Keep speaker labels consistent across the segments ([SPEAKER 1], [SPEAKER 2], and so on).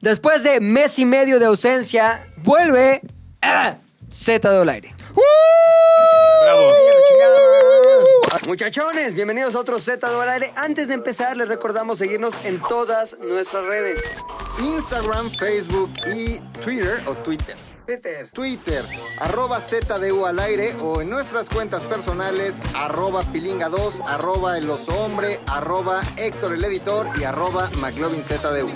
[SPEAKER 1] Después de mes y medio de ausencia, vuelve ah, Z del aire.
[SPEAKER 2] Bravo.
[SPEAKER 1] Muchachones, bienvenidos a otro Z del aire. Antes de empezar, les recordamos seguirnos en todas nuestras redes.
[SPEAKER 3] Instagram, Facebook y Twitter o Twitter.
[SPEAKER 1] Twitter.
[SPEAKER 3] Twitter, arroba ZDU al aire o en nuestras cuentas personales, arroba pilinga2, arroba el oso hombre, arroba Héctor el editor y arroba McLovinZDU.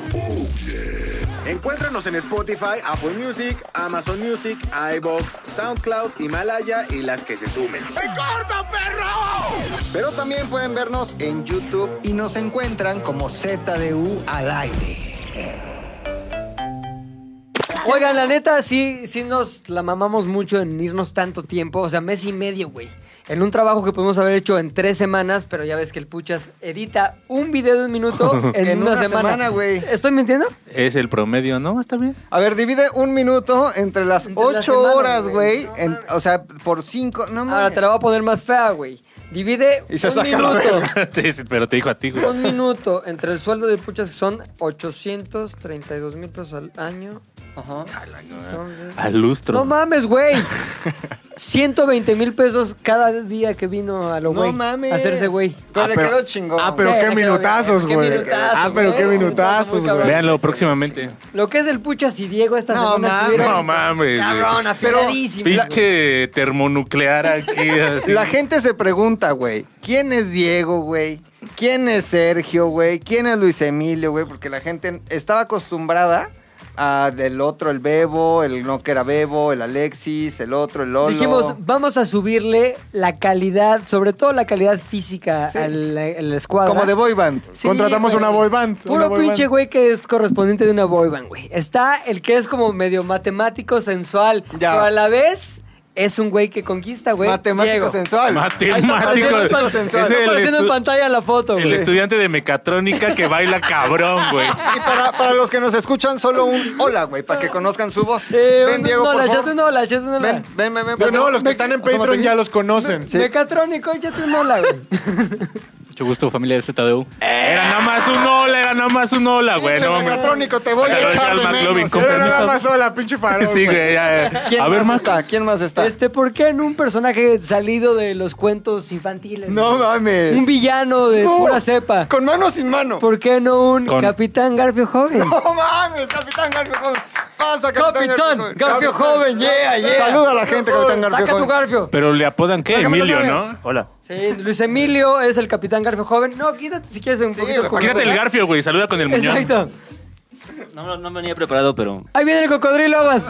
[SPEAKER 4] Encuéntranos en Spotify, Apple Music, Amazon Music, iBox, SoundCloud, Himalaya y las que se sumen.
[SPEAKER 3] Pero también pueden vernos en YouTube y nos encuentran como ZDU al aire.
[SPEAKER 1] Oigan, la neta, sí, sí nos la mamamos mucho en irnos tanto tiempo. O sea, mes y medio, güey. En un trabajo que pudimos haber hecho en tres semanas, pero ya ves que el Puchas edita un video de un minuto en,
[SPEAKER 5] En
[SPEAKER 1] una,
[SPEAKER 5] una
[SPEAKER 1] semana.
[SPEAKER 5] semana, güey.
[SPEAKER 1] ¿Estoy mintiendo?
[SPEAKER 2] Es el promedio, ¿no? Está bien.
[SPEAKER 5] A ver, divide un minuto entre las
[SPEAKER 1] Entre las
[SPEAKER 5] ocho
[SPEAKER 1] semanas,
[SPEAKER 5] horas,
[SPEAKER 1] güey. No
[SPEAKER 5] güey. en-
[SPEAKER 1] mames.
[SPEAKER 5] O sea, por cinco. No
[SPEAKER 1] Ahora
[SPEAKER 5] mames.
[SPEAKER 1] te la voy a poner más fea, güey. Divide
[SPEAKER 5] Y se
[SPEAKER 1] un
[SPEAKER 5] saca la
[SPEAKER 1] minuto.
[SPEAKER 2] Te- Pero te dijo a ti, güey.
[SPEAKER 1] Un minuto entre el sueldo de Puchas, que son 832 mil pesos al año.
[SPEAKER 5] Ajá.
[SPEAKER 2] Ah,
[SPEAKER 1] Entonces-
[SPEAKER 2] Al lustro.
[SPEAKER 1] No mames, güey. 120 mil pesos cada día que vino a lo
[SPEAKER 5] No
[SPEAKER 1] güey.
[SPEAKER 5] mames.
[SPEAKER 1] a Hacerse güey.
[SPEAKER 5] Pero
[SPEAKER 6] Ah,
[SPEAKER 5] le
[SPEAKER 6] pero-
[SPEAKER 5] quedó chingón.
[SPEAKER 6] Ah, pero
[SPEAKER 1] Sí,
[SPEAKER 6] qué
[SPEAKER 1] qué
[SPEAKER 6] minutazos,
[SPEAKER 1] bien,
[SPEAKER 6] güey.
[SPEAKER 1] qué minutazos,
[SPEAKER 6] Ah, pero
[SPEAKER 1] güey.
[SPEAKER 6] qué minutazos,
[SPEAKER 1] Muy cabrón.
[SPEAKER 6] güey.
[SPEAKER 2] Véanlo próximamente.
[SPEAKER 1] Lo que es el Puchas y Diego esta
[SPEAKER 5] No
[SPEAKER 1] semana
[SPEAKER 5] mames.
[SPEAKER 1] estuvieron-
[SPEAKER 2] No mames. güey.
[SPEAKER 1] Cabrón, afiladísimo.
[SPEAKER 2] Pinche termonuclear aquí. Así.
[SPEAKER 5] La gente se pregunta, güey, ¿quién es Diego, güey? ¿Quién es Sergio, güey? ¿Quién es Luis Emilio, güey? Porque la gente estaba acostumbrada a del otro, el Bebo, el no que era Bebo, el Alexis, el otro, el Lolo.
[SPEAKER 1] Dijimos, vamos a subirle la calidad, sobre todo la calidad física
[SPEAKER 5] Sí.
[SPEAKER 1] a la, a la escuadra.
[SPEAKER 5] como de boy band.
[SPEAKER 1] Sí,
[SPEAKER 6] Contratamos una boy band, una
[SPEAKER 1] Puro
[SPEAKER 6] boy
[SPEAKER 1] pinche
[SPEAKER 6] band.
[SPEAKER 1] güey que es correspondiente de una boy band, güey. Está el que es como medio matemático, sensual,
[SPEAKER 5] Ya.
[SPEAKER 1] pero a la vez es un güey que conquista, güey.
[SPEAKER 5] Matemático
[SPEAKER 1] Diego.
[SPEAKER 5] sensual.
[SPEAKER 1] Ahí está
[SPEAKER 2] Matemático.
[SPEAKER 1] apareciendo en pan-
[SPEAKER 2] Es
[SPEAKER 1] está
[SPEAKER 2] el,
[SPEAKER 1] apareciendo en
[SPEAKER 2] estu-
[SPEAKER 1] pantalla la foto,
[SPEAKER 2] el
[SPEAKER 1] güey.
[SPEAKER 2] estudiante de mecatrónica que baila cabrón, güey.
[SPEAKER 5] Y para, para los que nos escuchan, solo un hola, güey, para que conozcan su voz.
[SPEAKER 1] Eh,
[SPEAKER 5] ven,
[SPEAKER 1] un-
[SPEAKER 5] Diego,
[SPEAKER 1] no,
[SPEAKER 5] por
[SPEAKER 1] la
[SPEAKER 5] favor.
[SPEAKER 1] chate no, la chate no. la-
[SPEAKER 5] Ven, ven, ven, ven.
[SPEAKER 6] Pero
[SPEAKER 5] por
[SPEAKER 6] no,
[SPEAKER 5] favor.
[SPEAKER 6] los que están en Patreon
[SPEAKER 5] asómate.
[SPEAKER 6] ya los conocen.
[SPEAKER 1] Mecatrónico, échate no, la, güey.
[SPEAKER 2] Mucho gusto, familia de ZDU.
[SPEAKER 1] Eh.
[SPEAKER 2] Era nada más un hola, era nada más un hola, güey.
[SPEAKER 5] Pinche
[SPEAKER 2] No, mames.
[SPEAKER 5] mecatrónico, te voy
[SPEAKER 2] Pero
[SPEAKER 5] a echar
[SPEAKER 2] ya
[SPEAKER 5] de
[SPEAKER 2] el McLovin
[SPEAKER 5] menos.
[SPEAKER 2] con
[SPEAKER 6] Pero nada
[SPEAKER 2] permiso.
[SPEAKER 6] más sola, pinche farol,
[SPEAKER 2] Sí,
[SPEAKER 6] güey.
[SPEAKER 2] güey, ya, ya.
[SPEAKER 5] ¿Quién
[SPEAKER 2] A ver,
[SPEAKER 5] más
[SPEAKER 2] más.
[SPEAKER 5] está? ¿Quién más está?
[SPEAKER 1] Este, ¿por qué en un personaje salido de los cuentos infantiles?
[SPEAKER 5] No mames.
[SPEAKER 1] Un villano de
[SPEAKER 5] No.
[SPEAKER 1] pura cepa.
[SPEAKER 5] Con mano sin mano.
[SPEAKER 1] ¿Por qué no un
[SPEAKER 2] Con-
[SPEAKER 1] Capitán Garfio joven?
[SPEAKER 5] No mames, Capitán Garfio Joven. Pasa, Capitán,
[SPEAKER 1] Capitán Garfio Joven, yeah, yeah.
[SPEAKER 5] Saluda a la gente, Capitán Garfio
[SPEAKER 1] Saca tu
[SPEAKER 5] Joven.
[SPEAKER 1] Garfio.
[SPEAKER 2] Pero le apodan qué,
[SPEAKER 5] Déjame
[SPEAKER 2] Emilio,
[SPEAKER 5] darle.
[SPEAKER 2] ¿no? Hola.
[SPEAKER 1] Sí, Luis Emilio es el Capitán Garfio joven. No, quítate si quieres un poquito el
[SPEAKER 5] güey,
[SPEAKER 2] Quítate el garfio, güey. Saluda con el muñón.
[SPEAKER 1] Exacto.
[SPEAKER 7] No, no venía preparado, pero
[SPEAKER 1] Ahí viene el cocodrilo, aguas.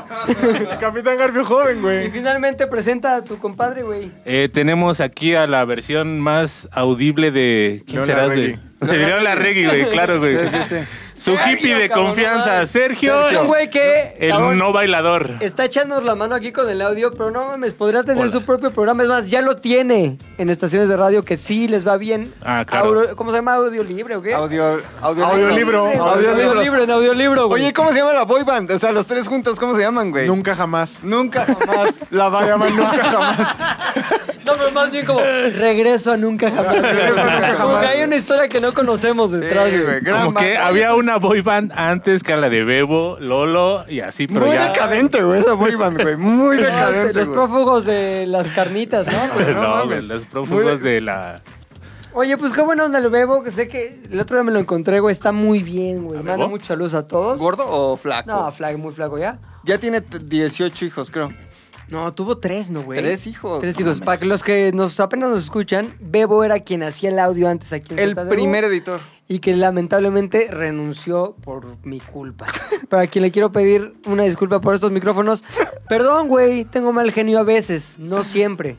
[SPEAKER 6] Capitán Garfio joven,
[SPEAKER 1] y
[SPEAKER 6] güey.
[SPEAKER 1] finalmente presenta a tu compadre, güey.
[SPEAKER 2] Eh, tenemos aquí a la versión más audible de. ¿Quién
[SPEAKER 6] León
[SPEAKER 2] serás,
[SPEAKER 6] Larregui.
[SPEAKER 2] güey? De León Larregui, güey, claro, güey.
[SPEAKER 5] Sí, sí, sí.
[SPEAKER 2] Su hippie de
[SPEAKER 1] cabrón,
[SPEAKER 2] confianza,
[SPEAKER 1] no,
[SPEAKER 2] Sergio.
[SPEAKER 1] Es un güey que,
[SPEAKER 2] El
[SPEAKER 1] cabrón,
[SPEAKER 2] no bailador.
[SPEAKER 1] Está echándonos la mano aquí con el audio, pero no mames, podría tener
[SPEAKER 2] Hola.
[SPEAKER 1] su propio programa. Es más, ya lo tiene en estaciones de radio que sí les va bien.
[SPEAKER 2] Ah, claro.
[SPEAKER 1] Auro- ¿Cómo se llama? ¿Audio libre o qué?
[SPEAKER 5] Audio, audio,
[SPEAKER 6] Audiolibro.
[SPEAKER 1] Audio
[SPEAKER 5] Audiolibro.
[SPEAKER 1] libre, en audio libre, güey.
[SPEAKER 5] Oye, ¿cómo se llama la boy band? O sea, los tres juntos, ¿cómo se llaman, güey?
[SPEAKER 6] Nunca jamás.
[SPEAKER 5] Nunca jamás. La
[SPEAKER 6] Se
[SPEAKER 5] banda.
[SPEAKER 6] llaman nunca jamás.
[SPEAKER 1] No, pero más bien como regreso a nunca jamás.
[SPEAKER 6] Regreso a nunca
[SPEAKER 1] Como
[SPEAKER 6] jamás.
[SPEAKER 1] que hay una historia que no conocemos detrás,
[SPEAKER 5] Sí,
[SPEAKER 1] güey.
[SPEAKER 5] güey, gran
[SPEAKER 2] Como que
[SPEAKER 5] banda.
[SPEAKER 2] había una boy band antes que la de Bebo, Lolo y así, pero
[SPEAKER 5] Muy
[SPEAKER 2] ya.
[SPEAKER 5] decadente, güey, esa boy band, güey. Muy
[SPEAKER 1] Ah, este,
[SPEAKER 5] decadente,
[SPEAKER 1] Los
[SPEAKER 5] güey.
[SPEAKER 1] prófugos de las carnitas, ¿no? Pues,
[SPEAKER 5] no
[SPEAKER 2] No, güey,
[SPEAKER 5] mames.
[SPEAKER 2] los
[SPEAKER 5] Muy
[SPEAKER 2] prófugos
[SPEAKER 5] de-
[SPEAKER 2] de la.
[SPEAKER 1] Oye, pues qué buena onda el Bebo, que sé que el otro día me lo encontré, güey, está muy bien, güey.
[SPEAKER 2] ¿A
[SPEAKER 1] Manda
[SPEAKER 2] Bebo?
[SPEAKER 1] muchos saludos a todos.
[SPEAKER 5] ¿Gordo o flaco?
[SPEAKER 1] No, flag, muy flaco ya.
[SPEAKER 5] Ya tiene t- 18 hijos, creo.
[SPEAKER 1] No, tuvo tres, ¿no, güey?
[SPEAKER 5] Tres hijos.
[SPEAKER 1] Tres
[SPEAKER 5] no
[SPEAKER 1] hijos.
[SPEAKER 5] mames.
[SPEAKER 1] Para que los que nos apenas nos escuchan, Bebo era quien hacía el audio antes aquí en
[SPEAKER 5] El
[SPEAKER 1] ZDU,
[SPEAKER 5] primer editor.
[SPEAKER 1] Y que lamentablemente renunció por mi culpa. Para quien le quiero pedir una disculpa por estos micrófonos. Perdón, güey, tengo mal genio a veces, no siempre.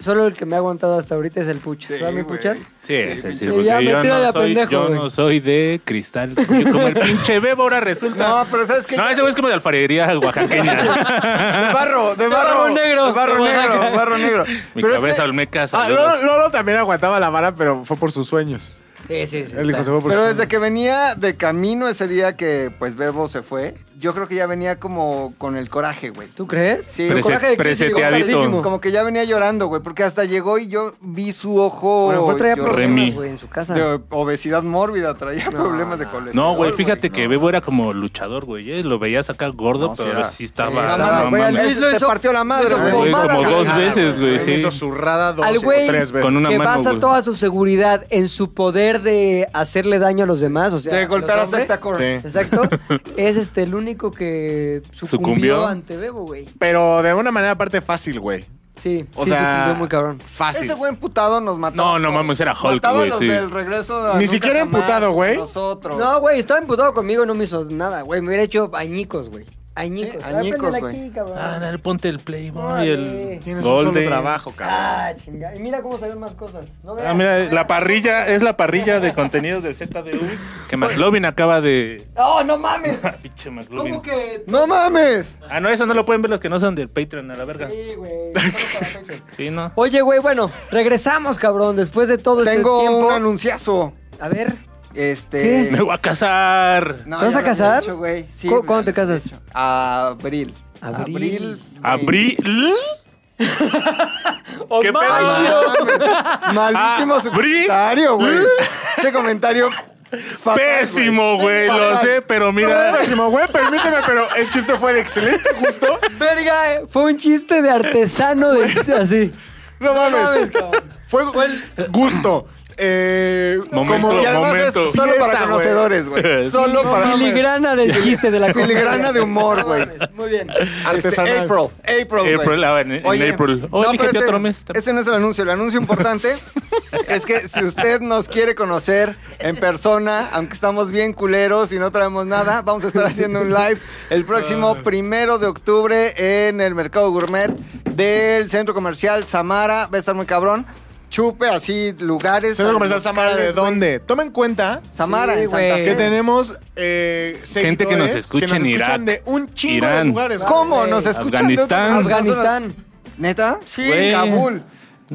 [SPEAKER 1] Solo el que me ha aguantado hasta ahorita es el Puchas. ¿Verdad, mi Puchas?
[SPEAKER 2] Sí, es el
[SPEAKER 1] Sí, ya me
[SPEAKER 2] yo,
[SPEAKER 1] tira de a
[SPEAKER 2] no soy,
[SPEAKER 1] pendejo,
[SPEAKER 2] yo
[SPEAKER 1] güey.
[SPEAKER 2] no soy de cristal. Yo como el pinche Bebo ahora resulta.
[SPEAKER 5] No, pero ¿sabes qué?
[SPEAKER 2] No, ese güey es como de alfarería oaxaqueña.
[SPEAKER 5] De barro, de barro.
[SPEAKER 1] barro negro.
[SPEAKER 5] De barro
[SPEAKER 1] De
[SPEAKER 5] negro,
[SPEAKER 1] Oaxaca.
[SPEAKER 5] barro negro.
[SPEAKER 2] Mi
[SPEAKER 5] Pero es
[SPEAKER 2] cabeza
[SPEAKER 5] que-
[SPEAKER 2] olmeca,
[SPEAKER 6] Ah,
[SPEAKER 2] saludos.
[SPEAKER 6] Lolo, Lolo también aguantaba la vara, pero fue por sus sueños.
[SPEAKER 1] Sí, sí, sí.
[SPEAKER 6] El hijo se fue por
[SPEAKER 5] Pero
[SPEAKER 6] su-
[SPEAKER 5] desde que venía de camino ese día que pues Bebo se fue, yo creo que ya venía como con el coraje, güey.
[SPEAKER 1] ¿Tú crees?
[SPEAKER 5] Sí,
[SPEAKER 2] Prese-
[SPEAKER 5] con coraje de crisis, digo,
[SPEAKER 2] preseteadito.
[SPEAKER 5] perdidísimo. Como que ya venía llorando, güey, porque hasta llegó y yo vi su ojo.
[SPEAKER 1] A lo mejor pues, traía
[SPEAKER 5] yo-
[SPEAKER 1] problemas,
[SPEAKER 2] Remy.
[SPEAKER 1] güey, en su casa.
[SPEAKER 5] de obesidad mórbida, traía problemas de colesterol.
[SPEAKER 2] No, güey, fíjate
[SPEAKER 5] no.
[SPEAKER 2] que Bebo era como luchador, güey. ¿eh? Lo veías acá gordo,
[SPEAKER 5] No, sí
[SPEAKER 2] pero
[SPEAKER 5] era.
[SPEAKER 2] sí
[SPEAKER 1] Sí,
[SPEAKER 2] estaba.
[SPEAKER 5] Nada
[SPEAKER 1] estaba-
[SPEAKER 5] no
[SPEAKER 2] no
[SPEAKER 1] fue al
[SPEAKER 5] mames.
[SPEAKER 1] Luis, lo
[SPEAKER 5] Se
[SPEAKER 1] hizo-
[SPEAKER 5] partió la madre,
[SPEAKER 1] lo hizo pomada,
[SPEAKER 5] güey.
[SPEAKER 2] Lo hizo como dos
[SPEAKER 1] cabrón.
[SPEAKER 2] veces, güey,
[SPEAKER 4] Me
[SPEAKER 2] sí.
[SPEAKER 4] hizo zurrada dos
[SPEAKER 1] Al
[SPEAKER 4] o
[SPEAKER 1] güey
[SPEAKER 4] tres veces.
[SPEAKER 2] Con una
[SPEAKER 1] que
[SPEAKER 2] mano,
[SPEAKER 1] basa
[SPEAKER 2] güey.
[SPEAKER 1] toda su seguridad en su poder de hacerle daño a los demás, o sea,
[SPEAKER 5] De golpear
[SPEAKER 1] a
[SPEAKER 5] a
[SPEAKER 1] los hombres.
[SPEAKER 5] Secta Core.
[SPEAKER 4] Sí.
[SPEAKER 1] Exacto. es este el único que sucumbió,
[SPEAKER 2] ¿Sucumbió?
[SPEAKER 1] ante Bebo, güey.
[SPEAKER 4] Pero de una manera aparte fácil, güey.
[SPEAKER 1] Sí,
[SPEAKER 4] O
[SPEAKER 1] sí
[SPEAKER 4] sea,
[SPEAKER 1] sucumbió muy cabrón.
[SPEAKER 4] Fácil.
[SPEAKER 5] Ese güey emputado nos mató.
[SPEAKER 2] Ah, No, no mames, era Hulk,
[SPEAKER 5] Mataba a
[SPEAKER 2] güey,
[SPEAKER 5] los
[SPEAKER 2] sí.
[SPEAKER 5] del regreso a
[SPEAKER 4] Ni
[SPEAKER 5] Nunca
[SPEAKER 4] siquiera
[SPEAKER 5] Jamás,
[SPEAKER 4] emputado, güey.
[SPEAKER 5] Nosotros.
[SPEAKER 1] No, güey, estaba emputado conmigo y no me hizo nada, güey. Me hubiera hecho añicos, güey. Añicos.
[SPEAKER 5] Sí,
[SPEAKER 1] A ver,
[SPEAKER 5] añicos,
[SPEAKER 1] préndela
[SPEAKER 5] güey.
[SPEAKER 1] aquí, cabrón.
[SPEAKER 2] Ah, dale, ponte el Playboy,
[SPEAKER 1] Órale.
[SPEAKER 2] el
[SPEAKER 4] Tienes un solo
[SPEAKER 2] Golden.
[SPEAKER 4] trabajo, cabrón.
[SPEAKER 1] Ah, chinga. Y mira cómo salieron más cosas. ¿No
[SPEAKER 2] Ah,
[SPEAKER 1] veas?
[SPEAKER 2] mira, la parrilla es la parrilla de contenidos de ZDU. Que McLovin acaba de.
[SPEAKER 1] ¡Oh, no mames!
[SPEAKER 2] Pinche McLovin.
[SPEAKER 1] ¿Cómo que...?
[SPEAKER 5] ¡No mames!
[SPEAKER 2] Ah, no, eso no lo pueden ver los que no son del Patreon, a la verga.
[SPEAKER 1] Sí, güey. solo para Patreon.
[SPEAKER 2] Sí, no.
[SPEAKER 1] Oye, güey, bueno, regresamos, cabrón, después de todo
[SPEAKER 5] Tengo
[SPEAKER 1] este
[SPEAKER 5] un
[SPEAKER 1] tiempo.
[SPEAKER 5] anunciazo.
[SPEAKER 1] A ver,
[SPEAKER 5] Este.
[SPEAKER 2] Me voy a casar.
[SPEAKER 5] No,
[SPEAKER 1] ¿Te vas
[SPEAKER 5] ya
[SPEAKER 1] a
[SPEAKER 5] lo
[SPEAKER 1] casar?
[SPEAKER 5] había hecho, güey. Sí,
[SPEAKER 1] ¿Cu-
[SPEAKER 5] güey,
[SPEAKER 1] ¿cuándo te
[SPEAKER 5] ya lo
[SPEAKER 1] casas?
[SPEAKER 5] había hecho. Abril.
[SPEAKER 1] Abril.
[SPEAKER 2] Abril. ¿Qué pedo?
[SPEAKER 5] mames. Malísimo su
[SPEAKER 2] Abril. ¿Eh?
[SPEAKER 5] comentario, güey. Ese comentario. fatal, güey.
[SPEAKER 2] Pésimo, güey, lo
[SPEAKER 5] Fatal.
[SPEAKER 2] sé, pero mira.
[SPEAKER 4] Pésimo, güey, permíteme, pero el chiste fue de excelente gusto.
[SPEAKER 1] Verga, eh, fue un chiste de artesano de así.
[SPEAKER 4] No mames.
[SPEAKER 1] cabrón.
[SPEAKER 4] Fue, gusto. Eh,
[SPEAKER 2] Momento,
[SPEAKER 4] como-
[SPEAKER 5] Y además
[SPEAKER 2] momento.
[SPEAKER 5] es solo para
[SPEAKER 4] Pieza, güey.
[SPEAKER 5] conocedores, güey.
[SPEAKER 2] Sí,
[SPEAKER 5] Solo
[SPEAKER 1] No
[SPEAKER 5] para.
[SPEAKER 1] Filigrana del chiste de la
[SPEAKER 5] Filigrana de humor, güey.
[SPEAKER 1] Muy bien.
[SPEAKER 4] Artesanal.
[SPEAKER 5] Este, April. April, güey.
[SPEAKER 2] April, ah, en- en April. Oh,
[SPEAKER 5] no,
[SPEAKER 2] dije
[SPEAKER 5] pero
[SPEAKER 2] que
[SPEAKER 5] ese,
[SPEAKER 2] otro mes.
[SPEAKER 5] ese no es el anuncio. El anuncio importante es que si usted nos quiere conocer en persona, aunque estamos bien culeros y no traemos nada, vamos a estar haciendo un live el próximo primero de octubre en el Mercado Gourmet del Centro Comercial Samara. Va a estar muy cabrón. Chupe así lugares.
[SPEAKER 4] Centro Comercial Samara, ¿de
[SPEAKER 5] locales, güey.
[SPEAKER 4] dónde? Toma en cuenta
[SPEAKER 5] Samara,
[SPEAKER 1] Sí,
[SPEAKER 5] en Santa
[SPEAKER 1] güey.
[SPEAKER 4] que
[SPEAKER 5] Fe.
[SPEAKER 4] tenemos eh,
[SPEAKER 2] Gente que nos
[SPEAKER 4] seguidores
[SPEAKER 2] escucha
[SPEAKER 4] que nos
[SPEAKER 2] en Irak,
[SPEAKER 4] escuchan de un chingo
[SPEAKER 2] Irán.
[SPEAKER 4] de lugares. güey.
[SPEAKER 5] ¿Cómo? ¿Nos escuchan? de otro-
[SPEAKER 2] Afganistán.
[SPEAKER 1] Afganistán.
[SPEAKER 5] ¿Neta? Sí.
[SPEAKER 2] Güey.
[SPEAKER 5] Kabul.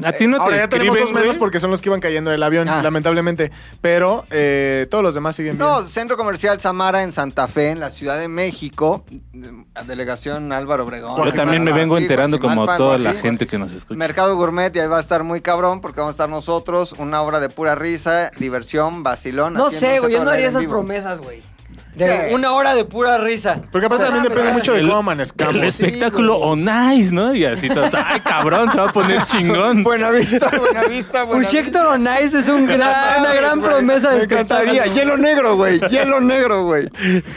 [SPEAKER 2] A ti
[SPEAKER 6] Eh,
[SPEAKER 2] no
[SPEAKER 4] Ahora
[SPEAKER 2] te
[SPEAKER 4] ya tenemos dos
[SPEAKER 2] escriben,
[SPEAKER 4] menos
[SPEAKER 2] güey.
[SPEAKER 4] porque son los que iban cayendo del avión,
[SPEAKER 5] Ah.
[SPEAKER 4] lamentablemente. Pero eh, todos los demás siguen
[SPEAKER 5] No,
[SPEAKER 4] bien.
[SPEAKER 5] Centro Comercial Samara en Santa Fe, en la Ciudad de México. Mm, Delegación Álvaro Obregón.
[SPEAKER 2] Yo también me
[SPEAKER 5] Algo
[SPEAKER 2] vengo
[SPEAKER 5] así,
[SPEAKER 2] enterando como
[SPEAKER 5] Guajimalpa,
[SPEAKER 2] toda
[SPEAKER 5] algo
[SPEAKER 2] la
[SPEAKER 5] así.
[SPEAKER 2] gente que nos escucha.
[SPEAKER 5] Mercado Gourmet, y ahí va a estar muy cabrón porque vamos a estar nosotros. Una obra de pura risa, diversión, vacilón.
[SPEAKER 1] No
[SPEAKER 5] haciendo
[SPEAKER 1] sé,
[SPEAKER 5] un
[SPEAKER 1] güey, yo
[SPEAKER 5] centro
[SPEAKER 1] no
[SPEAKER 5] al
[SPEAKER 1] haría
[SPEAKER 5] aire en
[SPEAKER 1] esas
[SPEAKER 5] vivo.
[SPEAKER 1] promesas, güey. De
[SPEAKER 5] Sí.
[SPEAKER 1] una hora de pura risa.
[SPEAKER 4] Porque aparte
[SPEAKER 1] O sea,
[SPEAKER 4] también depende
[SPEAKER 1] mames,
[SPEAKER 4] mucho de
[SPEAKER 2] El-
[SPEAKER 4] cómo
[SPEAKER 2] El
[SPEAKER 4] amanezcamos.
[SPEAKER 2] espectáculo on ice, ¿no? Y así todos, ay, cabrón, se va a poner chingón.
[SPEAKER 5] Buena vista, buena vista, buena vista.
[SPEAKER 1] Puchector on Ice es un gran, una gran
[SPEAKER 5] Güey,
[SPEAKER 1] promesa de
[SPEAKER 5] Me encantaría.
[SPEAKER 1] espectáculo.
[SPEAKER 5] Hielo negro, güey. Hielo negro, güey.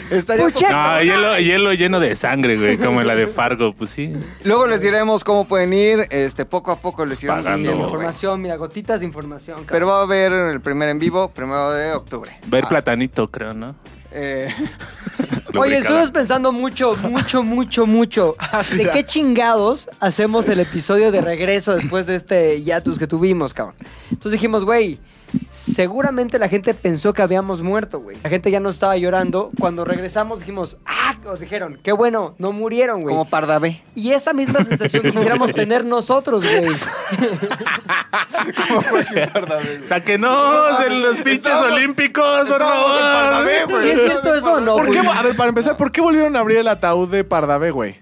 [SPEAKER 5] Estaría
[SPEAKER 1] Puchector.
[SPEAKER 2] No, hielo, hielo lleno de sangre, güey, como la de Fargo, pues sí.
[SPEAKER 5] Luego les diremos cómo pueden ir. Este, poco a poco les iremos
[SPEAKER 2] Pagando,
[SPEAKER 5] diciendo, güey.
[SPEAKER 1] Información, mira, gotitas de información.
[SPEAKER 5] Pero
[SPEAKER 1] cabrón.
[SPEAKER 5] va a haber el primer en vivo, primero de octubre.
[SPEAKER 2] Va a ir
[SPEAKER 5] Ah,
[SPEAKER 2] platanito, creo, ¿no?
[SPEAKER 5] eh,
[SPEAKER 1] Oye,
[SPEAKER 2] Lubricada.
[SPEAKER 1] estuvimos pensando mucho, mucho, mucho, mucho. ¿De qué chingados hacemos el episodio de regreso después de este hiatus que tuvimos, cabrón? Entonces dijimos, güey, seguramente la gente pensó que habíamos muerto, güey. La gente ya no estaba llorando. Cuando regresamos dijimos, ah, os dijeron, qué bueno, no murieron, güey.
[SPEAKER 5] como Pardavé.
[SPEAKER 1] Y esa misma sensación quisiéramos tener nosotros, güey.
[SPEAKER 2] ¡Sáquenos de los pinches olímpicos, por favor!
[SPEAKER 1] ¿Sí es cierto eso o no?
[SPEAKER 4] ¿Por qué,
[SPEAKER 1] güey?
[SPEAKER 4] vo- a ver, para empezar, ¿por qué volvieron a abrir el ataúd de Pardavé, güey?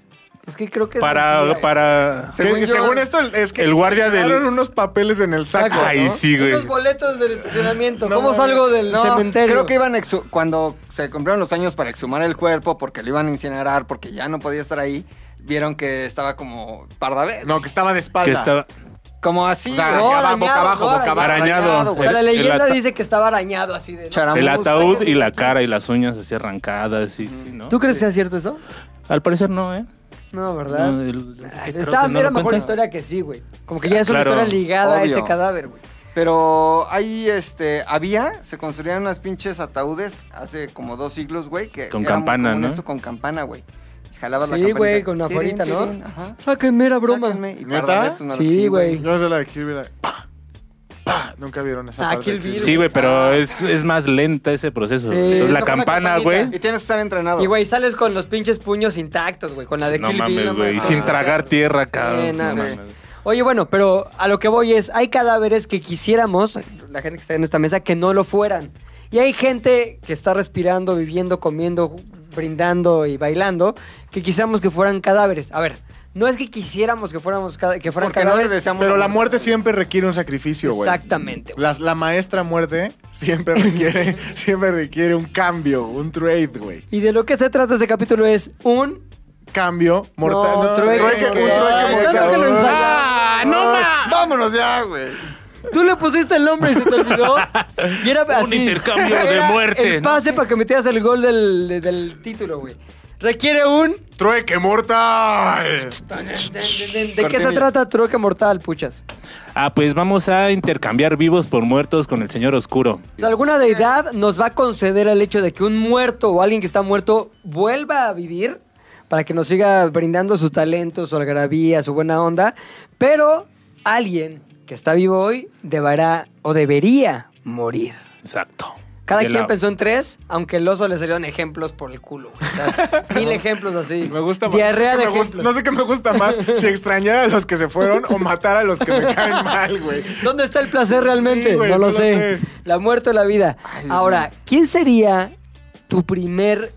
[SPEAKER 1] Es que creo que... es mentira.
[SPEAKER 2] Para, para...
[SPEAKER 4] Que-
[SPEAKER 5] Según
[SPEAKER 4] que
[SPEAKER 5] yo-
[SPEAKER 4] según esto, el- es que
[SPEAKER 2] El guardia del-
[SPEAKER 4] quedaron unos papeles en el saco.
[SPEAKER 2] Ay,
[SPEAKER 4] ¿no?
[SPEAKER 2] sí, güey.
[SPEAKER 1] Unos boletos del estacionamiento.
[SPEAKER 4] No,
[SPEAKER 1] ¿Cómo
[SPEAKER 4] no,
[SPEAKER 1] salgo del
[SPEAKER 5] No,
[SPEAKER 1] cementerio?
[SPEAKER 5] creo que iban a exhu- cuando se compraron los años para exhumar el cuerpo porque lo iban a incinerar porque ya no podía estar ahí. Vieron que estaba como Pardavé,
[SPEAKER 4] No, que estaba de
[SPEAKER 2] Que
[SPEAKER 4] espalda.
[SPEAKER 2] estaba...
[SPEAKER 5] como así,
[SPEAKER 4] O sea,
[SPEAKER 5] güey.
[SPEAKER 4] hacia
[SPEAKER 1] No,
[SPEAKER 4] abajo, boca
[SPEAKER 1] arañado,
[SPEAKER 4] abajo,
[SPEAKER 1] no,
[SPEAKER 4] boca abajo.
[SPEAKER 2] Arañado.
[SPEAKER 1] O sea, la
[SPEAKER 2] El- el
[SPEAKER 1] leyenda
[SPEAKER 2] ata-
[SPEAKER 1] dice que estaba arañado así de...
[SPEAKER 5] Charamu-
[SPEAKER 2] El
[SPEAKER 5] Vamos,
[SPEAKER 2] ataúd
[SPEAKER 5] sáquenme.
[SPEAKER 2] y la cara y las uñas así arrancadas, sí, sí, ¿no?
[SPEAKER 1] ¿Tú crees que sea cierto eso?
[SPEAKER 2] Al parecer no, ¿eh?
[SPEAKER 1] No, ¿verdad?
[SPEAKER 2] No, el- el-
[SPEAKER 1] Ay,
[SPEAKER 2] creo
[SPEAKER 1] Estaba
[SPEAKER 2] que no
[SPEAKER 1] era
[SPEAKER 2] lo
[SPEAKER 1] mejor
[SPEAKER 2] cuenta.
[SPEAKER 1] historia que sí, güey. Como que ya es una
[SPEAKER 2] claro.
[SPEAKER 1] historia ligada a ese
[SPEAKER 5] Obvio.
[SPEAKER 1] cadáver, güey.
[SPEAKER 5] Pero ahí, este, había, se construían unas pinches ataúdes hace como dos siglos, güey. Que
[SPEAKER 2] Con
[SPEAKER 5] era muy
[SPEAKER 2] campana,
[SPEAKER 5] común
[SPEAKER 2] ¿no?
[SPEAKER 5] Esto con campana, güey. Y Jalabas la
[SPEAKER 1] Sí,
[SPEAKER 5] campanita.
[SPEAKER 1] güey, con una
[SPEAKER 5] Tirín,
[SPEAKER 1] afuerita, ¿no?
[SPEAKER 5] tirín, Ajá.
[SPEAKER 1] Sáquenme, era broma.
[SPEAKER 5] Sáquenme. Y
[SPEAKER 4] ¿Neta?
[SPEAKER 5] Pardavé, pues, no lo-
[SPEAKER 1] Sí, güey.
[SPEAKER 4] Yo se la aquí, mira. ¡pa! ¡pa! Nunca vieron esa
[SPEAKER 1] Ah,
[SPEAKER 4] parte.
[SPEAKER 1] Kill
[SPEAKER 4] aquí.
[SPEAKER 1] Bill.
[SPEAKER 2] Sí, güey, pero es, es más lenta ese proceso.
[SPEAKER 1] Sí,
[SPEAKER 2] Entonces, la
[SPEAKER 1] es como una
[SPEAKER 2] campana,
[SPEAKER 1] campanita.
[SPEAKER 2] güey.
[SPEAKER 5] Y tienes que estar entrenado.
[SPEAKER 1] Y, güey, sales con los pinches puños intactos, güey. Con la de
[SPEAKER 2] No
[SPEAKER 1] Kill Bill,
[SPEAKER 2] mames, güey. Y
[SPEAKER 1] mames.
[SPEAKER 2] sin tragar tierra, cabrón.
[SPEAKER 1] nada,
[SPEAKER 2] No
[SPEAKER 1] güey.
[SPEAKER 2] mames.
[SPEAKER 1] Oye, bueno, pero a lo que voy es, hay cadáveres que quisiéramos, la gente que está en esta mesa, que no lo fueran. Y hay gente que está respirando, viviendo, comiendo, brindando y bailando, que quisiéramos que fueran cadáveres. A ver, no es que quisiéramos que, fuéramos cada- que fueran
[SPEAKER 5] Porque no le
[SPEAKER 1] cadáveres.
[SPEAKER 5] deseamos
[SPEAKER 6] Pero la
[SPEAKER 5] amor.
[SPEAKER 6] muerte siempre requiere un sacrificio, güey.
[SPEAKER 1] Exactamente. güey.
[SPEAKER 6] Las- La, maestra muerte siempre requiere, siempre requiere un cambio, un trade, güey.
[SPEAKER 1] Y de lo que se trata este capítulo es un...
[SPEAKER 6] Cambio mortal.
[SPEAKER 1] No, trueque,
[SPEAKER 6] un trueque
[SPEAKER 1] ay, tanto que lo
[SPEAKER 6] mortal.
[SPEAKER 1] ensayamos.
[SPEAKER 5] ¡Ah, no ma- Vámonos ya, güey.
[SPEAKER 1] Tú le pusiste el nombre y se te olvidó. Y era así.
[SPEAKER 2] Un intercambio de
[SPEAKER 1] Era
[SPEAKER 2] muerte,
[SPEAKER 1] El
[SPEAKER 2] ¿no?
[SPEAKER 1] pase para que metieras el gol del, del título, güey. Requiere un.
[SPEAKER 6] Trueque mortal.
[SPEAKER 1] ¿De, qué se trata Troque Mortal, puchas?
[SPEAKER 2] Ah, pues vamos a intercambiar vivos por muertos con el señor oscuro.
[SPEAKER 1] O sea, alguna deidad nos va a conceder el hecho de que un muerto o alguien que está muerto vuelva a vivir para que nos siga brindando su talento, su algarabía, su buena onda. Pero alguien que está vivo hoy deberá o debería morir.
[SPEAKER 2] Exacto.
[SPEAKER 1] Cada
[SPEAKER 2] De
[SPEAKER 1] quien
[SPEAKER 2] la-
[SPEAKER 1] pensó en tres, aunque el oso le salieron ejemplos por el culo. güey. O sea, mil ejemplos así.
[SPEAKER 6] Me gusta más.
[SPEAKER 1] Diarrea
[SPEAKER 6] no sé
[SPEAKER 1] de
[SPEAKER 6] qué me gusta-
[SPEAKER 1] ejemplos.
[SPEAKER 6] No sé qué me gusta más, si extrañar a los que se fueron o matar a los que me caen mal, güey.
[SPEAKER 1] ¿Dónde está el placer realmente?
[SPEAKER 6] Sí, güey,
[SPEAKER 1] no, lo,
[SPEAKER 6] no lo
[SPEAKER 1] sé.
[SPEAKER 6] sé.
[SPEAKER 1] La muerte o la vida. Ahora, ¿quién sería tu primer...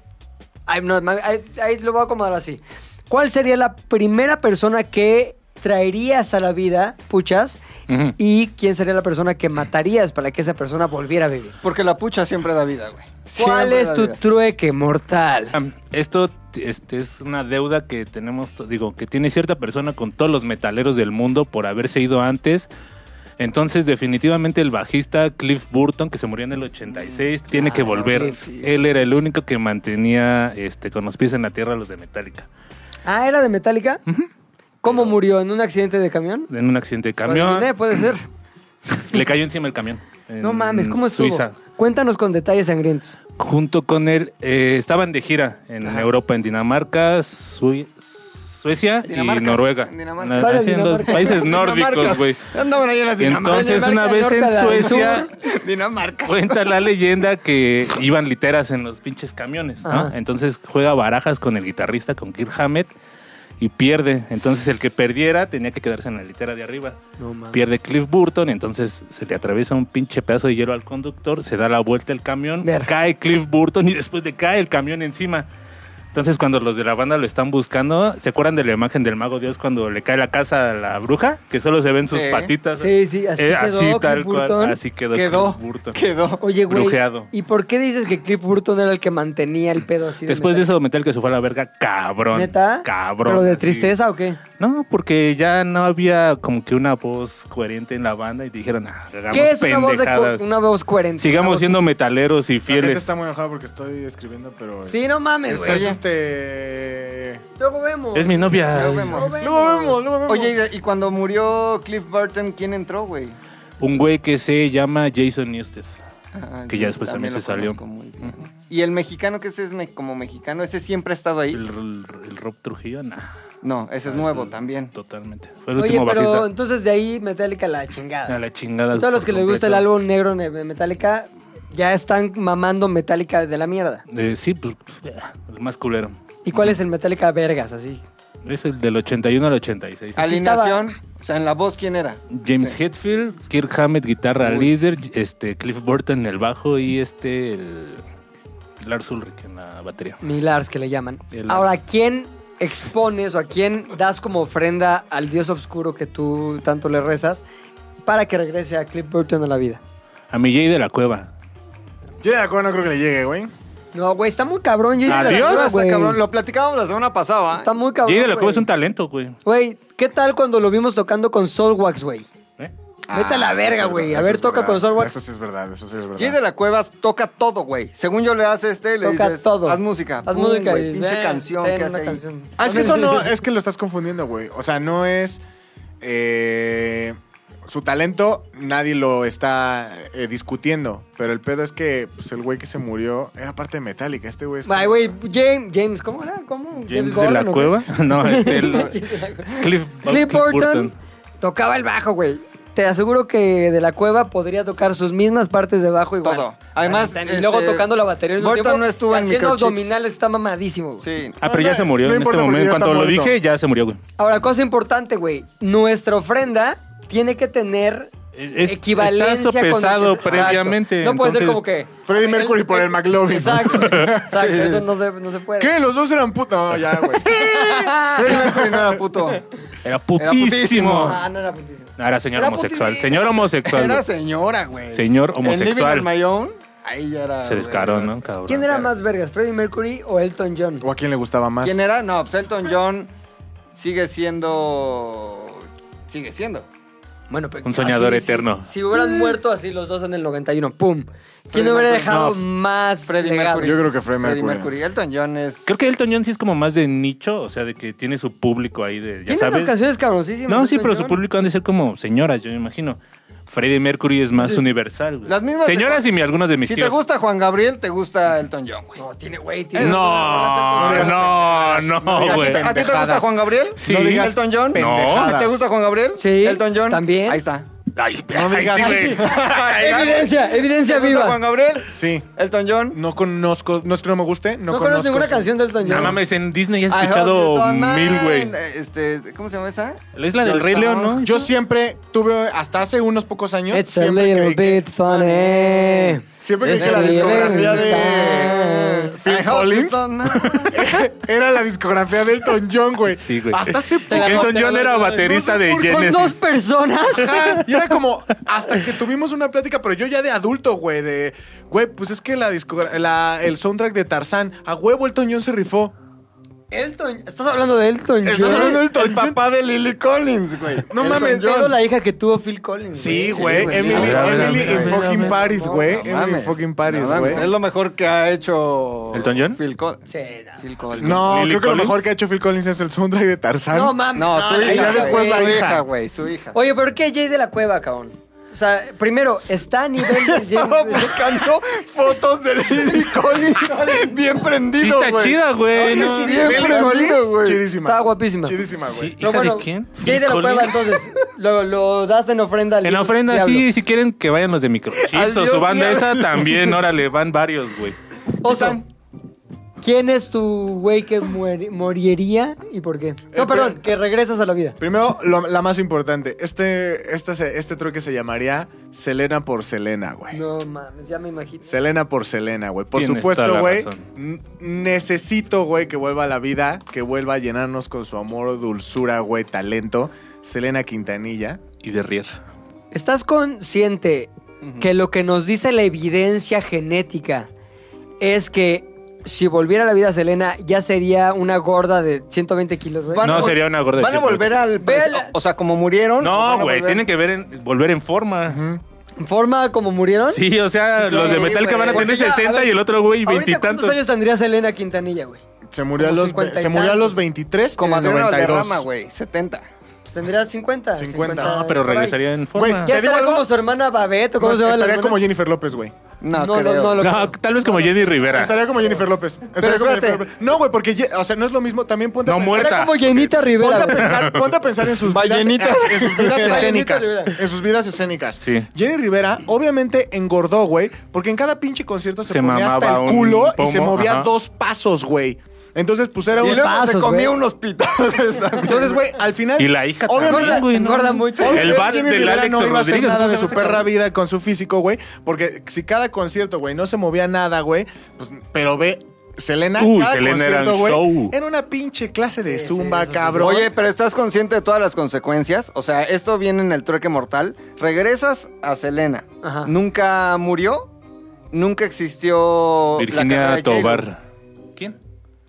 [SPEAKER 1] Ay, no, ma- ay, ay, lo voy a acomodar así. ¿Cuál sería la primera persona que traerías a la vida, puchas?
[SPEAKER 2] Ujú.
[SPEAKER 1] ¿Y quién sería la persona que matarías para que esa persona volviera a vivir?
[SPEAKER 5] Porque la pucha siempre da vida, güey.
[SPEAKER 1] ¿Cuál
[SPEAKER 5] Siempre
[SPEAKER 1] es
[SPEAKER 5] da
[SPEAKER 1] tu
[SPEAKER 5] vida.
[SPEAKER 1] trueque mortal?
[SPEAKER 2] Am, Esto t- este, es una deuda que tenemos, t- digo, que tiene cierta persona con todos los metaleros del mundo por haberse ido antes. Entonces, definitivamente el bajista Cliff Burton, que se murió en el 86, tiene que
[SPEAKER 1] Ah,
[SPEAKER 2] volver.
[SPEAKER 1] Cliff, sí.
[SPEAKER 2] Él era el único que mantenía este, con los pies en la tierra a los de Metallica.
[SPEAKER 1] Ah, ¿era de Metallica? ¿Cómo murió? ¿En un accidente de camión?
[SPEAKER 2] En un accidente de camión,
[SPEAKER 1] Adiviné, puede ser.
[SPEAKER 2] le cayó encima el camión. en
[SPEAKER 1] No mames, ¿cómo estuvo?
[SPEAKER 2] Suiza.
[SPEAKER 1] Cuéntanos con detalles sangrientos.
[SPEAKER 2] junto con él eh, estaban de gira en Europa, en Dinamarca, Sui- Suecia
[SPEAKER 5] Dinamarca,
[SPEAKER 2] y Noruega.
[SPEAKER 5] en Dinamarca.
[SPEAKER 2] En-
[SPEAKER 1] ¿Cuál es
[SPEAKER 2] en los
[SPEAKER 1] Dinamarca?
[SPEAKER 2] países nórdicos,
[SPEAKER 5] Dinamarcas.
[SPEAKER 2] güey.
[SPEAKER 5] Andaban ahí en las Dinamarcas.
[SPEAKER 2] Entonces,
[SPEAKER 1] Dinamarca,
[SPEAKER 2] una vez
[SPEAKER 1] norte de
[SPEAKER 2] en
[SPEAKER 1] la-
[SPEAKER 2] Suecia,
[SPEAKER 5] Dinamarcas.
[SPEAKER 2] cuenta la leyenda que iban literas en los pinches camiones, ¿no?
[SPEAKER 1] Ajá.
[SPEAKER 2] Entonces juega barajas con el guitarrista, con Kirk Hammett, y pierde. Entonces el que perdiera tenía que quedarse en la litera de arriba. Pierde Cliff Burton, entonces se le atraviesa un pinche pedazo de hielo al conductor, se da la vuelta el camión,
[SPEAKER 1] Ver.
[SPEAKER 2] cae Cliff Burton y después le cae el camión encima. Entonces cuando los de la banda lo están buscando, ¿se acuerdan de la imagen del mago Dios cuando le cae la casa a la bruja? Que solo se ven sus
[SPEAKER 5] Sí.
[SPEAKER 2] patitas.
[SPEAKER 1] Sí, sí, así
[SPEAKER 2] Eh,
[SPEAKER 1] quedó Cliff
[SPEAKER 2] tal
[SPEAKER 1] Burton.
[SPEAKER 2] cual, así quedó,
[SPEAKER 5] Quedó.
[SPEAKER 2] Cliff Burton.
[SPEAKER 5] Quedó.
[SPEAKER 1] Oye, güey.
[SPEAKER 2] Brujeado.
[SPEAKER 1] ¿Y por qué dices que Cliff Burton era el que mantenía el pedo así?
[SPEAKER 2] Después de
[SPEAKER 1] metal?
[SPEAKER 2] eso, metal que se fue a la verga, cabrón.
[SPEAKER 1] ¿Neta?
[SPEAKER 2] Cabrón.
[SPEAKER 1] ¿Pero de
[SPEAKER 2] así.
[SPEAKER 1] tristeza o qué?
[SPEAKER 2] No, porque ya no había como que una voz coherente en la banda y dijeron, ah, hagamos
[SPEAKER 1] ¿Qué es una voz, de
[SPEAKER 2] pendejadas.
[SPEAKER 1] co- una voz coherente? Una
[SPEAKER 2] Sigamos
[SPEAKER 1] voz-
[SPEAKER 2] siendo metaleros y
[SPEAKER 6] La gente
[SPEAKER 2] fieles.
[SPEAKER 6] está muy enojada porque estoy escribiendo, pero... eh,
[SPEAKER 1] Sí, no mames,
[SPEAKER 6] Es,
[SPEAKER 1] güey.
[SPEAKER 6] es este...
[SPEAKER 1] Luego vemos.
[SPEAKER 2] Es mi novia.
[SPEAKER 5] Luego vemos.
[SPEAKER 1] Luego vemos.
[SPEAKER 5] Oye, y de- y cuando murió Cliff Burton, ¿quién entró, güey?
[SPEAKER 2] Un güey que se llama Jason Newsted.
[SPEAKER 5] Ah,
[SPEAKER 2] Que
[SPEAKER 5] yo
[SPEAKER 2] ya después también
[SPEAKER 5] lo
[SPEAKER 2] se salió.
[SPEAKER 5] conozco muy bien. Y el mexicano, que ese es me- como mexicano, ese siempre ha estado ahí.
[SPEAKER 2] El, el- el Rob Trujillo, nah.
[SPEAKER 5] No, ese es
[SPEAKER 1] Ah,
[SPEAKER 5] nuevo también.
[SPEAKER 2] Totalmente. Fue el
[SPEAKER 1] Oye,
[SPEAKER 2] último
[SPEAKER 1] pero
[SPEAKER 2] bajista.
[SPEAKER 1] entonces de ahí Metallica la chingada.
[SPEAKER 2] A la chingada.
[SPEAKER 1] Todos los
[SPEAKER 2] por
[SPEAKER 1] que les gusta el
[SPEAKER 2] completo.
[SPEAKER 1] álbum negro de Metallica ya están mamando Metallica de la mierda.
[SPEAKER 2] Eh, sí, pues, el más culero.
[SPEAKER 1] ¿Y cuál es el Metallica vergas así?
[SPEAKER 2] Es el del 81 al 86.
[SPEAKER 1] Ah,
[SPEAKER 5] Alineación, o sea, en la voz, ¿quién era?
[SPEAKER 2] James Hetfield, Kirk Hammett, guitarra líder, este, Cliff Burton en el bajo y este, el Lars Ulrich en la batería.
[SPEAKER 1] Milars que le llaman.
[SPEAKER 2] El
[SPEAKER 1] Ahora,
[SPEAKER 2] Lars.
[SPEAKER 1] ¿a quién expones o a quién das como ofrenda al dios oscuro que tú tanto le rezas para que regrese a Cliff Burton a la vida?
[SPEAKER 2] A mi Jay de la Cueva.
[SPEAKER 6] Yo de la cueva no creo que le llegue, güey.
[SPEAKER 1] No, güey, está muy cabrón. Yo ya de la
[SPEAKER 5] Adiós,
[SPEAKER 1] cueva,
[SPEAKER 5] está
[SPEAKER 1] güey.
[SPEAKER 5] este cabrón. Lo platicábamos la semana pasada.
[SPEAKER 1] Está muy cabrón.
[SPEAKER 2] Jay de la Cueva
[SPEAKER 1] güey.
[SPEAKER 2] es un talento, güey.
[SPEAKER 1] Güey, ¿qué tal cuando lo vimos tocando con Solwax, güey?
[SPEAKER 2] ¿Eh?
[SPEAKER 1] Vete a la
[SPEAKER 6] Ah, eso
[SPEAKER 1] verga,
[SPEAKER 6] sí es
[SPEAKER 1] güey.
[SPEAKER 6] verdad,
[SPEAKER 1] A
[SPEAKER 6] eso
[SPEAKER 1] ver,
[SPEAKER 6] es
[SPEAKER 1] toca
[SPEAKER 6] verdad.
[SPEAKER 1] con Solwax.
[SPEAKER 6] Eso sí es verdad, eso sí es verdad.
[SPEAKER 5] Jay de la Cuevas toca todo, güey. Según yo le hace este, le
[SPEAKER 1] Toca
[SPEAKER 5] dices,
[SPEAKER 1] todo.
[SPEAKER 5] haz música.
[SPEAKER 1] Haz
[SPEAKER 5] Pum,
[SPEAKER 1] música
[SPEAKER 5] güey,
[SPEAKER 1] y
[SPEAKER 5] pinche
[SPEAKER 1] ven,
[SPEAKER 5] canción
[SPEAKER 1] ten
[SPEAKER 5] que hace
[SPEAKER 1] una
[SPEAKER 5] ahí.
[SPEAKER 1] canción.
[SPEAKER 6] Ah, es que eso no, es que lo estás confundiendo, güey. O sea, no es. eh, su talento nadie lo está eh, discutiendo. Pero el pedo es que pues, el güey que se murió era parte de Metallica. Este güey es.
[SPEAKER 1] Ay,
[SPEAKER 6] como-
[SPEAKER 1] güey, James, James, ¿cómo era? ¿Cómo?
[SPEAKER 2] James de la
[SPEAKER 1] Gordon, ¿o qué?
[SPEAKER 2] Cueva. No, este, el- Cliff,
[SPEAKER 1] Cliff Burton tocaba el bajo, güey. te aseguro que de la cueva podría tocar sus mismas partes de bajo igual.
[SPEAKER 5] Todo. Además,
[SPEAKER 1] y luego
[SPEAKER 5] este,
[SPEAKER 1] tocando la batería. al mismo
[SPEAKER 5] Burton
[SPEAKER 1] tiempo,
[SPEAKER 5] no estuvo
[SPEAKER 1] y
[SPEAKER 5] en
[SPEAKER 1] Haciendo
[SPEAKER 5] Microchips.
[SPEAKER 1] abdominales está mamadísimo. güey.
[SPEAKER 5] Sí.
[SPEAKER 2] Ah, pero ya se murió
[SPEAKER 6] No
[SPEAKER 2] en este
[SPEAKER 6] importa, porque
[SPEAKER 2] momento. En
[SPEAKER 6] ya está
[SPEAKER 2] cuanto lo
[SPEAKER 6] muerto.
[SPEAKER 2] dije, ya se murió, güey.
[SPEAKER 1] Ahora, cosa importante, güey. Nuestra ofrenda tiene que tener
[SPEAKER 2] Es-
[SPEAKER 1] equivalencia.
[SPEAKER 2] está
[SPEAKER 1] con-
[SPEAKER 2] sopesado
[SPEAKER 1] Exacto.
[SPEAKER 2] previamente,
[SPEAKER 1] No puede ser
[SPEAKER 2] entonces-
[SPEAKER 1] como que...
[SPEAKER 6] Freddie Mercury por el McLovin.
[SPEAKER 1] Exacto. exacto, Eso no se, no se puede.
[SPEAKER 6] ¿Qué? Los dos eran putos. No, ya, güey.
[SPEAKER 5] Freddie Mercury no era puto.
[SPEAKER 2] Era putísimo.
[SPEAKER 1] Ah, no era putísimo.
[SPEAKER 2] No, era señor
[SPEAKER 5] Era
[SPEAKER 2] homosexual.
[SPEAKER 5] putísimo.
[SPEAKER 2] Señor homosexual.
[SPEAKER 5] Era
[SPEAKER 2] güey.
[SPEAKER 5] señora, güey.
[SPEAKER 2] Señor
[SPEAKER 5] En Living
[SPEAKER 2] homosexual.
[SPEAKER 5] on My Own, ahí ya era.
[SPEAKER 2] Se descaró, ¿no? Cabrón.
[SPEAKER 1] ¿Quién era más vergas, Freddie Mercury o Elton John?
[SPEAKER 6] ¿O a quién le gustaba más?
[SPEAKER 5] ¿Quién era? No, pues Elton John sigue siendo. Sigue siendo.
[SPEAKER 1] Bueno, pero-
[SPEAKER 2] Un soñador
[SPEAKER 1] así, sí.
[SPEAKER 2] eterno.
[SPEAKER 1] Si hubieran muerto así los dos en el 91, ¡pum! ¿Quién
[SPEAKER 5] Freddie
[SPEAKER 1] hubiera
[SPEAKER 5] Mercury.
[SPEAKER 1] dejado
[SPEAKER 5] No,
[SPEAKER 1] más
[SPEAKER 5] Freddie
[SPEAKER 1] legado?
[SPEAKER 5] Mercury.
[SPEAKER 6] Yo creo que Freddie
[SPEAKER 5] Freddie
[SPEAKER 6] Mercury.
[SPEAKER 5] Mercury. Elton John es.
[SPEAKER 2] Creo que Elton John sí es como más de nicho, o sea, de que tiene su público ahí de, ya
[SPEAKER 1] Tiene unas
[SPEAKER 2] sabes.
[SPEAKER 1] canciones cabroncísimas.
[SPEAKER 2] No, sí,
[SPEAKER 1] Elton
[SPEAKER 2] pero su
[SPEAKER 1] John.
[SPEAKER 2] público han de ser como señoras, yo me imagino. Freddie Mercury es más universal. güey.
[SPEAKER 5] Las mismas de-
[SPEAKER 2] señoras y mi- algunas de mis
[SPEAKER 5] Si
[SPEAKER 2] tíos.
[SPEAKER 5] te gusta Juan Gabriel, te gusta Elton John, güey.
[SPEAKER 1] No, tiene, güey, tiene.
[SPEAKER 2] No,
[SPEAKER 5] digas
[SPEAKER 2] no, no,
[SPEAKER 5] ¿A ti
[SPEAKER 2] güey.
[SPEAKER 5] te- ¿A ti te gusta
[SPEAKER 6] Pendejadas.
[SPEAKER 5] Juan Gabriel?
[SPEAKER 2] Sí.
[SPEAKER 5] ¿No digas Elton John?
[SPEAKER 2] No.
[SPEAKER 5] ¿Te gusta Juan Gabriel?
[SPEAKER 1] Sí.
[SPEAKER 5] ¿Elton John?
[SPEAKER 1] También.
[SPEAKER 5] Ahí está.
[SPEAKER 2] Ay, ay, sí, güey.
[SPEAKER 1] Evidencia, evidencia
[SPEAKER 5] ¿Te gusta Juan
[SPEAKER 1] viva.
[SPEAKER 5] Gabriel?
[SPEAKER 6] Sí.
[SPEAKER 5] ¿Elton John?
[SPEAKER 6] No conozco, no es que no me guste, no,
[SPEAKER 1] No
[SPEAKER 6] conozco.
[SPEAKER 1] conozco ninguna
[SPEAKER 6] sí.
[SPEAKER 1] canción de Elton John.
[SPEAKER 2] No mames, en Disney has
[SPEAKER 5] I
[SPEAKER 2] escuchado
[SPEAKER 5] Hope You Don't
[SPEAKER 2] mil, güey.
[SPEAKER 5] Mind. Este, ¿Cómo se llama esa?
[SPEAKER 2] La isla del Rey León, ¿no?
[SPEAKER 6] Yo siempre tuve, hasta hace unos pocos años,
[SPEAKER 1] It's a
[SPEAKER 6] siempre
[SPEAKER 1] little
[SPEAKER 6] creí que-
[SPEAKER 1] bit funny.
[SPEAKER 6] Siempre
[SPEAKER 1] It's
[SPEAKER 6] que la
[SPEAKER 1] a little
[SPEAKER 6] discografía de
[SPEAKER 1] inside.
[SPEAKER 6] Phil
[SPEAKER 5] I Hope You
[SPEAKER 6] Collins
[SPEAKER 5] Don't Mind.
[SPEAKER 6] era la discografía de Elton John, güey.
[SPEAKER 2] Sí, güey.
[SPEAKER 6] Hasta hace
[SPEAKER 2] Porque Elton John era baterista de
[SPEAKER 1] Son dos
[SPEAKER 2] Genesis.
[SPEAKER 1] personas.
[SPEAKER 6] Ajá, Y era como, hasta que tuvimos una plática, pero yo ya de adulto, güey, de, güey, pues es que la discogra- la, el soundtrack de Tarzán, a huevo Elton John se rifó.
[SPEAKER 1] Elton, estás hablando de Elton John.
[SPEAKER 6] Estás hablando de Elton
[SPEAKER 5] El
[SPEAKER 6] John.
[SPEAKER 5] papá de Lily Collins, güey.
[SPEAKER 6] No
[SPEAKER 5] Elton
[SPEAKER 6] mames,
[SPEAKER 5] John.
[SPEAKER 1] Pedo la hija que tuvo Phil Collins.
[SPEAKER 6] Sí, güey, Emily,
[SPEAKER 2] A ver, a ver,
[SPEAKER 6] Emily
[SPEAKER 2] a ver, a ver.
[SPEAKER 6] in fucking Paris, güey.
[SPEAKER 5] No
[SPEAKER 6] Emily in
[SPEAKER 5] mames.
[SPEAKER 6] fucking
[SPEAKER 5] No
[SPEAKER 6] Paris,
[SPEAKER 5] mames,
[SPEAKER 6] güey.
[SPEAKER 5] Es lo mejor que ha hecho.
[SPEAKER 2] ¿Elton John?
[SPEAKER 5] Phil Collins.
[SPEAKER 1] Sí,
[SPEAKER 5] Phil Collins.
[SPEAKER 6] No,
[SPEAKER 2] Lily
[SPEAKER 6] creo que lo
[SPEAKER 2] Collins.
[SPEAKER 6] mejor que ha hecho Phil Collins es el soundtrack de Tarzán.
[SPEAKER 1] No mames.
[SPEAKER 5] No, su
[SPEAKER 1] la
[SPEAKER 5] hija.
[SPEAKER 1] hija,
[SPEAKER 5] güey.
[SPEAKER 6] después la
[SPEAKER 5] Su
[SPEAKER 6] hija.
[SPEAKER 5] güey, su hija.
[SPEAKER 1] Oye, pero ¿qué Jay de la cueva, cabrón? O sea, primero, está a nivel de
[SPEAKER 5] Estaba buscando fotos de Lily Collins. Bien
[SPEAKER 2] Sí
[SPEAKER 5] prendido,
[SPEAKER 2] está
[SPEAKER 5] güey.
[SPEAKER 2] chida, güey. no.
[SPEAKER 5] Bien
[SPEAKER 6] Lily
[SPEAKER 5] prendido,
[SPEAKER 6] Collins,
[SPEAKER 5] güey.
[SPEAKER 6] chidísima.
[SPEAKER 1] Estaba guapísima.
[SPEAKER 6] Chidísima, güey.
[SPEAKER 2] Sí,
[SPEAKER 1] No,
[SPEAKER 2] ¿Hija
[SPEAKER 1] bueno,
[SPEAKER 2] de quién?
[SPEAKER 1] Jay de la
[SPEAKER 2] Phil
[SPEAKER 1] cueva,
[SPEAKER 2] Collins.
[SPEAKER 1] entonces, lo, lo das en ofrenda al
[SPEAKER 2] En la
[SPEAKER 1] Dios
[SPEAKER 2] ofrenda,
[SPEAKER 1] diablo.
[SPEAKER 2] sí, si quieren que vayan los de
[SPEAKER 5] Al
[SPEAKER 2] Microchips o
[SPEAKER 5] Dios
[SPEAKER 2] su banda
[SPEAKER 5] diablo.
[SPEAKER 2] esa también, órale, van varios, güey.
[SPEAKER 1] Oso, ¿quién es tu güey que muere- moriría y por qué? No,
[SPEAKER 6] Eh,
[SPEAKER 1] perdón,
[SPEAKER 6] pero-
[SPEAKER 1] que regresas a la vida.
[SPEAKER 6] Primero, lo- la más importante. Este, esta se- este truque se llamaría Selena por Selena, güey.
[SPEAKER 1] No mames, ya me imagino.
[SPEAKER 6] Selena por Selena, güey. Por
[SPEAKER 2] Tienes toda
[SPEAKER 6] supuesto,
[SPEAKER 2] la
[SPEAKER 6] güey.
[SPEAKER 2] razón.
[SPEAKER 6] n- Necesito, güey, que vuelva a la vida, que vuelva a llenarnos con su amor, dulzura, güey, talento. Selena Quintanilla.
[SPEAKER 2] Y de rier.
[SPEAKER 1] ¿Estás consciente que lo que nos dice la evidencia genética es que si volviera a la vida Selena ya sería una gorda de 120 kilos, güey?
[SPEAKER 5] Van a
[SPEAKER 2] No,
[SPEAKER 5] vol-
[SPEAKER 2] sería una gorda de
[SPEAKER 5] Van a
[SPEAKER 2] siempre.
[SPEAKER 5] volver al.
[SPEAKER 1] Ve
[SPEAKER 5] pres-
[SPEAKER 1] la-
[SPEAKER 5] O sea, como murieron. o van
[SPEAKER 2] No,
[SPEAKER 5] a
[SPEAKER 2] güey,
[SPEAKER 5] volver-
[SPEAKER 2] tienen que ver en- volver en forma.
[SPEAKER 1] ¿Forma como murieron?
[SPEAKER 2] Sí, o sea,
[SPEAKER 5] Sí,
[SPEAKER 2] los de
[SPEAKER 5] güey.
[SPEAKER 2] Metallica van a
[SPEAKER 1] Porque
[SPEAKER 2] tener
[SPEAKER 1] ya, a
[SPEAKER 2] 60
[SPEAKER 1] ver,
[SPEAKER 2] y el otro, güey,
[SPEAKER 1] ¿Ahorita
[SPEAKER 2] veintitantos.
[SPEAKER 1] ¿Cuántos años tendría Selena Quintanilla, güey?
[SPEAKER 6] Se murió, a
[SPEAKER 1] Como
[SPEAKER 6] los,
[SPEAKER 1] cincuenta y
[SPEAKER 6] se murió a
[SPEAKER 1] tantos.
[SPEAKER 6] los 23
[SPEAKER 5] Como
[SPEAKER 6] en el
[SPEAKER 5] Adriano
[SPEAKER 6] 92.
[SPEAKER 5] Valderrama, güey. 70.
[SPEAKER 1] Pues tendría 50.
[SPEAKER 6] 50.
[SPEAKER 2] No, pero
[SPEAKER 1] por ahí.
[SPEAKER 2] regresaría en
[SPEAKER 1] Ya
[SPEAKER 2] forma.
[SPEAKER 6] ¿Te digo
[SPEAKER 1] será
[SPEAKER 6] algo?
[SPEAKER 1] como su hermana Babette o
[SPEAKER 6] No,
[SPEAKER 1] cómo se llama la
[SPEAKER 6] estaría
[SPEAKER 1] hermana?
[SPEAKER 6] como Jennifer López, güey.
[SPEAKER 5] No,
[SPEAKER 1] No,
[SPEAKER 5] creo.
[SPEAKER 1] no, no, lo
[SPEAKER 2] No, tal vez como Jenny Rivera.
[SPEAKER 6] Estaría como Jennifer López. Estaría como
[SPEAKER 5] espérate.
[SPEAKER 6] Jennifer López. No, güey, porque, ye- o sea, no es lo mismo. También ponte a
[SPEAKER 2] No
[SPEAKER 6] pensar-
[SPEAKER 2] muerta.
[SPEAKER 1] Era como Jenita
[SPEAKER 6] Ponte
[SPEAKER 1] Rivera.
[SPEAKER 6] a
[SPEAKER 1] güey.
[SPEAKER 6] pensar, ponte a pensar en sus
[SPEAKER 5] Ballenitas.
[SPEAKER 6] vidas, en sus vidas
[SPEAKER 1] Ballenitas
[SPEAKER 6] escénicas.
[SPEAKER 1] Rivera.
[SPEAKER 6] En sus vidas escénicas.
[SPEAKER 2] Sí.
[SPEAKER 6] Jenny Rivera obviamente engordó, güey, porque en cada pinche concierto se,
[SPEAKER 2] Se
[SPEAKER 6] ponía hasta
[SPEAKER 2] mamaba
[SPEAKER 6] el
[SPEAKER 2] un
[SPEAKER 6] culo y
[SPEAKER 2] pomo,
[SPEAKER 6] se movía
[SPEAKER 2] ajá.
[SPEAKER 6] dos pasos, güey. Entonces, pues era
[SPEAKER 5] Y
[SPEAKER 6] un...
[SPEAKER 5] luego se
[SPEAKER 1] Pasos, güey.
[SPEAKER 5] comió unos pitones. también.
[SPEAKER 6] Entonces, güey, al final...
[SPEAKER 2] Y la hija
[SPEAKER 1] Engorda-
[SPEAKER 2] también, güey. ¿no?
[SPEAKER 1] engorda mucho.
[SPEAKER 2] El
[SPEAKER 6] Obviamente
[SPEAKER 2] bat
[SPEAKER 6] Jenny
[SPEAKER 2] del
[SPEAKER 6] Rivera
[SPEAKER 2] Alex
[SPEAKER 6] no iba a hacer
[SPEAKER 2] Rodríguez.
[SPEAKER 6] nada
[SPEAKER 2] ¿no?
[SPEAKER 6] de su perra vida con su físico, güey. Porque si cada concierto, güey, no se movía nada, güey, pues, pero ve. Selena,
[SPEAKER 2] Uy,
[SPEAKER 6] cada
[SPEAKER 2] Selena era
[SPEAKER 6] concierto,
[SPEAKER 2] un
[SPEAKER 6] güey,
[SPEAKER 2] show.
[SPEAKER 6] era una pinche clase de
[SPEAKER 1] Sí, sí,
[SPEAKER 6] zumba,
[SPEAKER 1] eso sí,
[SPEAKER 6] cabrón.
[SPEAKER 5] Oye, pero ¿estás consciente de todas las consecuencias? O sea, esto viene en el trueque mortal. Regresas a Selena.
[SPEAKER 1] Ajá.
[SPEAKER 5] Nunca murió. Nunca existió. la carrera
[SPEAKER 2] Virginia
[SPEAKER 5] de J-Lo.
[SPEAKER 2] Tobar. ¿Quién?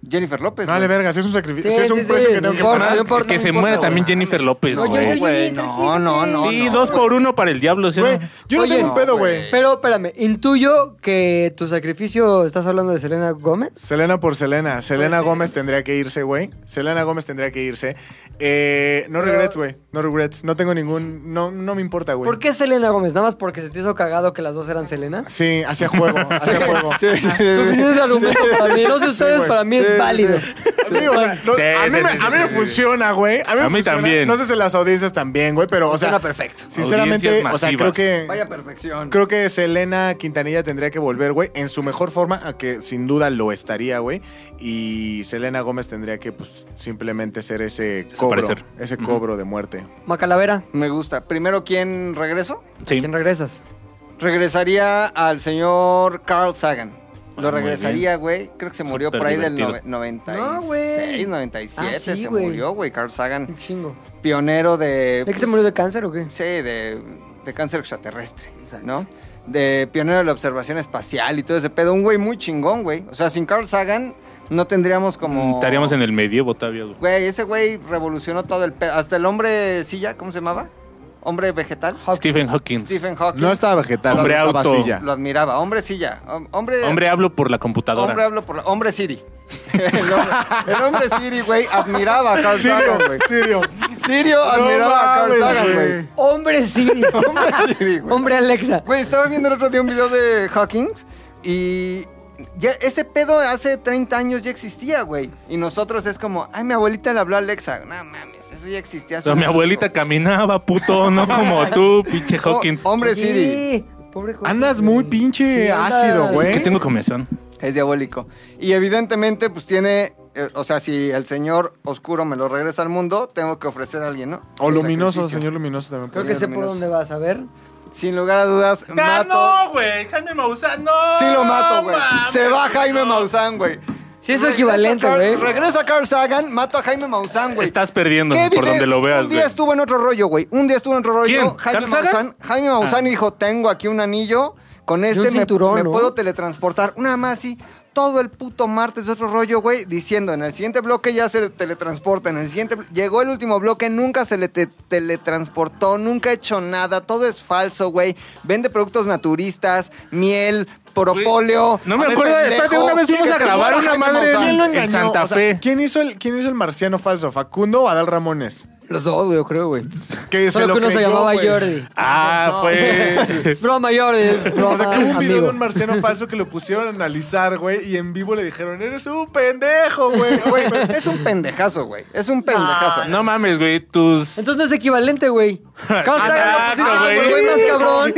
[SPEAKER 5] Jennifer López.
[SPEAKER 6] Dale,
[SPEAKER 5] güey.
[SPEAKER 6] vergas, es un sacrificio.
[SPEAKER 1] Sí,
[SPEAKER 6] es un
[SPEAKER 1] sí, sí,
[SPEAKER 6] precio que
[SPEAKER 1] no
[SPEAKER 6] tengo que
[SPEAKER 1] importa,
[SPEAKER 6] pagar.
[SPEAKER 1] no importa,
[SPEAKER 2] Ah, Que
[SPEAKER 1] no
[SPEAKER 2] se
[SPEAKER 1] importa,
[SPEAKER 2] muera
[SPEAKER 1] güey.
[SPEAKER 2] también Jennifer López,
[SPEAKER 1] No, yo-
[SPEAKER 2] güey.
[SPEAKER 1] yo-
[SPEAKER 5] Güey, no, no, no.
[SPEAKER 2] Sí,
[SPEAKER 5] no,
[SPEAKER 2] dos
[SPEAKER 5] güey.
[SPEAKER 2] por uno para el diablo, ¿sí? o
[SPEAKER 6] Güey,
[SPEAKER 2] no?
[SPEAKER 6] yo
[SPEAKER 1] Oye,
[SPEAKER 6] no tengo un pedo,
[SPEAKER 5] güey.
[SPEAKER 6] güey.
[SPEAKER 1] Pero espérame, intuyo que tu sacrificio, ¿estás hablando de Selena Gómez?
[SPEAKER 6] Selena por Selena. Selena
[SPEAKER 1] Pues sí.
[SPEAKER 6] Gómez tendría que irse, güey. Selena Gómez tendría que irse. Eh, no
[SPEAKER 1] Pero-
[SPEAKER 6] regrets, güey. No regrets. No tengo ningún. No, no me importa, güey.
[SPEAKER 1] ¿Por qué Selena Gómez? ¿Nada más porque se te hizo cagado que las dos eran Selenas?
[SPEAKER 6] Sí, hacia juego. Hacia juego.
[SPEAKER 5] Sí, sí, sí.
[SPEAKER 1] Suficiente argumento para mí. No sé ustedes,
[SPEAKER 6] güey.
[SPEAKER 1] para mí es es válido.
[SPEAKER 6] Sí, o sea, no-
[SPEAKER 2] Sí,
[SPEAKER 6] a,
[SPEAKER 2] sí,
[SPEAKER 6] mí me,
[SPEAKER 2] sí,
[SPEAKER 6] a mí
[SPEAKER 2] sí,
[SPEAKER 6] me
[SPEAKER 2] sí.
[SPEAKER 6] funciona, güey. A mí, me
[SPEAKER 2] A mí
[SPEAKER 6] funciona.
[SPEAKER 2] también.
[SPEAKER 6] No sé si las audiencias también, güey, pero, o sea,
[SPEAKER 1] Suena perfecto.
[SPEAKER 6] sinceramente,
[SPEAKER 2] Audiencias
[SPEAKER 6] o sea, creo
[SPEAKER 2] masivas.
[SPEAKER 6] que...
[SPEAKER 5] Vaya perfección.
[SPEAKER 6] Creo que Selena Quintanilla tendría que volver, güey, en su mejor forma, a que sin duda lo estaría, güey. Y Selena Gómez tendría que, pues, simplemente ser ese cobro.
[SPEAKER 2] Desaparecer.
[SPEAKER 6] Ese
[SPEAKER 2] Ujú.
[SPEAKER 6] cobro de muerte.
[SPEAKER 1] Macalavera,
[SPEAKER 5] Me gusta. Primero, ¿quién regreso?
[SPEAKER 2] Sí.
[SPEAKER 1] ¿quién regresas?
[SPEAKER 5] Regresaría al señor Carl Sagan. Lo
[SPEAKER 2] Ah, muy
[SPEAKER 5] regresaría, güey. Creo que se murió
[SPEAKER 2] Súper
[SPEAKER 5] por ahí del
[SPEAKER 2] divertido.
[SPEAKER 5] no- 96,
[SPEAKER 1] No, güey.
[SPEAKER 5] 97.
[SPEAKER 1] Ah, sí,
[SPEAKER 5] se
[SPEAKER 1] güey.
[SPEAKER 5] murió, güey. Carl Sagan,
[SPEAKER 1] Un chingo.
[SPEAKER 5] pionero de.
[SPEAKER 1] ¿Es que se
[SPEAKER 5] pues,
[SPEAKER 1] murió de cáncer o qué?
[SPEAKER 5] Sí, de, de cáncer extraterrestre,
[SPEAKER 1] Exacto.
[SPEAKER 5] ¿no? De pionero de la observación espacial y todo ese pedo. Un güey muy chingón, güey. O sea, sin Carl Sagan no tendríamos como...
[SPEAKER 2] Mm, Estaríamos en el medievo todavía, güey.
[SPEAKER 5] Güey, ese güey revolucionó todo el pedo. Hasta el hombre silla, ¿cómo se llamaba? Hombre vegetal.
[SPEAKER 2] Stephen Hawking.
[SPEAKER 5] Stephen Hawking.
[SPEAKER 6] No estaba vegetal,
[SPEAKER 2] Hombre
[SPEAKER 6] estaba
[SPEAKER 2] auto.
[SPEAKER 6] silla.
[SPEAKER 5] Lo admiraba. Hombre silla. Hom- Hombre...
[SPEAKER 2] Hombre, hablo por la computadora.
[SPEAKER 5] Hombre hablo por la- Hombre Siri. El hombre, el hombre Siri, güey, admiraba a Carl Sagan, güey.
[SPEAKER 6] Sirio.
[SPEAKER 5] Sirio admiraba a Carl
[SPEAKER 6] mames,
[SPEAKER 5] Sagan,
[SPEAKER 6] güey.
[SPEAKER 5] güey.
[SPEAKER 1] Hombre Siri.
[SPEAKER 5] Hombre Siri, güey.
[SPEAKER 1] Hombre Alexa.
[SPEAKER 5] Güey, estaba viendo el otro día un video de Hawkins y ya ese pedo hace 30 años ya existía, güey. Y nosotros es como, ay, mi abuelita le habló a Alexa. No mames, eso ya existía.
[SPEAKER 2] O sea, mi abuelita caminaba, puto, no como tú, pinche Hawkins.
[SPEAKER 5] Oh, hombre
[SPEAKER 1] Sí,
[SPEAKER 5] Siri.
[SPEAKER 1] Pobre Hawkins,
[SPEAKER 6] Andas muy
[SPEAKER 1] güey.
[SPEAKER 6] pinche
[SPEAKER 1] Sí, andas-
[SPEAKER 6] ácido, güey.
[SPEAKER 2] Es que tengo comezón.
[SPEAKER 5] Es diabólico. Y evidentemente, pues tiene. eh, o sea, si el señor oscuro me lo regresa al mundo, tengo que ofrecer a alguien, ¿no?
[SPEAKER 6] O
[SPEAKER 5] El
[SPEAKER 6] luminoso,
[SPEAKER 5] sacrificio.
[SPEAKER 6] señor luminoso también.
[SPEAKER 1] Creo
[SPEAKER 6] puede
[SPEAKER 1] que
[SPEAKER 6] ser.
[SPEAKER 1] sé por dónde vas, a ver.
[SPEAKER 5] Sin lugar a dudas, mato.
[SPEAKER 2] Ah, no, güey! ¡Jaime Maussan, no!
[SPEAKER 5] Sí lo mato, güey. Se va Jaime Maussan, güey.
[SPEAKER 1] Sí, es
[SPEAKER 5] Regresa
[SPEAKER 1] equivalente,
[SPEAKER 5] Carl-
[SPEAKER 1] güey.
[SPEAKER 5] Regresa Carl Sagan, mato a Jaime Maussan, güey.
[SPEAKER 2] Estás perdiendo
[SPEAKER 5] ¿Qué
[SPEAKER 2] por
[SPEAKER 5] vive-
[SPEAKER 2] donde lo veas,
[SPEAKER 5] eh, Un día
[SPEAKER 2] güey.
[SPEAKER 5] estuvo en otro rollo, güey. Un día estuvo en otro rollo.
[SPEAKER 2] ¿Quién? Ah.
[SPEAKER 5] Jaime
[SPEAKER 2] ¿Carl Sagan?
[SPEAKER 5] Maussan. Jaime Maussan dijo, tengo aquí un anillo. Con este me,
[SPEAKER 1] cinturón,
[SPEAKER 5] me
[SPEAKER 1] ¿no?
[SPEAKER 5] puedo teletransportar. Una más así. Todo el puto martes de otro rollo, güey, diciendo en el siguiente bloque ya se teletransporta. En el siguiente. blo- Llegó el último bloque, nunca se le te- teletransportó, nunca ha hecho nada. Todo es falso, güey. Vende productos naturistas, miel, propóleo.
[SPEAKER 2] No me
[SPEAKER 5] A ver,
[SPEAKER 2] acuerdo,
[SPEAKER 5] pendejo,
[SPEAKER 2] espérate, una vez
[SPEAKER 5] sí,
[SPEAKER 2] fuimos
[SPEAKER 5] que
[SPEAKER 2] a
[SPEAKER 5] se
[SPEAKER 2] grabar
[SPEAKER 5] muera
[SPEAKER 2] una
[SPEAKER 5] Jaime
[SPEAKER 2] madre
[SPEAKER 5] Maussan.
[SPEAKER 2] bien
[SPEAKER 6] ¿Quién lo
[SPEAKER 2] en
[SPEAKER 6] engañó?
[SPEAKER 2] Santa
[SPEAKER 6] O sea,
[SPEAKER 2] Fe.
[SPEAKER 6] ¿quién, hizo el, ¿Quién hizo el marciano falso? ¿Facundo o Adal Ramones?
[SPEAKER 1] Los dos, güey, yo creo, güey.
[SPEAKER 6] Que se
[SPEAKER 1] Solo
[SPEAKER 6] lo
[SPEAKER 1] que uno se
[SPEAKER 6] creyó,
[SPEAKER 1] llamaba
[SPEAKER 6] güey.
[SPEAKER 1] Jordi.
[SPEAKER 2] Ah, fue.
[SPEAKER 1] Es broma, Jordi. Es broma,
[SPEAKER 6] O sea, que hubo un video de
[SPEAKER 1] amigo.
[SPEAKER 6] un marciano falso que lo pusieron a analizar, güey, y en vivo le dijeron, eres un pendejo, güey.
[SPEAKER 5] Güey, pero es un pendejazo, güey. Es un pendejazo.
[SPEAKER 2] No mames, güey, tus.
[SPEAKER 1] Entonces no es equivalente, güey. Carl Sagan
[SPEAKER 2] Exacto,
[SPEAKER 1] lo pusiste como el
[SPEAKER 2] güey.
[SPEAKER 1] güey más cabrón.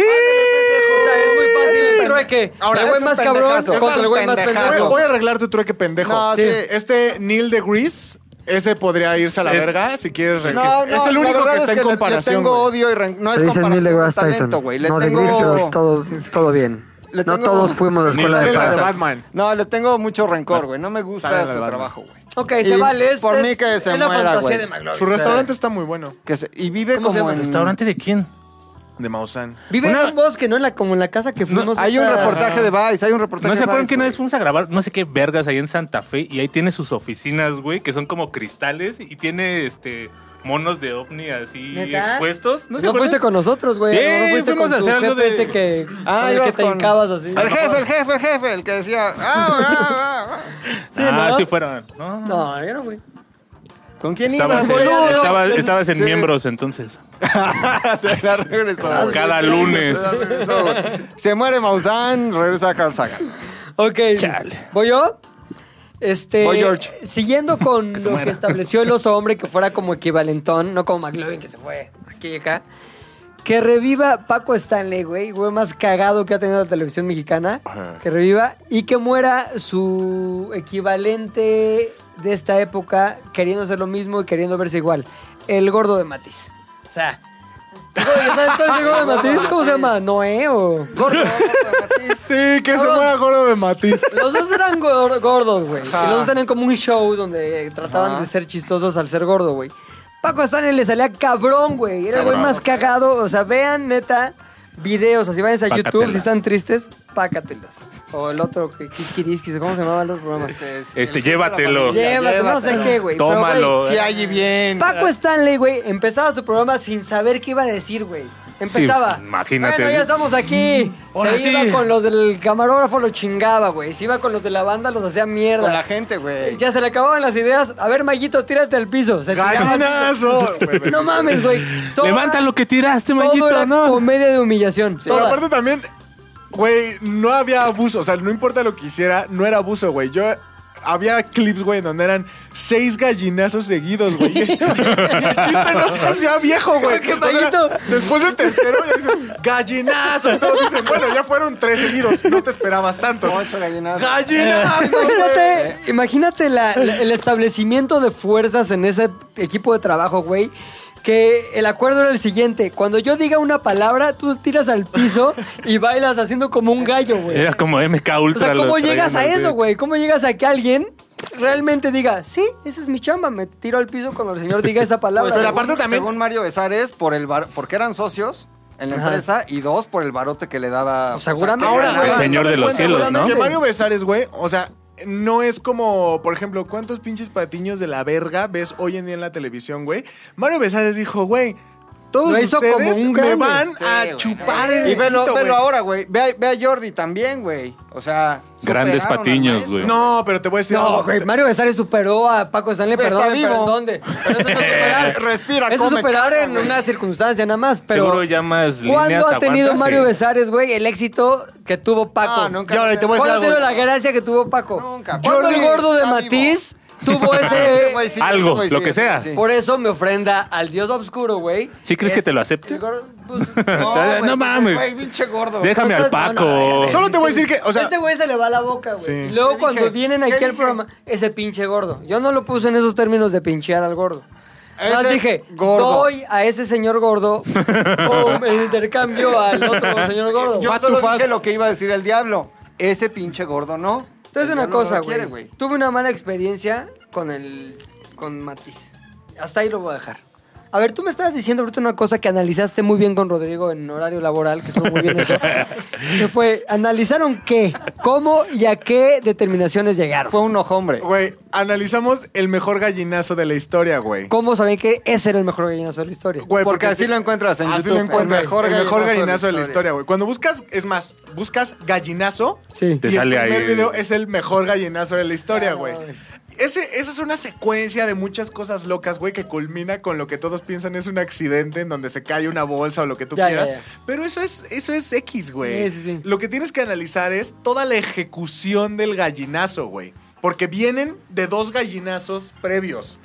[SPEAKER 1] O sea, es muy fácil el trueque.
[SPEAKER 5] Ahora,
[SPEAKER 1] el
[SPEAKER 5] es
[SPEAKER 1] güey
[SPEAKER 5] un
[SPEAKER 1] más cabrón
[SPEAKER 5] pendejazo.
[SPEAKER 1] contra el güey más
[SPEAKER 5] Pendejazo.
[SPEAKER 6] Voy,
[SPEAKER 1] pendejo.
[SPEAKER 6] voy a arreglar tu trueque, pendejo.
[SPEAKER 5] No,
[SPEAKER 1] Sí.
[SPEAKER 5] sí.
[SPEAKER 6] Este Neil de Grease, ese podría irse a la
[SPEAKER 2] Es-
[SPEAKER 6] verga si quieres.
[SPEAKER 5] No,
[SPEAKER 6] regresar.
[SPEAKER 5] no,
[SPEAKER 6] es el
[SPEAKER 5] la
[SPEAKER 6] único
[SPEAKER 5] verdad
[SPEAKER 6] que
[SPEAKER 5] es
[SPEAKER 6] está en
[SPEAKER 5] le-
[SPEAKER 6] comparación.
[SPEAKER 5] Le, tengo
[SPEAKER 6] güey.
[SPEAKER 5] odio y ran- no es
[SPEAKER 8] Te dicen Neil
[SPEAKER 5] comparación de
[SPEAKER 8] deGrasse
[SPEAKER 5] talento,
[SPEAKER 8] Tyson.
[SPEAKER 5] güey. Le
[SPEAKER 8] no, de
[SPEAKER 5] tengo...
[SPEAKER 8] Grease, pero todo, todo bien.
[SPEAKER 5] Le
[SPEAKER 8] No
[SPEAKER 5] tengo-
[SPEAKER 8] todos fuimos a la
[SPEAKER 2] Ni
[SPEAKER 8] escuela de
[SPEAKER 2] sale
[SPEAKER 6] Sale la de
[SPEAKER 8] falsas.
[SPEAKER 6] Batman.
[SPEAKER 5] No, le tengo mucho rencor, güey. No me
[SPEAKER 6] Sale la
[SPEAKER 5] gusta
[SPEAKER 6] de
[SPEAKER 5] su
[SPEAKER 6] Batman.
[SPEAKER 5] trabajo, güey.
[SPEAKER 1] Ok,
[SPEAKER 5] Y
[SPEAKER 1] se vale. Es,
[SPEAKER 5] por
[SPEAKER 1] es-
[SPEAKER 5] mí que se
[SPEAKER 1] es la
[SPEAKER 5] muera,
[SPEAKER 1] fantasía
[SPEAKER 5] güey.
[SPEAKER 1] de McLovin.
[SPEAKER 6] Su restaurante está muy bueno.
[SPEAKER 5] Que se- y vive
[SPEAKER 1] ¿Cómo se
[SPEAKER 5] como
[SPEAKER 1] llama
[SPEAKER 5] en...
[SPEAKER 2] ¿Restaurante de quién?
[SPEAKER 6] De Mausan.
[SPEAKER 1] Vive en
[SPEAKER 2] Una-
[SPEAKER 1] un bosque, ¿no? En la, como en la casa que fuimos.
[SPEAKER 5] Hay un
[SPEAKER 1] esta-
[SPEAKER 5] reportaje de Vice, hay un reportaje
[SPEAKER 2] ¿No se
[SPEAKER 5] de
[SPEAKER 2] acuerdan
[SPEAKER 5] Vice,
[SPEAKER 2] que una
[SPEAKER 5] güey.
[SPEAKER 2] vez fuimos a grabar no sé qué vergas ahí en Santa Fe? Y ahí tiene sus oficinas, güey, que son como cristales y tiene este monos de ovni así
[SPEAKER 1] ¿Neta?
[SPEAKER 2] expuestos.
[SPEAKER 1] No,
[SPEAKER 2] ¿No, se acuerdan?
[SPEAKER 1] fuiste con nosotros, güey.
[SPEAKER 2] Sí,
[SPEAKER 1] no fuiste
[SPEAKER 2] fuimos
[SPEAKER 1] con
[SPEAKER 2] a
[SPEAKER 1] tu
[SPEAKER 2] hacer algo
[SPEAKER 1] jefe
[SPEAKER 2] de-
[SPEAKER 1] Este que,
[SPEAKER 5] Ah,
[SPEAKER 1] con el que
[SPEAKER 5] ibas
[SPEAKER 1] te
[SPEAKER 5] con-
[SPEAKER 1] hincabas así.
[SPEAKER 5] El jefe, el jefe, el jefe, el que decía... "Ah, ah, ah,
[SPEAKER 1] Sí,
[SPEAKER 2] ah,
[SPEAKER 1] ¿no?
[SPEAKER 2] sí fueron. No,
[SPEAKER 1] No, yo no fui.
[SPEAKER 5] ah". ¿Con quién
[SPEAKER 2] Estabas,
[SPEAKER 5] ibas,
[SPEAKER 2] en-
[SPEAKER 5] boludo?
[SPEAKER 2] estaba- estabas en
[SPEAKER 5] Sí.
[SPEAKER 2] miembros entonces.
[SPEAKER 5] Ya regresó, güey.
[SPEAKER 2] Cada lunes.
[SPEAKER 5] Ya regresó, güey. Se muere Maussan, regresa Carl Sagan.
[SPEAKER 1] Ok. ¿Voy yo? Este,
[SPEAKER 5] Voy, George.
[SPEAKER 1] Siguiendo con lo que estableció el oso hombre, que fuera como equivalentón, no como McLovin que se fue aquí y acá. Que reviva Paco Stanley, güey, güey más cagado que ha tenido la televisión mexicana. Que reviva y que muera su equivalente de esta época queriendo hacer lo mismo y queriendo verse igual. El gordo de Matiz. O sea... Güey, ¿sabes cuál es el gordo de Matiz? ¿Cómo se llama? ¿Noé o...?
[SPEAKER 5] Gordo, gordo, matiz.
[SPEAKER 6] Sí, que se
[SPEAKER 1] Cabrón.
[SPEAKER 6] muera gordo de Matiz.
[SPEAKER 1] Los dos eran gor- gordos, güey. Y Los dos tenían como un show donde trataban de ser chistosos al ser gordo, güey. Paco Stanley le salía cabrón, güey. Era el güey más cagado. O sea, vean, neta, videos. Así vayan a YouTube,
[SPEAKER 2] Pácatelas.
[SPEAKER 1] si están tristes, pácatelas. O el otro, que Kiskiriskis, ¿cómo se llamaban los programas?
[SPEAKER 2] Este, llévatelo.
[SPEAKER 1] Llévate, no sé qué, güey. Pero, güey,
[SPEAKER 2] Tómalo.
[SPEAKER 5] Si allí bien.
[SPEAKER 1] Paco Stanley, güey, empezaba su programa sin saber qué iba a decir, güey. Empezaba.
[SPEAKER 2] Sí, imagínate.
[SPEAKER 1] Bueno, ya estamos aquí.
[SPEAKER 2] Ahora
[SPEAKER 1] se
[SPEAKER 2] sí.
[SPEAKER 1] iba con los del camarógrafo, lo chingaba, güey. Se iba con los de la banda, los hacía mierda.
[SPEAKER 5] Con la gente, güey.
[SPEAKER 1] Ya se le acababan las ideas. A ver, Mayito, tírate al piso. Se tiraba al piso.
[SPEAKER 6] ¡Gallinazo!
[SPEAKER 1] No mames, güey. Todo
[SPEAKER 2] Levanta
[SPEAKER 1] era-
[SPEAKER 2] lo que tiraste,
[SPEAKER 1] todo
[SPEAKER 2] Mayito,
[SPEAKER 1] era
[SPEAKER 2] ¿no?
[SPEAKER 1] comedia de humillación.
[SPEAKER 6] Pero
[SPEAKER 1] Toda.
[SPEAKER 6] aparte también, güey, no había abuso. O sea, no importa lo que hiciera, no era abuso, güey. Yo había clips, güey, donde eran seis gallinazos seguidos, güey. Y el chiste no se hacía viejo, güey.
[SPEAKER 1] Qué
[SPEAKER 6] O sea,
[SPEAKER 1] paguito.
[SPEAKER 6] Después del tercero ya dices, gallinazo. Y todos dicen, bueno, ya fueron tres seguidos. No te esperabas tantos.
[SPEAKER 5] Ocho gallinas.
[SPEAKER 6] ¡Gallinazo!
[SPEAKER 5] Eh.
[SPEAKER 1] Imagínate, imagínate la- la- el establecimiento de fuerzas en ese equipo de trabajo, güey. Que el acuerdo era el siguiente: cuando yo diga una palabra, tú tiras al piso y bailas haciendo como un gallo, güey.
[SPEAKER 2] Era como MK
[SPEAKER 1] O
[SPEAKER 2] Ultra.
[SPEAKER 1] sea,
[SPEAKER 2] lo
[SPEAKER 1] ¿cómo llegas a
[SPEAKER 2] traían así.
[SPEAKER 1] eso, güey? ¿Cómo llegas a que alguien realmente diga, sí, esa es mi chamba, me tiro al piso cuando el señor diga
[SPEAKER 5] Pues,
[SPEAKER 1] esa palabra?
[SPEAKER 6] Pero
[SPEAKER 1] güey"?
[SPEAKER 6] aparte también-
[SPEAKER 5] Según Mario Besares, por el bar- porque eran socios en la
[SPEAKER 1] Ajá.
[SPEAKER 5] empresa y dos por el barote que le daba.
[SPEAKER 1] Pues seguramente.
[SPEAKER 5] o sea, que
[SPEAKER 1] Ahora,
[SPEAKER 5] ganaba.
[SPEAKER 2] El señor de los
[SPEAKER 6] Cuenta,
[SPEAKER 2] cielos, ¿no?
[SPEAKER 6] Que Mario Besares, güey, o sea, no es como, por ejemplo, ¿cuántos pinches patiños de la verga ves hoy en día en la televisión, güey? Mario Besares dijo, güey, todos
[SPEAKER 1] Lo hizo
[SPEAKER 6] ustedes
[SPEAKER 1] como un
[SPEAKER 6] me
[SPEAKER 1] grande.
[SPEAKER 6] van
[SPEAKER 7] Sí,
[SPEAKER 6] a
[SPEAKER 7] güey.
[SPEAKER 6] chupar el
[SPEAKER 5] Y velo,
[SPEAKER 6] pito,
[SPEAKER 5] velo
[SPEAKER 6] güey".
[SPEAKER 5] ahora, güey. Ve, a- ve a Jordi también, güey. O sea.
[SPEAKER 2] Grandes
[SPEAKER 5] superaron al
[SPEAKER 2] patiños,
[SPEAKER 5] maestro.
[SPEAKER 2] güey.
[SPEAKER 6] No, pero te voy a decir...
[SPEAKER 1] No,
[SPEAKER 6] algo.
[SPEAKER 1] güey, Mario Besares superó a Paco Stanley,
[SPEAKER 5] Está
[SPEAKER 1] perdón, pero
[SPEAKER 5] vivo.
[SPEAKER 1] ¿en dónde?
[SPEAKER 5] Pero eso no es superar, respira,
[SPEAKER 1] Eso es
[SPEAKER 5] come,
[SPEAKER 1] superar
[SPEAKER 5] caga,
[SPEAKER 1] en
[SPEAKER 5] güey.
[SPEAKER 1] una circunstancia nada más, pero...
[SPEAKER 2] Seguro ya más líneas
[SPEAKER 1] ¿Cuándo ha tenido
[SPEAKER 2] aguantas,
[SPEAKER 1] Mario
[SPEAKER 2] sí.
[SPEAKER 1] Besares, güey, el éxito que tuvo Paco?
[SPEAKER 5] Ah, nunca.
[SPEAKER 6] Y ahora te voy a
[SPEAKER 1] ¿Cuándo
[SPEAKER 6] decir
[SPEAKER 1] ha tenido
[SPEAKER 6] algo.
[SPEAKER 1] la gracia que tuvo Paco?
[SPEAKER 5] Nunca.
[SPEAKER 1] ¿Cuándo
[SPEAKER 5] Jordi
[SPEAKER 1] el gordo de
[SPEAKER 5] está
[SPEAKER 1] Matiz tuvo
[SPEAKER 5] Ese
[SPEAKER 1] ese...
[SPEAKER 5] güey sí,
[SPEAKER 2] Algo,
[SPEAKER 5] ese güey
[SPEAKER 2] lo
[SPEAKER 5] sí,
[SPEAKER 2] que
[SPEAKER 5] ese
[SPEAKER 2] sea.
[SPEAKER 5] güey sí.
[SPEAKER 1] Por eso me ofrenda al dios obscuro, güey.
[SPEAKER 2] ¿Sí crees que te lo acepte?
[SPEAKER 1] El gordo, pues,
[SPEAKER 5] No,
[SPEAKER 2] No
[SPEAKER 5] güey,
[SPEAKER 2] mames.
[SPEAKER 5] Güey, pinche gordo.
[SPEAKER 2] Déjame al
[SPEAKER 1] No, no,
[SPEAKER 2] Paco.
[SPEAKER 1] no,
[SPEAKER 6] Solo te voy a decir que, o sea...
[SPEAKER 1] este güey se le va la boca, güey.
[SPEAKER 6] Sí.
[SPEAKER 1] Y luego
[SPEAKER 5] ¿Qué
[SPEAKER 1] cuando
[SPEAKER 5] dije?
[SPEAKER 1] vienen
[SPEAKER 5] ¿Qué
[SPEAKER 1] aquí al
[SPEAKER 5] dije?
[SPEAKER 1] programa, ese pinche gordo. Yo no lo puse en esos términos de pinchear al gordo. Nada más
[SPEAKER 5] Ese
[SPEAKER 1] dije,
[SPEAKER 5] gordo.
[SPEAKER 1] doy a ese señor gordo o el intercambio al otro señor gordo.
[SPEAKER 5] Yo solo dije lo que iba a decir el diablo. Ese pinche gordo no.
[SPEAKER 1] Entonces
[SPEAKER 5] El
[SPEAKER 1] una
[SPEAKER 5] diablo no
[SPEAKER 1] cosa,
[SPEAKER 5] lo quiere,
[SPEAKER 1] güey. Tuve una mala experiencia con el con Matiz. Hasta ahí lo voy a dejar. A ver, tú me estabas diciendo ahorita una cosa que analizaste muy bien con Rodrigo en horario laboral, que son muy bien eso. que fue, ¿analizaron qué? ¿Cómo y a qué determinaciones llegaron?
[SPEAKER 5] Fue un hombre.
[SPEAKER 6] Güey, analizamos el mejor gallinazo de la historia, güey.
[SPEAKER 1] ¿Cómo saben que ese era el mejor gallinazo de la historia?
[SPEAKER 6] Güey,
[SPEAKER 5] Porque así lo encuentras en
[SPEAKER 6] Así
[SPEAKER 5] YouTube.
[SPEAKER 6] lo encuentras.
[SPEAKER 5] El mejor
[SPEAKER 6] el
[SPEAKER 5] gallinazo
[SPEAKER 6] mejor
[SPEAKER 5] de la
[SPEAKER 6] gallinazo de la
[SPEAKER 5] historia.
[SPEAKER 6] historia, güey. Cuando buscas, es más, buscas gallinazo,
[SPEAKER 1] Sí.
[SPEAKER 2] Te
[SPEAKER 6] y
[SPEAKER 2] sale
[SPEAKER 6] el
[SPEAKER 2] ahí.
[SPEAKER 6] primer video es el mejor gallinazo de la historia,
[SPEAKER 1] Ah,
[SPEAKER 6] güey.
[SPEAKER 1] no, güey.
[SPEAKER 6] Ese, esa es una secuencia de muchas cosas locas, güey, que culmina con lo que todos piensan es un accidente en donde se cae una bolsa o lo que tú
[SPEAKER 1] Ya, ya,
[SPEAKER 6] quieras.
[SPEAKER 1] ya.
[SPEAKER 6] Pero eso es, eso es X, güey.
[SPEAKER 1] Sí, sí, sí.
[SPEAKER 6] Lo que tienes que analizar es toda la ejecución del gallinazo, güey. Porque vienen de dos gallinazos previos.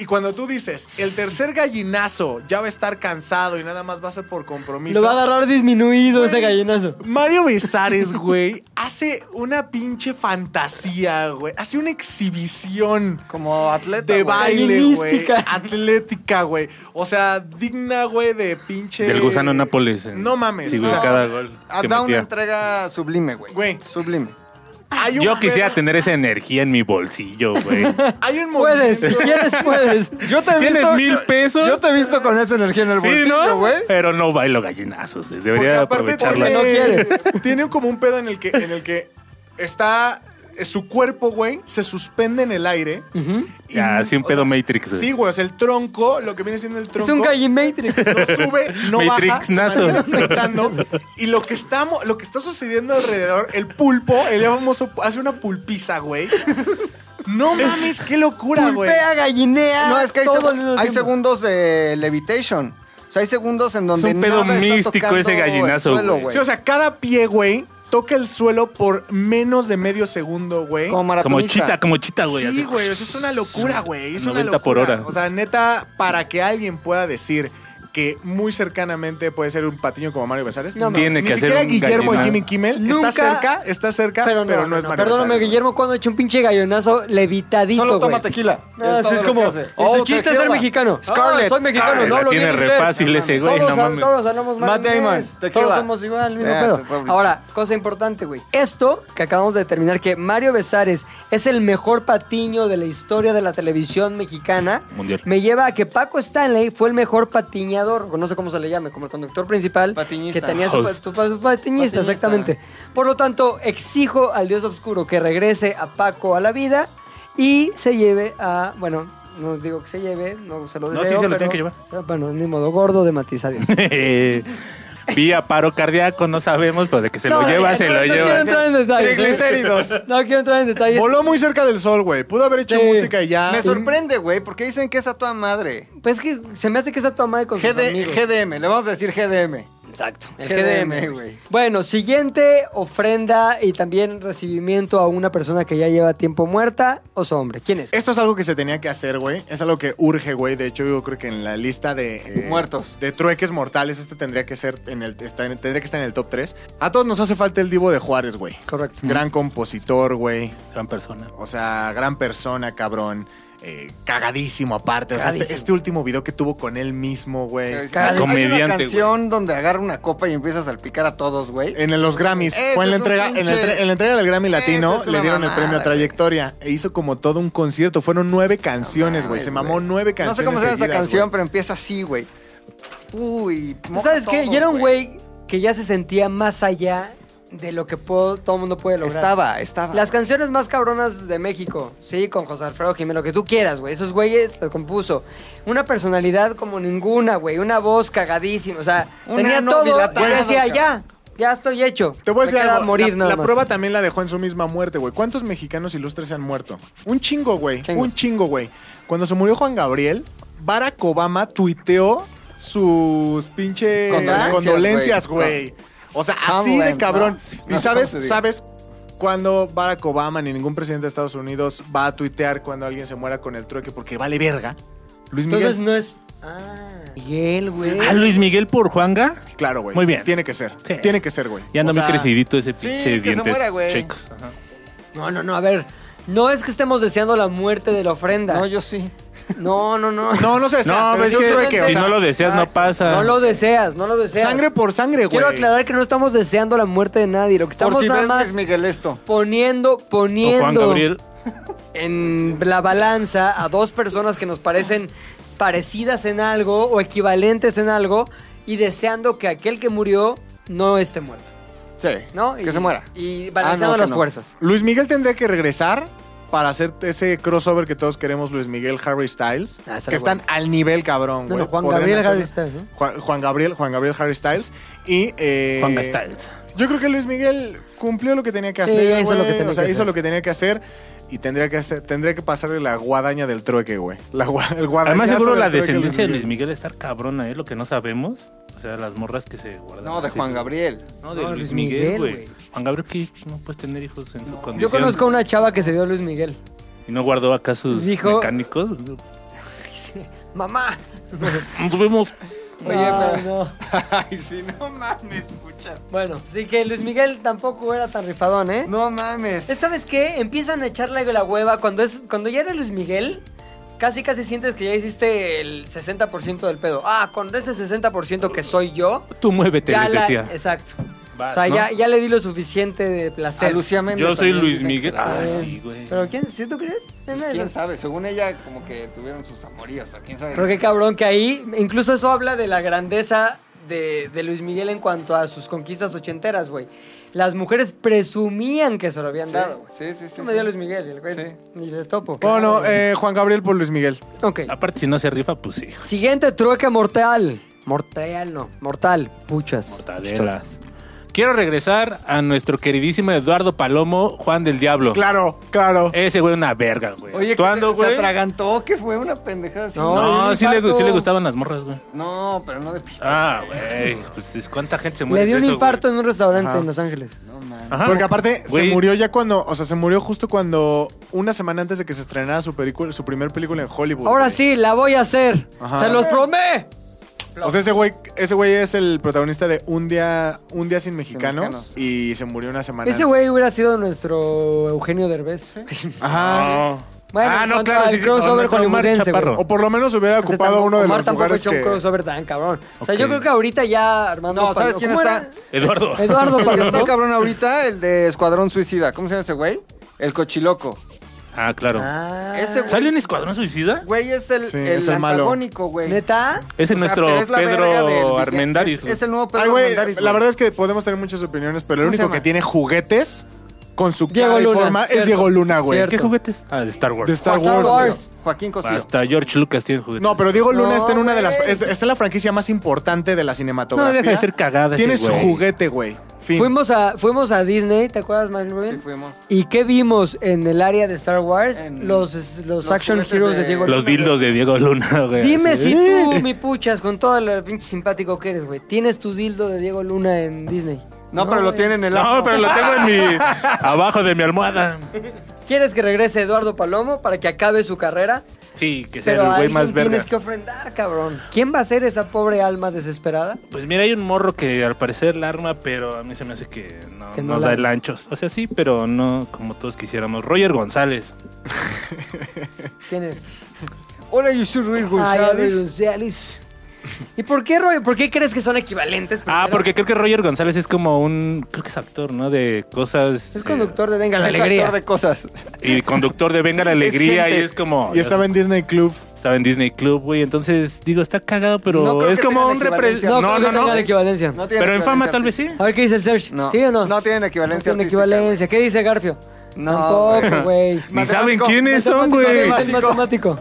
[SPEAKER 6] Y cuando tú dices, el tercer gallinazo ya va a estar cansado y nada más va a ser por compromiso.
[SPEAKER 1] Lo va a agarrar disminuido ese
[SPEAKER 6] Güey.
[SPEAKER 1] gallinazo.
[SPEAKER 6] Mario Besares, güey, hace una pinche fantasía, güey. Hace una exhibición
[SPEAKER 5] Como atleta.
[SPEAKER 6] de
[SPEAKER 5] güey.
[SPEAKER 6] baile, güey.
[SPEAKER 1] Galinística.
[SPEAKER 6] Atlética, güey. O sea, digna, güey, de pinche.
[SPEAKER 2] Del gusano Nápoles. eh.
[SPEAKER 6] No mames,
[SPEAKER 2] Sí, güey,
[SPEAKER 6] no.
[SPEAKER 2] cada gol.
[SPEAKER 5] Ah,
[SPEAKER 2] que
[SPEAKER 5] Da una
[SPEAKER 2] metía.
[SPEAKER 5] entrega sublime, güey.
[SPEAKER 6] Güey.
[SPEAKER 5] Sublime.
[SPEAKER 6] Hay un
[SPEAKER 2] Yo quisiera
[SPEAKER 6] pedo-
[SPEAKER 2] tener esa energía en mi bolsillo, güey.
[SPEAKER 6] Hay un
[SPEAKER 1] Puedes, si
[SPEAKER 6] movimiento.
[SPEAKER 1] quieres, puedes.
[SPEAKER 5] Yo
[SPEAKER 2] Si tienes mil pesos.
[SPEAKER 5] Yo te he visto con esa energía en el
[SPEAKER 2] Sí,
[SPEAKER 5] bolsillo,
[SPEAKER 2] ¿no?
[SPEAKER 5] güey.
[SPEAKER 2] Pero no bailo gallinazos, güey.
[SPEAKER 6] Porque
[SPEAKER 2] Debería
[SPEAKER 6] aparte
[SPEAKER 2] aprovecharla.
[SPEAKER 6] tiene,
[SPEAKER 1] No quieres.
[SPEAKER 6] tiene como un pedo en el que, en el que está. eh, Su cuerpo, güey, se suspende en el aire.
[SPEAKER 1] Ujú.
[SPEAKER 6] y-
[SPEAKER 2] Ya, así Ah, un
[SPEAKER 6] o
[SPEAKER 2] pedo eh.
[SPEAKER 6] sea,
[SPEAKER 2] Matrix. güey.
[SPEAKER 6] Sí, güey, o sea, el tronco, lo que viene siendo el tronco.
[SPEAKER 1] Es un gallimatrix.
[SPEAKER 6] no sube, no baja, se
[SPEAKER 2] Matrixnazo.
[SPEAKER 6] mantiene flotando. Y lo que, estamos, lo que está sucediendo alrededor, el pulpo, el famoso, hace una pulpiza, güey. No mames, qué locura, güey.
[SPEAKER 1] Pulpea, gallinea.
[SPEAKER 5] No, es que hay,
[SPEAKER 1] Ah, todo
[SPEAKER 5] seg-
[SPEAKER 1] al mismo
[SPEAKER 5] hay
[SPEAKER 1] tiempo.
[SPEAKER 5] segundos de levitation. O sea, hay segundos en donde.
[SPEAKER 2] Es un pedo
[SPEAKER 5] nada está
[SPEAKER 2] místico
[SPEAKER 5] tocando
[SPEAKER 2] ese gallinazo,
[SPEAKER 5] el suelo,
[SPEAKER 2] güey.
[SPEAKER 5] güey.
[SPEAKER 6] Sí, o sea, cada pie, güey, toca el suelo por menos de medio segundo,
[SPEAKER 1] ¿eh?
[SPEAKER 6] güey.
[SPEAKER 5] como
[SPEAKER 2] Como
[SPEAKER 5] maratonista.
[SPEAKER 2] chita, como chita, güey.
[SPEAKER 6] Sí,
[SPEAKER 2] así.
[SPEAKER 6] güey, o sea, es una locura, güey. Es una
[SPEAKER 2] 90
[SPEAKER 6] locura.
[SPEAKER 2] por hora.
[SPEAKER 6] O sea, neta, para que alguien pueda decir que muy cercanamente puede ser un patiño como Mario Besares.
[SPEAKER 1] No, no.
[SPEAKER 2] Tiene
[SPEAKER 6] Ni
[SPEAKER 2] que hacer
[SPEAKER 6] siquiera
[SPEAKER 2] un
[SPEAKER 6] Guillermo
[SPEAKER 2] gallinazo.
[SPEAKER 6] Jimmy Kimmel
[SPEAKER 1] Nunca-
[SPEAKER 6] está cerca, está cerca, pero no, es Mario
[SPEAKER 1] Perdóname,
[SPEAKER 6] Besares, güey.
[SPEAKER 1] Guillermo, cuando he hecho un pinche gallonazo levitadito,
[SPEAKER 5] Solo toma
[SPEAKER 1] güey.
[SPEAKER 5] tequila.
[SPEAKER 1] No,
[SPEAKER 5] todo
[SPEAKER 1] es
[SPEAKER 5] lo
[SPEAKER 1] como.
[SPEAKER 5] que
[SPEAKER 1] Y
[SPEAKER 5] hace.
[SPEAKER 1] su
[SPEAKER 5] Oh,
[SPEAKER 1] chiste es ser
[SPEAKER 5] tequila.
[SPEAKER 1] mexicano.
[SPEAKER 5] Scarlett.
[SPEAKER 1] Ah, soy mexicano,
[SPEAKER 2] Scarlett,
[SPEAKER 1] no
[SPEAKER 2] la
[SPEAKER 1] hablo
[SPEAKER 2] tiene
[SPEAKER 1] bien
[SPEAKER 2] re
[SPEAKER 1] inglés.
[SPEAKER 2] fácil ese güey,
[SPEAKER 1] Todos,
[SPEAKER 2] no
[SPEAKER 1] hab-
[SPEAKER 2] mames.
[SPEAKER 1] todos hablamos mal
[SPEAKER 5] Matt
[SPEAKER 1] inglés.
[SPEAKER 5] Damon, tequila.
[SPEAKER 1] Todos somos igual, al mismo
[SPEAKER 5] Eh,
[SPEAKER 1] pedo.
[SPEAKER 5] te puedo hablar.
[SPEAKER 1] Ahora, cosa importante, güey. Esto que acabamos de determinar que Mario Besares es el mejor patiño de la historia de la televisión mexicana.
[SPEAKER 2] Mundial.
[SPEAKER 1] Me lleva a que Paco Stanley fue el mejor patiñador, o no sé cómo se le llame, como el conductor principal.
[SPEAKER 5] Patiñista.
[SPEAKER 1] Que tenía su, pa-
[SPEAKER 2] Host.
[SPEAKER 1] su pa- su patiñista,
[SPEAKER 5] Patiñista.
[SPEAKER 1] exactamente. Por lo tanto, exijo al Dios Oscuro que regrese a Paco a la vida y se lleve a. Bueno, no digo que se lleve, no se lo
[SPEAKER 2] No,
[SPEAKER 1] deseo.
[SPEAKER 2] sí se lo
[SPEAKER 1] pero-
[SPEAKER 2] tiene que llevar.
[SPEAKER 1] Bueno, ni modo, gordo de matiz, adiós.
[SPEAKER 2] Vía paro cardíaco, no sabemos, pero de que se
[SPEAKER 1] No,
[SPEAKER 2] lo lleva,
[SPEAKER 1] no,
[SPEAKER 2] se
[SPEAKER 1] no,
[SPEAKER 2] lo
[SPEAKER 1] no
[SPEAKER 2] lleva.
[SPEAKER 1] quiero entrar en detalles. ¿eh?
[SPEAKER 5] Triglicéridos.
[SPEAKER 1] No quiero entrar en detalles.
[SPEAKER 6] Voló muy cerca del sol, güey. Pudo haber hecho
[SPEAKER 1] Sí.
[SPEAKER 6] música y ya.
[SPEAKER 5] Me sorprende, güey, porque dicen que es a toda madre.
[SPEAKER 1] Pues es que se me hace que esa toma de con sus
[SPEAKER 5] GD
[SPEAKER 1] amigos.
[SPEAKER 5] GDM, le vamos a decir GDM.
[SPEAKER 1] Exacto. El
[SPEAKER 5] GDM,
[SPEAKER 1] GDM.
[SPEAKER 5] güey.
[SPEAKER 1] Bueno, siguiente ofrenda y también recibimiento a una persona que ya lleva tiempo muerta. Oso hombre. ¿Quién es?
[SPEAKER 6] Esto es algo que se tenía que hacer, güey. Es algo que urge, güey. De hecho, yo creo que en la lista de... eh,
[SPEAKER 5] Muertos.
[SPEAKER 6] De trueques mortales, este tendría que ser en el... está en- tendría que estar en el top 3. A todos nos hace falta el divo de Juárez, güey.
[SPEAKER 1] Correcto.
[SPEAKER 6] Gran compositor, güey.
[SPEAKER 2] Gran persona.
[SPEAKER 6] O sea, gran persona, cabrón. Eh, cagadísimo aparte. O sea, este,
[SPEAKER 1] Cagadísimo.
[SPEAKER 6] este último video que tuvo con él mismo, güey.
[SPEAKER 1] Cada-
[SPEAKER 5] Hay
[SPEAKER 2] Comediante,
[SPEAKER 5] una
[SPEAKER 2] güey.
[SPEAKER 5] canción donde agarra una copa y empieza a salpicar a todos, güey.
[SPEAKER 6] En el- los Grammys.
[SPEAKER 5] Ese
[SPEAKER 6] Fue en la,
[SPEAKER 5] es un
[SPEAKER 6] entrega, en, la
[SPEAKER 5] pinche-
[SPEAKER 6] entre- en la entrega del Grammy Latino.
[SPEAKER 5] es una
[SPEAKER 6] le dieron
[SPEAKER 5] mamada,
[SPEAKER 6] el premio a
[SPEAKER 5] güey.
[SPEAKER 6] Trayectoria. E hizo como todo un concierto. Fueron nueve canciones, güey. Se mamó nueve
[SPEAKER 5] No
[SPEAKER 6] canciones.
[SPEAKER 5] sé cómo se llama esta
[SPEAKER 6] seguidas,
[SPEAKER 5] canción,
[SPEAKER 6] güey.
[SPEAKER 5] pero empieza así, güey. Uy, moja
[SPEAKER 1] ¿Sabes qué?
[SPEAKER 5] todo,
[SPEAKER 1] Y era un güey que ya se sentía más allá de lo que puedo- todo el mundo puede lograr.
[SPEAKER 5] Estaba, estaba.
[SPEAKER 1] Las canciones más cabronas de México, sí, con José Alfredo Jiménez, lo que tú quieras, güey. Esos güeyes los compuso. Una personalidad como ninguna, güey. Una voz cagadísima. O sea,
[SPEAKER 5] Una
[SPEAKER 1] tenía
[SPEAKER 5] no
[SPEAKER 1] todo. Y
[SPEAKER 5] dilatada,
[SPEAKER 1] decía,
[SPEAKER 5] cabrón.
[SPEAKER 1] ya, ya estoy hecho.
[SPEAKER 6] Te voy a
[SPEAKER 1] Me
[SPEAKER 6] decir
[SPEAKER 1] queda
[SPEAKER 6] algo,
[SPEAKER 1] morir
[SPEAKER 6] la,
[SPEAKER 1] nada
[SPEAKER 6] la
[SPEAKER 1] más.
[SPEAKER 6] prueba también la dejó en su misma muerte, güey. ¿Cuántos mexicanos ilustres se han muerto? Un chingo, güey.
[SPEAKER 1] Chingos.
[SPEAKER 6] Un chingo, güey. Cuando se murió Juan Gabriel, Barack Obama tuiteó sus pinches
[SPEAKER 5] Condolencias,
[SPEAKER 6] condolencias,
[SPEAKER 5] güey.
[SPEAKER 6] güey. O sea, así de
[SPEAKER 5] Hamlet,
[SPEAKER 6] cabrón.
[SPEAKER 5] ¿no?
[SPEAKER 6] Y
[SPEAKER 5] No,
[SPEAKER 6] sabes,
[SPEAKER 5] ¿cómo se dice?
[SPEAKER 6] sabes cuando Barack Obama ni ningún presidente de Estados Unidos va a tuitear cuando alguien se muera con el trueque porque vale verga. Luis Miguel. Ah,
[SPEAKER 1] Entonces no es. Ah, Miguel, güey.
[SPEAKER 2] ¿A Luis Miguel por Juanga?
[SPEAKER 6] claro, güey.
[SPEAKER 2] Muy bien.
[SPEAKER 6] Tiene que ser.
[SPEAKER 2] Sí.
[SPEAKER 6] Tiene que ser, güey.
[SPEAKER 2] Ya anda
[SPEAKER 6] O
[SPEAKER 2] muy
[SPEAKER 6] sea,
[SPEAKER 2] crecidito ese pinche
[SPEAKER 5] que se
[SPEAKER 2] dientes
[SPEAKER 5] muera, güey.
[SPEAKER 2] checos.
[SPEAKER 1] No, no, no, a ver. No es que estemos deseando la muerte de la ofrenda.
[SPEAKER 5] No,
[SPEAKER 1] No,
[SPEAKER 5] yo sí.
[SPEAKER 1] no, no. No,
[SPEAKER 6] No, no sé.
[SPEAKER 2] No, ves que
[SPEAKER 1] trueque, o
[SPEAKER 2] si
[SPEAKER 1] sea,
[SPEAKER 2] no lo deseas no pasa.
[SPEAKER 1] lo deseas, no lo deseas.
[SPEAKER 6] Sangre por sangre, güey.
[SPEAKER 1] Quiero aclarar que no estamos deseando la muerte de nadie. Lo que estamos
[SPEAKER 5] Por si
[SPEAKER 1] nada
[SPEAKER 5] ves
[SPEAKER 1] más
[SPEAKER 5] Luis Miguel esto.
[SPEAKER 1] poniendo,
[SPEAKER 2] O Juan
[SPEAKER 1] poniendo
[SPEAKER 2] Gabriel.
[SPEAKER 1] en la balanza a dos personas que nos parecen parecidas en algo o equivalentes en algo y deseando que aquel que murió no esté muerto,
[SPEAKER 5] Sí.
[SPEAKER 1] ¿no?
[SPEAKER 5] Que
[SPEAKER 1] Y-
[SPEAKER 5] se muera.
[SPEAKER 1] Y balanceando
[SPEAKER 5] Ah, no, que
[SPEAKER 1] las
[SPEAKER 5] no.
[SPEAKER 1] fuerzas.
[SPEAKER 6] Luis Miguel tendría que regresar para hacer ese crossover que todos queremos, Luis Miguel, Harry Styles,
[SPEAKER 1] Ah, estaría
[SPEAKER 6] que están al nivel cabrón,
[SPEAKER 1] No,
[SPEAKER 6] güey.
[SPEAKER 1] no, Juan
[SPEAKER 6] Podrían
[SPEAKER 1] Gabriel,
[SPEAKER 6] hacer-
[SPEAKER 1] Harry Styles, ¿no?
[SPEAKER 6] Juan, Juan Gabriel, Juan Gabriel, Harry Styles y eh,
[SPEAKER 2] Juanga Styles.
[SPEAKER 6] Yo creo que Luis Miguel cumplió lo que tenía que
[SPEAKER 1] Sí,
[SPEAKER 6] hacer,
[SPEAKER 1] hizo
[SPEAKER 6] güey.
[SPEAKER 1] lo que tenía
[SPEAKER 6] o sea,
[SPEAKER 1] que
[SPEAKER 6] hizo
[SPEAKER 1] hacer.
[SPEAKER 6] lo que tenía que hacer y tendría que hacer, tendría que pasarle la guadaña del trueque, güey. La, gua- el guadañazo
[SPEAKER 2] Además, seguro
[SPEAKER 6] del
[SPEAKER 2] la
[SPEAKER 6] trueque a
[SPEAKER 2] descendencia de Luis Miguel está cabrona, ¿eh? Lo que no sabemos. O sea, las morras que se guardan.
[SPEAKER 5] No, de
[SPEAKER 2] así
[SPEAKER 5] Juan
[SPEAKER 2] su-
[SPEAKER 5] Gabriel.
[SPEAKER 2] No, de
[SPEAKER 1] No,
[SPEAKER 2] Luis
[SPEAKER 1] Luis
[SPEAKER 2] Miguel,
[SPEAKER 1] Miguel,
[SPEAKER 2] güey.
[SPEAKER 1] güey.
[SPEAKER 2] Juan Gabriel que no puedes tener hijos en su condición.
[SPEAKER 1] Yo conozco a una chava que se dio a Luis Miguel.
[SPEAKER 2] Y no guardó acá sus
[SPEAKER 1] Dijo-
[SPEAKER 2] mecánicos.
[SPEAKER 1] ¡Mamá!
[SPEAKER 2] Nos vemos.
[SPEAKER 1] Oye, pero no.
[SPEAKER 5] Ay, sí, no mames, escucha.
[SPEAKER 1] Bueno, sí que Luis Miguel tampoco era tan rifadón, ¿eh?
[SPEAKER 5] No mames.
[SPEAKER 1] Es, ¿Sabes qué? Empiezan a echarle la hueva cuando es cuando ya eres Luis Miguel. Casi casi sientes que ya hiciste el 60% del pedo. Ah, con ese 60% que soy yo,
[SPEAKER 2] Tú muévete,
[SPEAKER 1] ya
[SPEAKER 2] les
[SPEAKER 1] la-
[SPEAKER 2] decía.
[SPEAKER 1] exacto.
[SPEAKER 2] Vas,
[SPEAKER 1] o sea,
[SPEAKER 2] ¿no?
[SPEAKER 1] ya, ya le di lo suficiente de
[SPEAKER 5] A
[SPEAKER 1] placer.
[SPEAKER 5] Lucía Méndez.
[SPEAKER 2] Yo soy
[SPEAKER 5] también
[SPEAKER 2] Luis
[SPEAKER 5] dicen
[SPEAKER 2] Miguel.
[SPEAKER 5] que- Ah,
[SPEAKER 2] Ah, sí, güey.
[SPEAKER 1] Pero quién, ¿sí tú crees?
[SPEAKER 5] Pues, ¿Quién sabe? Según ella, como que tuvieron sus amoríos, pero quién sabe.
[SPEAKER 1] Pero qué cabrón que ahí, incluso eso habla de la grandeza de, de Luis Miguel en cuanto a sus conquistas ochenteras, güey. Las mujeres presumían que se lo habían
[SPEAKER 5] Sí,
[SPEAKER 1] dado, güey.
[SPEAKER 5] Sí, sí, sí.
[SPEAKER 1] Eso me dio Luis Miguel, el güey.
[SPEAKER 5] Sí.
[SPEAKER 1] Ni le topo.
[SPEAKER 6] Bueno, eh, Juan Gabriel por Luis Miguel.
[SPEAKER 1] Ok.
[SPEAKER 2] Aparte, si no se rifa, pues sí.
[SPEAKER 1] Siguiente trueque mortal. Mortal, no. Mortal. Puchas.
[SPEAKER 2] Mortadelas. Quiero regresar a nuestro queridísimo Eduardo Palomo, Juan del Diablo.
[SPEAKER 6] Claro, claro.
[SPEAKER 2] Ese güey una verga, güey.
[SPEAKER 5] Oye, que
[SPEAKER 2] Actuando,
[SPEAKER 5] se, se
[SPEAKER 2] güey.
[SPEAKER 5] atragantó, que fue una pendejada así.
[SPEAKER 1] No.
[SPEAKER 2] No,
[SPEAKER 1] Ay,
[SPEAKER 2] sí le,
[SPEAKER 1] infarto.
[SPEAKER 2] sí le gustaban las morras, güey.
[SPEAKER 5] No, pero no de p.
[SPEAKER 2] Ah, güey. Pues cuánta gente se muere.
[SPEAKER 1] Le dio
[SPEAKER 2] de
[SPEAKER 1] un
[SPEAKER 2] eso, güey?
[SPEAKER 1] infarto en un restaurante
[SPEAKER 6] Ajá.
[SPEAKER 1] en Los Ángeles.
[SPEAKER 5] No mames.
[SPEAKER 2] Ajá.
[SPEAKER 6] Porque aparte
[SPEAKER 2] Ah, Güey.
[SPEAKER 6] se murió ya cuando, o sea, se murió justo cuando una semana antes de que se estrenara su película, su primer película en Hollywood.
[SPEAKER 1] Ahora
[SPEAKER 6] güey.
[SPEAKER 1] sí, la voy a hacer.
[SPEAKER 6] Ajá.
[SPEAKER 1] ¡Se los promé!
[SPEAKER 6] O sea, ese güey, ese güey es el protagonista de Un día, un día sin mexicanos,
[SPEAKER 5] mexicanos.
[SPEAKER 6] y se murió una semana.
[SPEAKER 1] Ese güey hubiera sido nuestro Eugenio Derbez.
[SPEAKER 6] Ajá.
[SPEAKER 2] No.
[SPEAKER 1] Bueno,
[SPEAKER 2] ah,
[SPEAKER 1] en
[SPEAKER 2] no,
[SPEAKER 1] cuanto
[SPEAKER 2] claro.
[SPEAKER 1] al
[SPEAKER 2] Sí, sí,
[SPEAKER 1] crossover
[SPEAKER 2] con Omar
[SPEAKER 1] hollywoodense,
[SPEAKER 2] Chaparro.
[SPEAKER 6] O por lo menos hubiera ocupado
[SPEAKER 1] Tampoco-
[SPEAKER 6] uno de
[SPEAKER 1] Omar
[SPEAKER 6] los
[SPEAKER 1] tampoco
[SPEAKER 6] lugares
[SPEAKER 1] echó un
[SPEAKER 6] que-
[SPEAKER 1] crossover tan cabrón. O sea, yo
[SPEAKER 6] Ok.
[SPEAKER 1] creo que ahorita ya Armando...
[SPEAKER 5] No, ¿sabes
[SPEAKER 1] Palomo-
[SPEAKER 5] quién
[SPEAKER 1] ¿Cómo
[SPEAKER 5] está?
[SPEAKER 1] era?
[SPEAKER 2] Eduardo.
[SPEAKER 1] Eduardo
[SPEAKER 5] El que está
[SPEAKER 1] Palomo.
[SPEAKER 5] cabrón ahorita, el de Escuadrón Suicida. ¿Cómo se llama ese güey? El cochiloco.
[SPEAKER 2] Ah, claro.
[SPEAKER 1] Ah,
[SPEAKER 5] Ese güey-
[SPEAKER 2] ¿Sale un escuadrón suicida?
[SPEAKER 5] Güey es el,
[SPEAKER 6] Sí,
[SPEAKER 5] el
[SPEAKER 6] es el malo.
[SPEAKER 5] antagónico, güey.
[SPEAKER 1] ¿Neta?
[SPEAKER 2] Ese
[SPEAKER 5] O
[SPEAKER 2] es
[SPEAKER 5] sea, pero
[SPEAKER 2] nuestro
[SPEAKER 5] es la verga del
[SPEAKER 2] Pedro
[SPEAKER 5] villano.
[SPEAKER 2] Armendáriz.
[SPEAKER 5] Es,
[SPEAKER 2] güey.
[SPEAKER 5] es el nuevo Pedro
[SPEAKER 6] Ay, güey,
[SPEAKER 5] Armendáriz.
[SPEAKER 6] la
[SPEAKER 5] güey.
[SPEAKER 6] verdad es que podemos tener muchas opiniones, pero el
[SPEAKER 5] ¿Cómo se
[SPEAKER 6] único
[SPEAKER 5] llama?
[SPEAKER 6] que tiene juguetes con su
[SPEAKER 1] Diego
[SPEAKER 6] cara y
[SPEAKER 1] Luna,
[SPEAKER 6] forma es
[SPEAKER 1] cierto.
[SPEAKER 6] Diego Luna, güey.
[SPEAKER 1] Cierto.
[SPEAKER 2] ¿Qué juguetes? Ah, de Star
[SPEAKER 6] De
[SPEAKER 2] Wars.
[SPEAKER 6] Star
[SPEAKER 1] Star
[SPEAKER 6] Wars.
[SPEAKER 1] Wars.
[SPEAKER 6] güey.
[SPEAKER 5] Joaquín Cosío.
[SPEAKER 2] Hasta George Lucas tiene juguetes.
[SPEAKER 6] No, pero Diego Luna
[SPEAKER 1] No,
[SPEAKER 6] está en una de las
[SPEAKER 1] güey.
[SPEAKER 6] es- está en la franquicia más importante de la
[SPEAKER 2] No
[SPEAKER 6] cinematografía.
[SPEAKER 2] deja de ser cagada.
[SPEAKER 6] Tiene
[SPEAKER 2] ese
[SPEAKER 6] su
[SPEAKER 2] güey.
[SPEAKER 6] juguete, güey. Fin.
[SPEAKER 1] Fuimos a, fuimos a Disney, ¿te acuerdas, Manuel? Rubén?
[SPEAKER 5] Sí, fuimos.
[SPEAKER 1] ¿Y qué vimos en el área de Star Wars?
[SPEAKER 5] En-
[SPEAKER 1] los, los,
[SPEAKER 5] los
[SPEAKER 1] action
[SPEAKER 5] juguetes
[SPEAKER 1] heroes de,
[SPEAKER 5] de-
[SPEAKER 1] Diego
[SPEAKER 2] Los
[SPEAKER 1] Luna,
[SPEAKER 2] dildos de Diego Luna, güey.
[SPEAKER 1] Dime
[SPEAKER 2] así.
[SPEAKER 1] si tú, mi puchas, con todo lo pinche simpático que eres, güey, tienes tu dildo de Diego Luna en Disney.
[SPEAKER 5] No, pero lo
[SPEAKER 1] güey.
[SPEAKER 5] tienen en el
[SPEAKER 2] No,
[SPEAKER 5] auto.
[SPEAKER 2] pero lo tengo en mi. abajo de mi almohada.
[SPEAKER 1] ¿Quieres que regrese Eduardo Palomo para que acabe su carrera?
[SPEAKER 2] Sí, que sea
[SPEAKER 1] Pero
[SPEAKER 2] el
[SPEAKER 1] a
[SPEAKER 2] güey
[SPEAKER 1] alguien
[SPEAKER 2] más verga.
[SPEAKER 1] tienes que ofrendar, cabrón. ¿Quién va a ser esa pobre alma desesperada?
[SPEAKER 2] Pues mira, hay un morro que al parecer la arma, pero a mí se me hace que no,
[SPEAKER 1] Que no
[SPEAKER 2] no
[SPEAKER 1] la-
[SPEAKER 2] da el ancho. O sea, sí, pero no como todos quisiéramos. Roger González.
[SPEAKER 1] ¿Quién es?
[SPEAKER 5] Ah, Hola, yo soy
[SPEAKER 2] Ah,
[SPEAKER 5] Ruiz
[SPEAKER 1] Ay,
[SPEAKER 5] González.
[SPEAKER 1] Gabriel González. ¿Y por qué, Roy? ¿Por qué crees que son equivalentes?
[SPEAKER 2] Ah,
[SPEAKER 1] Primero,
[SPEAKER 2] porque creo que Roger González es como un. Creo que es actor, ¿no? De cosas.
[SPEAKER 1] Es conductor de Venga la
[SPEAKER 5] Es actor
[SPEAKER 1] Alegría.
[SPEAKER 5] de cosas.
[SPEAKER 2] eh, y conductor de Venga la Alegría.
[SPEAKER 5] gente.
[SPEAKER 2] y es como.
[SPEAKER 6] Y estaba en Disney Club.
[SPEAKER 2] estaba en Disney Club, güey. Entonces, digo, está cagado, pero
[SPEAKER 5] No creo
[SPEAKER 2] es
[SPEAKER 5] que
[SPEAKER 2] como
[SPEAKER 5] tengan
[SPEAKER 2] un repre-
[SPEAKER 5] equivalencia.
[SPEAKER 1] No,
[SPEAKER 2] No,
[SPEAKER 1] creo
[SPEAKER 2] no,
[SPEAKER 1] que tenga
[SPEAKER 2] no.
[SPEAKER 1] la equivalencia.
[SPEAKER 5] No tienen
[SPEAKER 2] Pero en fama
[SPEAKER 5] equivalencia
[SPEAKER 2] tal vez
[SPEAKER 5] artística.
[SPEAKER 2] sí.
[SPEAKER 1] A ver qué dice el Search.
[SPEAKER 5] No,
[SPEAKER 1] ¿Sí o no?
[SPEAKER 5] no tienen
[SPEAKER 1] No
[SPEAKER 5] equivalencia
[SPEAKER 1] tiene
[SPEAKER 5] artística,
[SPEAKER 1] equivalencia. ¿Qué dice Garfio?
[SPEAKER 5] No,
[SPEAKER 1] Tampoco, güey.
[SPEAKER 2] Ni saben
[SPEAKER 5] Matemático.
[SPEAKER 2] quiénes son,
[SPEAKER 1] Matemático,
[SPEAKER 2] güey.
[SPEAKER 1] dice el matemático.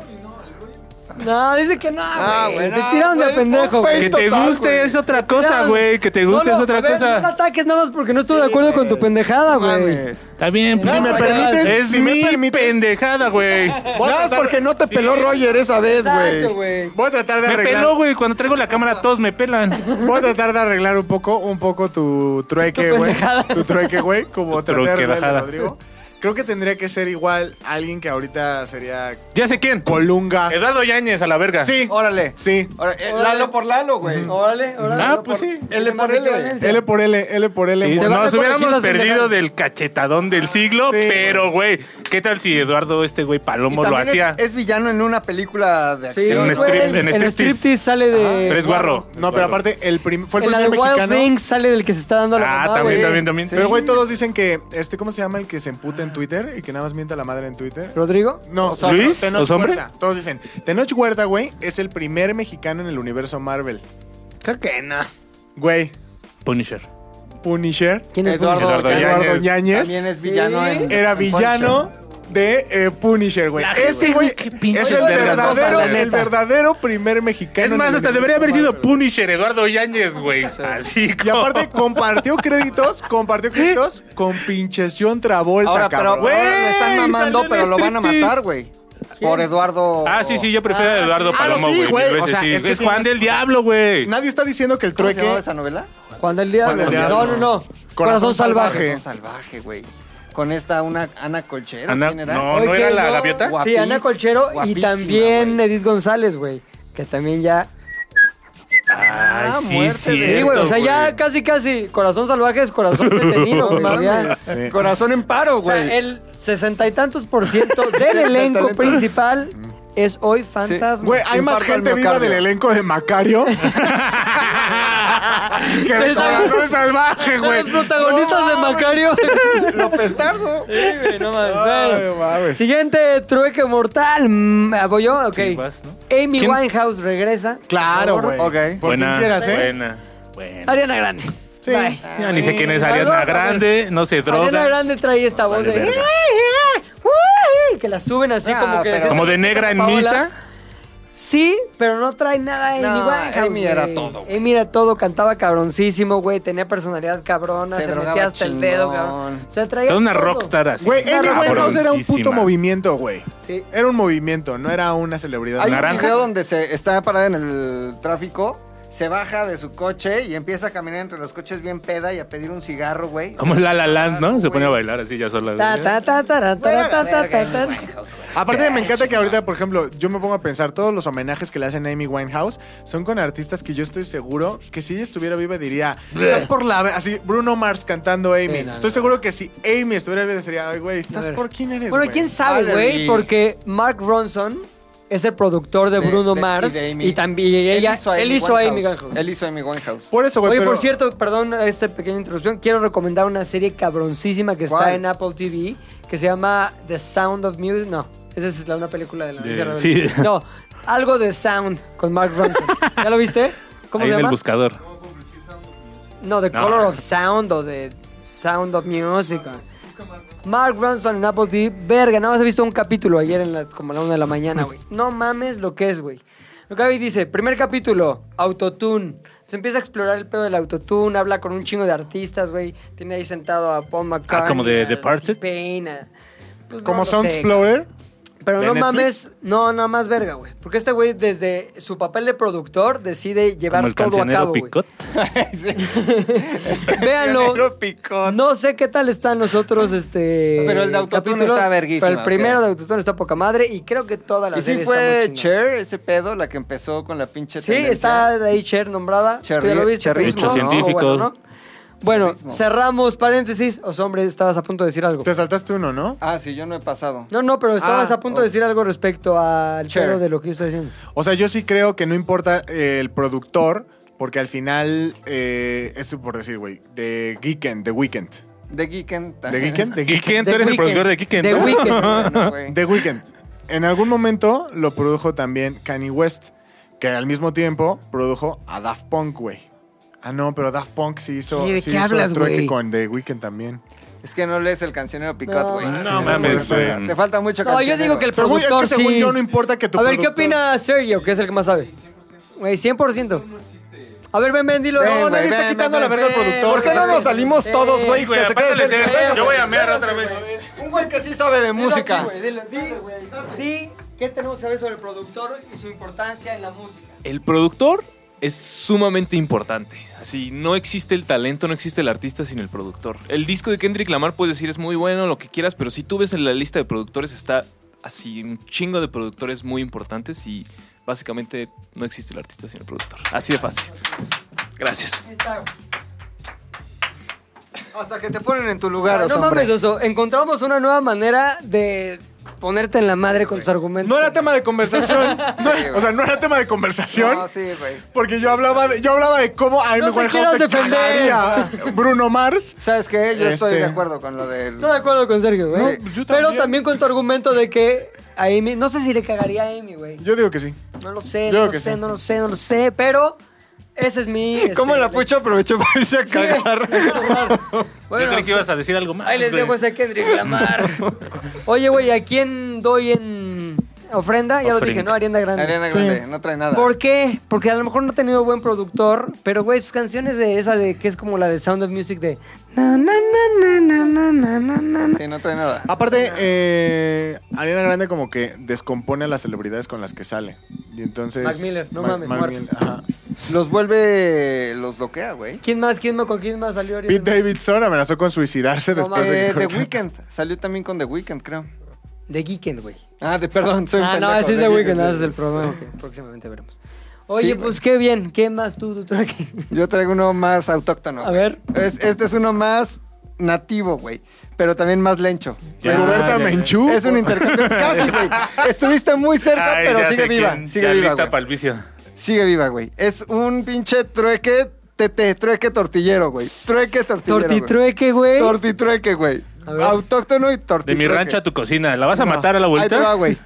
[SPEAKER 1] No, dice que no,
[SPEAKER 5] Ah,
[SPEAKER 1] güey.
[SPEAKER 5] bueno,
[SPEAKER 1] Te tiraron de
[SPEAKER 5] güey,
[SPEAKER 1] pendejo,
[SPEAKER 5] fue
[SPEAKER 2] Que
[SPEAKER 1] güey.
[SPEAKER 2] te
[SPEAKER 5] Total,
[SPEAKER 2] guste
[SPEAKER 5] güey.
[SPEAKER 2] es otra cosa, güey. Que te guste es otra
[SPEAKER 1] No me
[SPEAKER 2] cosa.
[SPEAKER 1] ataques nada más porque no estoy de acuerdo con tu pendejada,
[SPEAKER 5] No
[SPEAKER 1] güey.
[SPEAKER 5] mames.
[SPEAKER 2] Está bien, pues
[SPEAKER 1] No,
[SPEAKER 2] si me
[SPEAKER 1] no,
[SPEAKER 2] permites.
[SPEAKER 1] no,
[SPEAKER 2] Es
[SPEAKER 6] si me
[SPEAKER 2] mi
[SPEAKER 6] permites.
[SPEAKER 2] pendejada, güey.
[SPEAKER 5] No, es porque no te peló Roger esa vez,
[SPEAKER 1] Exacto,
[SPEAKER 5] güey.
[SPEAKER 1] güey.
[SPEAKER 6] Voy a tratar de
[SPEAKER 2] Me
[SPEAKER 6] arreglar.
[SPEAKER 2] peló, güey. Cuando traigo la cámara, todos me pelan.
[SPEAKER 6] Voy a tratar de arreglar un poco, un poco tu trueque,
[SPEAKER 1] Tu
[SPEAKER 6] güey.
[SPEAKER 1] pendejada.
[SPEAKER 6] Tu trueque, güey. Como
[SPEAKER 2] Tu
[SPEAKER 6] traté de
[SPEAKER 2] trueque
[SPEAKER 6] arreglar el de
[SPEAKER 2] bajada.
[SPEAKER 6] Rodrigo. Creo que tendría que ser igual alguien que ahorita sería
[SPEAKER 2] Ya sé quién.
[SPEAKER 6] Colunga.
[SPEAKER 2] Eduardo Yáñez a la verga.
[SPEAKER 6] Sí,
[SPEAKER 5] Órale.
[SPEAKER 6] sí.
[SPEAKER 5] Ahora, eh, Lalo por Lalo, güey.
[SPEAKER 1] Órale, órale.
[SPEAKER 2] Ah,
[SPEAKER 1] no
[SPEAKER 2] pues
[SPEAKER 1] por-
[SPEAKER 2] sí.
[SPEAKER 5] L por
[SPEAKER 1] Matemática,
[SPEAKER 5] L.
[SPEAKER 1] violencia.
[SPEAKER 6] L por L, L por L.
[SPEAKER 2] Sí,
[SPEAKER 1] Se van a
[SPEAKER 2] nos
[SPEAKER 1] corregir las
[SPEAKER 2] hubiéramos perdido
[SPEAKER 1] pendejadas.
[SPEAKER 2] del cachetadón del siglo,
[SPEAKER 6] Sí,
[SPEAKER 2] pero, güey, ¿qué tal si Eduardo, este güey
[SPEAKER 5] Y
[SPEAKER 2] Palomo, lo
[SPEAKER 5] también es-
[SPEAKER 2] hacía?
[SPEAKER 5] Es, villano en una película de
[SPEAKER 1] Sí,
[SPEAKER 5] acción.
[SPEAKER 2] En un
[SPEAKER 1] güey,
[SPEAKER 2] strip- en
[SPEAKER 1] en
[SPEAKER 2] striptease. Ah,
[SPEAKER 1] striptease sale de...
[SPEAKER 2] pero es guarro.
[SPEAKER 6] No, pero aparte, el prim- fue el
[SPEAKER 1] en la
[SPEAKER 6] primer
[SPEAKER 1] de Wild
[SPEAKER 6] mexicano.
[SPEAKER 1] Things sale del que se está dando la
[SPEAKER 2] Ah,
[SPEAKER 1] mamá,
[SPEAKER 2] también,
[SPEAKER 1] güey.
[SPEAKER 2] también, también.
[SPEAKER 6] Pero, güey, todos dicen que, este, ¿cómo se llama el que se emputa en Twitter y que nada más mienta a la madre en Twitter?
[SPEAKER 1] ¿Rodrigo?
[SPEAKER 6] No,
[SPEAKER 2] sea, ¿Luis?
[SPEAKER 6] Tenoch
[SPEAKER 2] ¿Osombre?
[SPEAKER 6] Huerta. Todos dicen, Tenoch Huerta, güey, es el primer mexicano en el universo Marvel.
[SPEAKER 1] Creo que no.
[SPEAKER 6] Güey,
[SPEAKER 2] Punisher.
[SPEAKER 6] Punisher
[SPEAKER 1] ¿Quién es
[SPEAKER 5] Eduardo,
[SPEAKER 2] Eduardo
[SPEAKER 5] Eduardo
[SPEAKER 6] Yáñez.
[SPEAKER 5] Yáñez También es villano
[SPEAKER 1] Sí.
[SPEAKER 5] en-
[SPEAKER 6] era
[SPEAKER 5] en
[SPEAKER 6] villano de eh, Punisher, güey.
[SPEAKER 2] La
[SPEAKER 6] Ese
[SPEAKER 2] gente,
[SPEAKER 6] güey
[SPEAKER 2] qué pinches
[SPEAKER 6] es el
[SPEAKER 2] vergas,
[SPEAKER 6] verdadero,
[SPEAKER 1] la neta.
[SPEAKER 6] el verdadero primer mexicano.
[SPEAKER 2] Es
[SPEAKER 6] en
[SPEAKER 2] más,
[SPEAKER 6] el
[SPEAKER 2] hasta
[SPEAKER 6] universo
[SPEAKER 2] debería haber sido
[SPEAKER 6] Marvel.
[SPEAKER 2] Punisher Eduardo Yáñez, güey. Así
[SPEAKER 6] Y
[SPEAKER 2] como...
[SPEAKER 6] aparte compartió créditos,
[SPEAKER 2] ¿Eh?
[SPEAKER 6] compartió créditos con pinches John Travolta,
[SPEAKER 5] Ahora, pero
[SPEAKER 6] cabrón.
[SPEAKER 5] ahora me están
[SPEAKER 2] Güey,
[SPEAKER 5] mamando,
[SPEAKER 2] salió en
[SPEAKER 5] pero lo van a
[SPEAKER 2] striptease.
[SPEAKER 5] matar, güey. Por Eduardo.
[SPEAKER 2] Ah, sí, sí, yo prefiero a Eduardo
[SPEAKER 6] sí. Ah,
[SPEAKER 2] Palomo,
[SPEAKER 6] sí,
[SPEAKER 2] güey.
[SPEAKER 6] güey,
[SPEAKER 2] mil
[SPEAKER 6] o
[SPEAKER 2] veces,
[SPEAKER 6] sea,
[SPEAKER 2] sí.
[SPEAKER 6] es que
[SPEAKER 2] es Juan
[SPEAKER 6] tienes-
[SPEAKER 2] del Diablo, güey.
[SPEAKER 6] Nadie está diciendo que el
[SPEAKER 5] ¿Cómo se llamaba
[SPEAKER 6] trueque
[SPEAKER 5] esa novela? Corazón,
[SPEAKER 1] Juan del Diablo.
[SPEAKER 6] Juan del
[SPEAKER 1] No, no,
[SPEAKER 6] Diablo.
[SPEAKER 1] no. Corazón, salvaje.
[SPEAKER 5] salvaje, güey. Con esta una Ana Colchero,
[SPEAKER 2] Ana-
[SPEAKER 5] ¿quién era?
[SPEAKER 2] no.
[SPEAKER 1] Oye,
[SPEAKER 2] era la gaviota?
[SPEAKER 1] Sí,
[SPEAKER 5] Guapis-
[SPEAKER 1] Ana Colchero y
[SPEAKER 5] guapísima,
[SPEAKER 1] también
[SPEAKER 5] güey.
[SPEAKER 1] Edith González, güey. Que también ya.
[SPEAKER 2] Ay, sí,
[SPEAKER 5] muerte
[SPEAKER 1] Sí,
[SPEAKER 5] de-
[SPEAKER 2] cierto,
[SPEAKER 1] güey. O sea, ya
[SPEAKER 2] güey.
[SPEAKER 1] casi, casi. Corazón salvaje es corazón detenido, güey. ya.
[SPEAKER 6] Sí.
[SPEAKER 5] Corazón en paro,
[SPEAKER 1] O sea,
[SPEAKER 5] güey.
[SPEAKER 1] el sesenta y tantos por ciento del elenco principal
[SPEAKER 2] Mm.
[SPEAKER 1] es hoy fantasma.
[SPEAKER 6] Güey, hay más
[SPEAKER 5] Infarto al
[SPEAKER 6] gente viva
[SPEAKER 5] miocardio.
[SPEAKER 6] del elenco de Macario que de Corazón Salvaje,
[SPEAKER 1] Son
[SPEAKER 6] güey.
[SPEAKER 1] los protagonistas de Macario.
[SPEAKER 5] López Tarso.
[SPEAKER 1] Sí, güey, no mames.
[SPEAKER 6] Ay,
[SPEAKER 1] Bueno.
[SPEAKER 6] mames.
[SPEAKER 1] Siguiente trueque mortal. Mm, ¿Voy yo? Ok.
[SPEAKER 2] Sí, vas, ¿no?
[SPEAKER 1] Amy
[SPEAKER 2] ¿Quién?
[SPEAKER 1] Winehouse regresa.
[SPEAKER 6] Claro,
[SPEAKER 5] Por
[SPEAKER 6] güey.
[SPEAKER 5] favor. Ok.
[SPEAKER 6] Por quien
[SPEAKER 2] Buena,
[SPEAKER 6] quieras, ¿eh?
[SPEAKER 2] Buena, buena.
[SPEAKER 1] Ariana Grande.
[SPEAKER 6] Sí.
[SPEAKER 1] Bye.
[SPEAKER 2] Ya ni sé quién es
[SPEAKER 1] Sí.
[SPEAKER 2] Ariana
[SPEAKER 1] Saludos,
[SPEAKER 2] Grande, no se
[SPEAKER 1] Ariana
[SPEAKER 2] droga.
[SPEAKER 1] Grande trae esta voz
[SPEAKER 2] Vale,
[SPEAKER 1] de...
[SPEAKER 2] verga.
[SPEAKER 1] "Ay, Que la suben así
[SPEAKER 5] Ah,
[SPEAKER 1] como que...
[SPEAKER 5] pero-
[SPEAKER 1] se
[SPEAKER 2] Como
[SPEAKER 1] está
[SPEAKER 2] de negra en
[SPEAKER 1] Paola.
[SPEAKER 2] misa.
[SPEAKER 1] Sí, pero no trae nada Amy
[SPEAKER 5] No,
[SPEAKER 1] Winehouse,
[SPEAKER 5] Amy era
[SPEAKER 1] güey.
[SPEAKER 5] todo, güey.
[SPEAKER 1] Amy era todo, cantaba cabroncísimo, güey. Tenía personalidad cabrona,
[SPEAKER 5] Se
[SPEAKER 1] se, metía
[SPEAKER 5] drogaba
[SPEAKER 1] hasta el dedo,
[SPEAKER 5] chingón.
[SPEAKER 1] cabrón. Se traía
[SPEAKER 2] Toda una
[SPEAKER 1] todo.
[SPEAKER 2] rockstar así.
[SPEAKER 6] Güey, Amy Winehouse era un puto
[SPEAKER 2] Cabroncísima.
[SPEAKER 6] movimiento, güey.
[SPEAKER 1] Sí.
[SPEAKER 6] Era un movimiento, no era una celebridad.
[SPEAKER 5] Hay
[SPEAKER 2] Naranja.
[SPEAKER 5] un video donde se está parada en el tráfico, se baja de su coche y empieza a caminar entre los coches bien peda y a pedir un cigarro, güey.
[SPEAKER 2] Como La La Land, ¿no? Se
[SPEAKER 5] Güey.
[SPEAKER 2] pone a bailar así ya sola.
[SPEAKER 1] Ta, ta, ta, tara, tara, ta, ta, ta, ta.
[SPEAKER 6] Aparte, me encanta que ahorita, por ejemplo, yo me pongo a pensar, todos los homenajes que le hacen a Amy Winehouse son con artistas que yo estoy seguro que si ella estuviera viva diría, estás por la... ve-", Así, Bruno Mars cantando Amy.
[SPEAKER 1] no,
[SPEAKER 6] estoy
[SPEAKER 1] no.
[SPEAKER 6] seguro que si Amy estuviera viva sería, ay, güey,
[SPEAKER 1] A
[SPEAKER 6] ¿estás
[SPEAKER 1] ver.
[SPEAKER 6] por quién eres,
[SPEAKER 1] Bueno,
[SPEAKER 6] güey?"
[SPEAKER 1] quién sabe, güey,
[SPEAKER 5] Valerie.
[SPEAKER 1] porque Mark Ronson es el productor de
[SPEAKER 5] De-
[SPEAKER 1] Bruno
[SPEAKER 5] de- y
[SPEAKER 1] Mars
[SPEAKER 5] de Amy.
[SPEAKER 1] y también y ella, él hizo,
[SPEAKER 5] a
[SPEAKER 1] a Amy
[SPEAKER 5] Winehouse.
[SPEAKER 1] Winehouse.
[SPEAKER 5] Él hizo a Amy Winehouse.
[SPEAKER 6] Por eso, güey,
[SPEAKER 1] Oye,
[SPEAKER 6] pero...
[SPEAKER 1] por cierto, perdón esta pequeña introducción, quiero recomendar una serie cabroncísima que está
[SPEAKER 5] ¿Cuál?
[SPEAKER 1] en Apple TV que se llama The Sound of Music. No, esa es la, una película de la
[SPEAKER 2] De-
[SPEAKER 1] Alicia Rebelde.
[SPEAKER 2] sí.
[SPEAKER 1] No, algo de Sound con Mark Ronson. ¿Ya lo viste? ¿Cómo
[SPEAKER 2] Ahí
[SPEAKER 1] se
[SPEAKER 2] en el
[SPEAKER 1] llama?
[SPEAKER 2] buscador.
[SPEAKER 1] No, The
[SPEAKER 2] No.
[SPEAKER 1] Color of Sound o The Sound of Music. Mark Ronson en Apple TV, verga, nada más he visto un capítulo ayer en la, como a la una de la mañana, güey. No mames lo que es, güey. Gaby dice, primer capítulo, autotune. Se empieza a explorar el pedo del autotune, habla con un chingo de artistas, güey. Tiene ahí sentado a Paul McCartney.
[SPEAKER 2] Ah, como de
[SPEAKER 1] a
[SPEAKER 2] Departed.
[SPEAKER 1] T-Pain, a- pues no
[SPEAKER 6] Como
[SPEAKER 1] lo
[SPEAKER 6] Sound
[SPEAKER 1] sé,
[SPEAKER 6] Explorer.
[SPEAKER 1] Pero
[SPEAKER 6] ¿De
[SPEAKER 1] no
[SPEAKER 6] Netflix?
[SPEAKER 1] mames, no, nada más verga, güey. Porque este güey, desde su papel de productor, decide llevar
[SPEAKER 2] Como el
[SPEAKER 1] todo a
[SPEAKER 2] cancionero
[SPEAKER 1] cabo. güey.
[SPEAKER 2] Picot.
[SPEAKER 1] Pues, Véanlo.
[SPEAKER 5] Pero picón.
[SPEAKER 1] No sé qué tal están los otros, este.
[SPEAKER 5] Pero el de Autotune
[SPEAKER 1] capítulos,
[SPEAKER 5] está verguísima,
[SPEAKER 1] Pero el
[SPEAKER 5] ok.
[SPEAKER 1] primero de Autotune está poca madre y creo que toda la
[SPEAKER 5] ¿Y sí
[SPEAKER 1] serie
[SPEAKER 5] fue
[SPEAKER 1] está muy chingona.
[SPEAKER 5] Cher ese pedo, la que empezó con la pinche
[SPEAKER 1] Sí,
[SPEAKER 5] tendencia?
[SPEAKER 1] está de ahí Cher nombrada.
[SPEAKER 5] Cherri-
[SPEAKER 1] ¿Tú ya lo viste?
[SPEAKER 5] cherrismo,
[SPEAKER 2] Hecho
[SPEAKER 1] ¿no?
[SPEAKER 2] científico.
[SPEAKER 1] Bueno, ¿no? Bueno,
[SPEAKER 5] Cherrismo.
[SPEAKER 1] cerramos paréntesis. Os hombre, estabas a punto de decir algo.
[SPEAKER 6] Te saltaste uno, ¿no?
[SPEAKER 5] Ah, sí, yo no he pasado.
[SPEAKER 1] No, no, pero estabas
[SPEAKER 5] Ah,
[SPEAKER 1] a punto de
[SPEAKER 5] ok.
[SPEAKER 1] decir algo respecto al
[SPEAKER 5] Cher.
[SPEAKER 1] pedo de lo que yo estoy diciendo.
[SPEAKER 6] O sea, yo sí creo que no importa eh, el productor, porque al final, eh, eso por decir, güey, de Geekend, de Weekend.
[SPEAKER 5] De Geekend.
[SPEAKER 6] ¿De Geekend? De Geekend.
[SPEAKER 2] Kiken, tú eres el productor de Kiken.
[SPEAKER 1] The
[SPEAKER 2] ¿no?
[SPEAKER 1] Weeknd.
[SPEAKER 5] Bueno, güey.
[SPEAKER 6] The Weekend. En algún momento lo produjo también Kanye West, que al mismo tiempo produjo a Daft Punk, güey. Ah, no, pero Daft Punk sí hizo,
[SPEAKER 1] ¿Y de
[SPEAKER 6] sí
[SPEAKER 1] qué
[SPEAKER 6] hizo
[SPEAKER 1] hablas,
[SPEAKER 6] trueque
[SPEAKER 1] güey?
[SPEAKER 6] con The Weeknd también.
[SPEAKER 5] Es que no lees el cancionero Picot,
[SPEAKER 1] No,
[SPEAKER 5] güey.
[SPEAKER 1] no
[SPEAKER 5] Sí,
[SPEAKER 2] mames,
[SPEAKER 5] güey.
[SPEAKER 2] güey.
[SPEAKER 5] Te falta mucho
[SPEAKER 1] No, yo
[SPEAKER 5] cancionero.
[SPEAKER 1] digo que el
[SPEAKER 6] Según- es
[SPEAKER 1] productor
[SPEAKER 6] que según
[SPEAKER 1] sí.
[SPEAKER 6] yo no importa que tu
[SPEAKER 1] A ver, ¿qué
[SPEAKER 6] productor-
[SPEAKER 1] opina Sergio, que es el que más sabe? Güey, 100%. A ver, ven, ven, dilo.
[SPEAKER 5] Ven,
[SPEAKER 1] No,
[SPEAKER 5] güey,
[SPEAKER 1] nadie está
[SPEAKER 5] ven,
[SPEAKER 1] quitando
[SPEAKER 5] ven,
[SPEAKER 1] la verga al
[SPEAKER 5] ven,
[SPEAKER 1] productor.
[SPEAKER 5] ¿Por qué no nos salimos
[SPEAKER 1] Eh,
[SPEAKER 5] todos, güey?
[SPEAKER 1] güey,
[SPEAKER 5] Que se quede
[SPEAKER 2] apágale,
[SPEAKER 5] cerca.
[SPEAKER 2] Sergio, yo voy a mear otra vez.
[SPEAKER 5] Un güey que sí sabe de música.
[SPEAKER 1] Dilo, dilo, Di, di qué tenemos que saber sobre el productor y su importancia en la música.
[SPEAKER 9] el productor es sumamente importante. Así, no existe el talento, no existe el artista sin el productor. El disco de Kendrick Lamar puedes decir es muy bueno, lo que quieras, pero si tú ves en la lista de productores está así un chingo de productores muy importantes y básicamente no existe el artista sin el productor. Así de fácil. Gracias.
[SPEAKER 5] Hasta que te ponen en tu lugar,
[SPEAKER 1] Ah, no
[SPEAKER 5] Oso,
[SPEAKER 1] mames,
[SPEAKER 5] hombre.
[SPEAKER 1] Oso. Encontramos una nueva manera de ponerte en la madre con tus argumentos.
[SPEAKER 6] No era tema de conversación. No era-
[SPEAKER 5] Sí, güey.
[SPEAKER 6] o sea, no era tema de conversación.
[SPEAKER 5] No, sí, güey.
[SPEAKER 6] Porque yo hablaba de, yo hablaba de cómo a
[SPEAKER 1] No
[SPEAKER 6] Amy
[SPEAKER 1] te
[SPEAKER 6] Winehouse
[SPEAKER 1] quieras
[SPEAKER 6] te
[SPEAKER 1] defender.
[SPEAKER 6] cagaría Bruno Mars.
[SPEAKER 5] ¿Sabes qué? Yo estoy
[SPEAKER 6] Este-
[SPEAKER 5] de acuerdo con lo del...
[SPEAKER 1] Estoy de acuerdo con Sergio, güey.
[SPEAKER 5] No,
[SPEAKER 1] Pero
[SPEAKER 6] yo también.
[SPEAKER 1] también con tu argumento de que a Amy... No sé si le cagaría a Amy, güey.
[SPEAKER 6] Yo digo que sí.
[SPEAKER 1] No lo sé,
[SPEAKER 6] Yo
[SPEAKER 1] no
[SPEAKER 6] creo
[SPEAKER 1] lo
[SPEAKER 6] que
[SPEAKER 1] sé,
[SPEAKER 6] sí.
[SPEAKER 1] no lo sé, no lo sé, pero ese es mi...
[SPEAKER 5] ¿Cómo
[SPEAKER 1] este,
[SPEAKER 5] la pucha aprovechó para irse a cagar?
[SPEAKER 2] Yo creí que ibas a decir algo más.
[SPEAKER 1] Ahí les
[SPEAKER 2] güey.
[SPEAKER 1] dejo ese Kendrick Lamar. Oye, güey, ¿a quién doy en ofrenda? Ya lo
[SPEAKER 2] Ofrenda.
[SPEAKER 1] dije, ¿no? Ariana Grande.
[SPEAKER 5] Ariana Grande, no trae nada.
[SPEAKER 1] ¿Por qué? Porque a lo mejor no ha tenido buen productor, pero güey, sus canciones de esa de que es como la de Sound of Music de na na na na na na na na na, na.
[SPEAKER 5] Sí, no trae nada.
[SPEAKER 6] Aparte, eh, Ariana Grande como que descompone a las celebridades con las que sale. Y entonces...
[SPEAKER 1] Mac Miller, no mames,
[SPEAKER 6] Mac
[SPEAKER 1] muerto.
[SPEAKER 6] Miller, ajá.
[SPEAKER 5] Los vuelve... Los bloquea, güey.
[SPEAKER 1] ¿Quién más? ¿Quién más? ¿Con quién más salió Ariana?
[SPEAKER 6] Pete Davidson amenazó con suicidarse
[SPEAKER 1] No
[SPEAKER 6] después de
[SPEAKER 5] Eh,
[SPEAKER 6] que...
[SPEAKER 5] The Weeknd. Salió también con The Weeknd, creo.
[SPEAKER 1] De Geekend, güey.
[SPEAKER 5] Ah, de perdón, soy un
[SPEAKER 1] Ah, no,
[SPEAKER 5] pendejo,
[SPEAKER 1] ese es
[SPEAKER 5] The
[SPEAKER 1] de Weekend,
[SPEAKER 5] Weeknd.
[SPEAKER 1] ese es el problema que próximamente veremos. Oye,
[SPEAKER 5] Sí, güey.
[SPEAKER 1] pues qué bien. ¿Qué más tú, tú traes?
[SPEAKER 5] Yo traigo uno más autóctono.
[SPEAKER 1] A
[SPEAKER 5] güey.
[SPEAKER 1] ver.
[SPEAKER 5] Es- este es uno más nativo, güey. Pero también más lencho.
[SPEAKER 2] Ya, ya,
[SPEAKER 6] Roberta
[SPEAKER 2] ya.
[SPEAKER 6] Menchú.
[SPEAKER 5] Es un intercambio. Casi, güey. Estuviste muy cerca,
[SPEAKER 2] Ay,
[SPEAKER 5] pero
[SPEAKER 2] ya
[SPEAKER 5] sigue
[SPEAKER 2] sé
[SPEAKER 5] viva.
[SPEAKER 2] quién,
[SPEAKER 5] sigue
[SPEAKER 2] ya
[SPEAKER 5] viva.
[SPEAKER 2] lista
[SPEAKER 5] güey.
[SPEAKER 2] para el vicio.
[SPEAKER 5] Sigue viva, güey. Es un pinche trueque, tete, trueque tortillero, güey. Trueque tortillero. güey.
[SPEAKER 1] Tortitrueque, güey.
[SPEAKER 5] Tortitrueque, güey.
[SPEAKER 1] A ver.
[SPEAKER 5] Autóctono y
[SPEAKER 2] De
[SPEAKER 5] tortitrueque.
[SPEAKER 2] mi rancho a tu cocina. ¿La vas a
[SPEAKER 5] No.
[SPEAKER 2] matar a la
[SPEAKER 5] Ahí te
[SPEAKER 2] vuelta?
[SPEAKER 5] va, güey.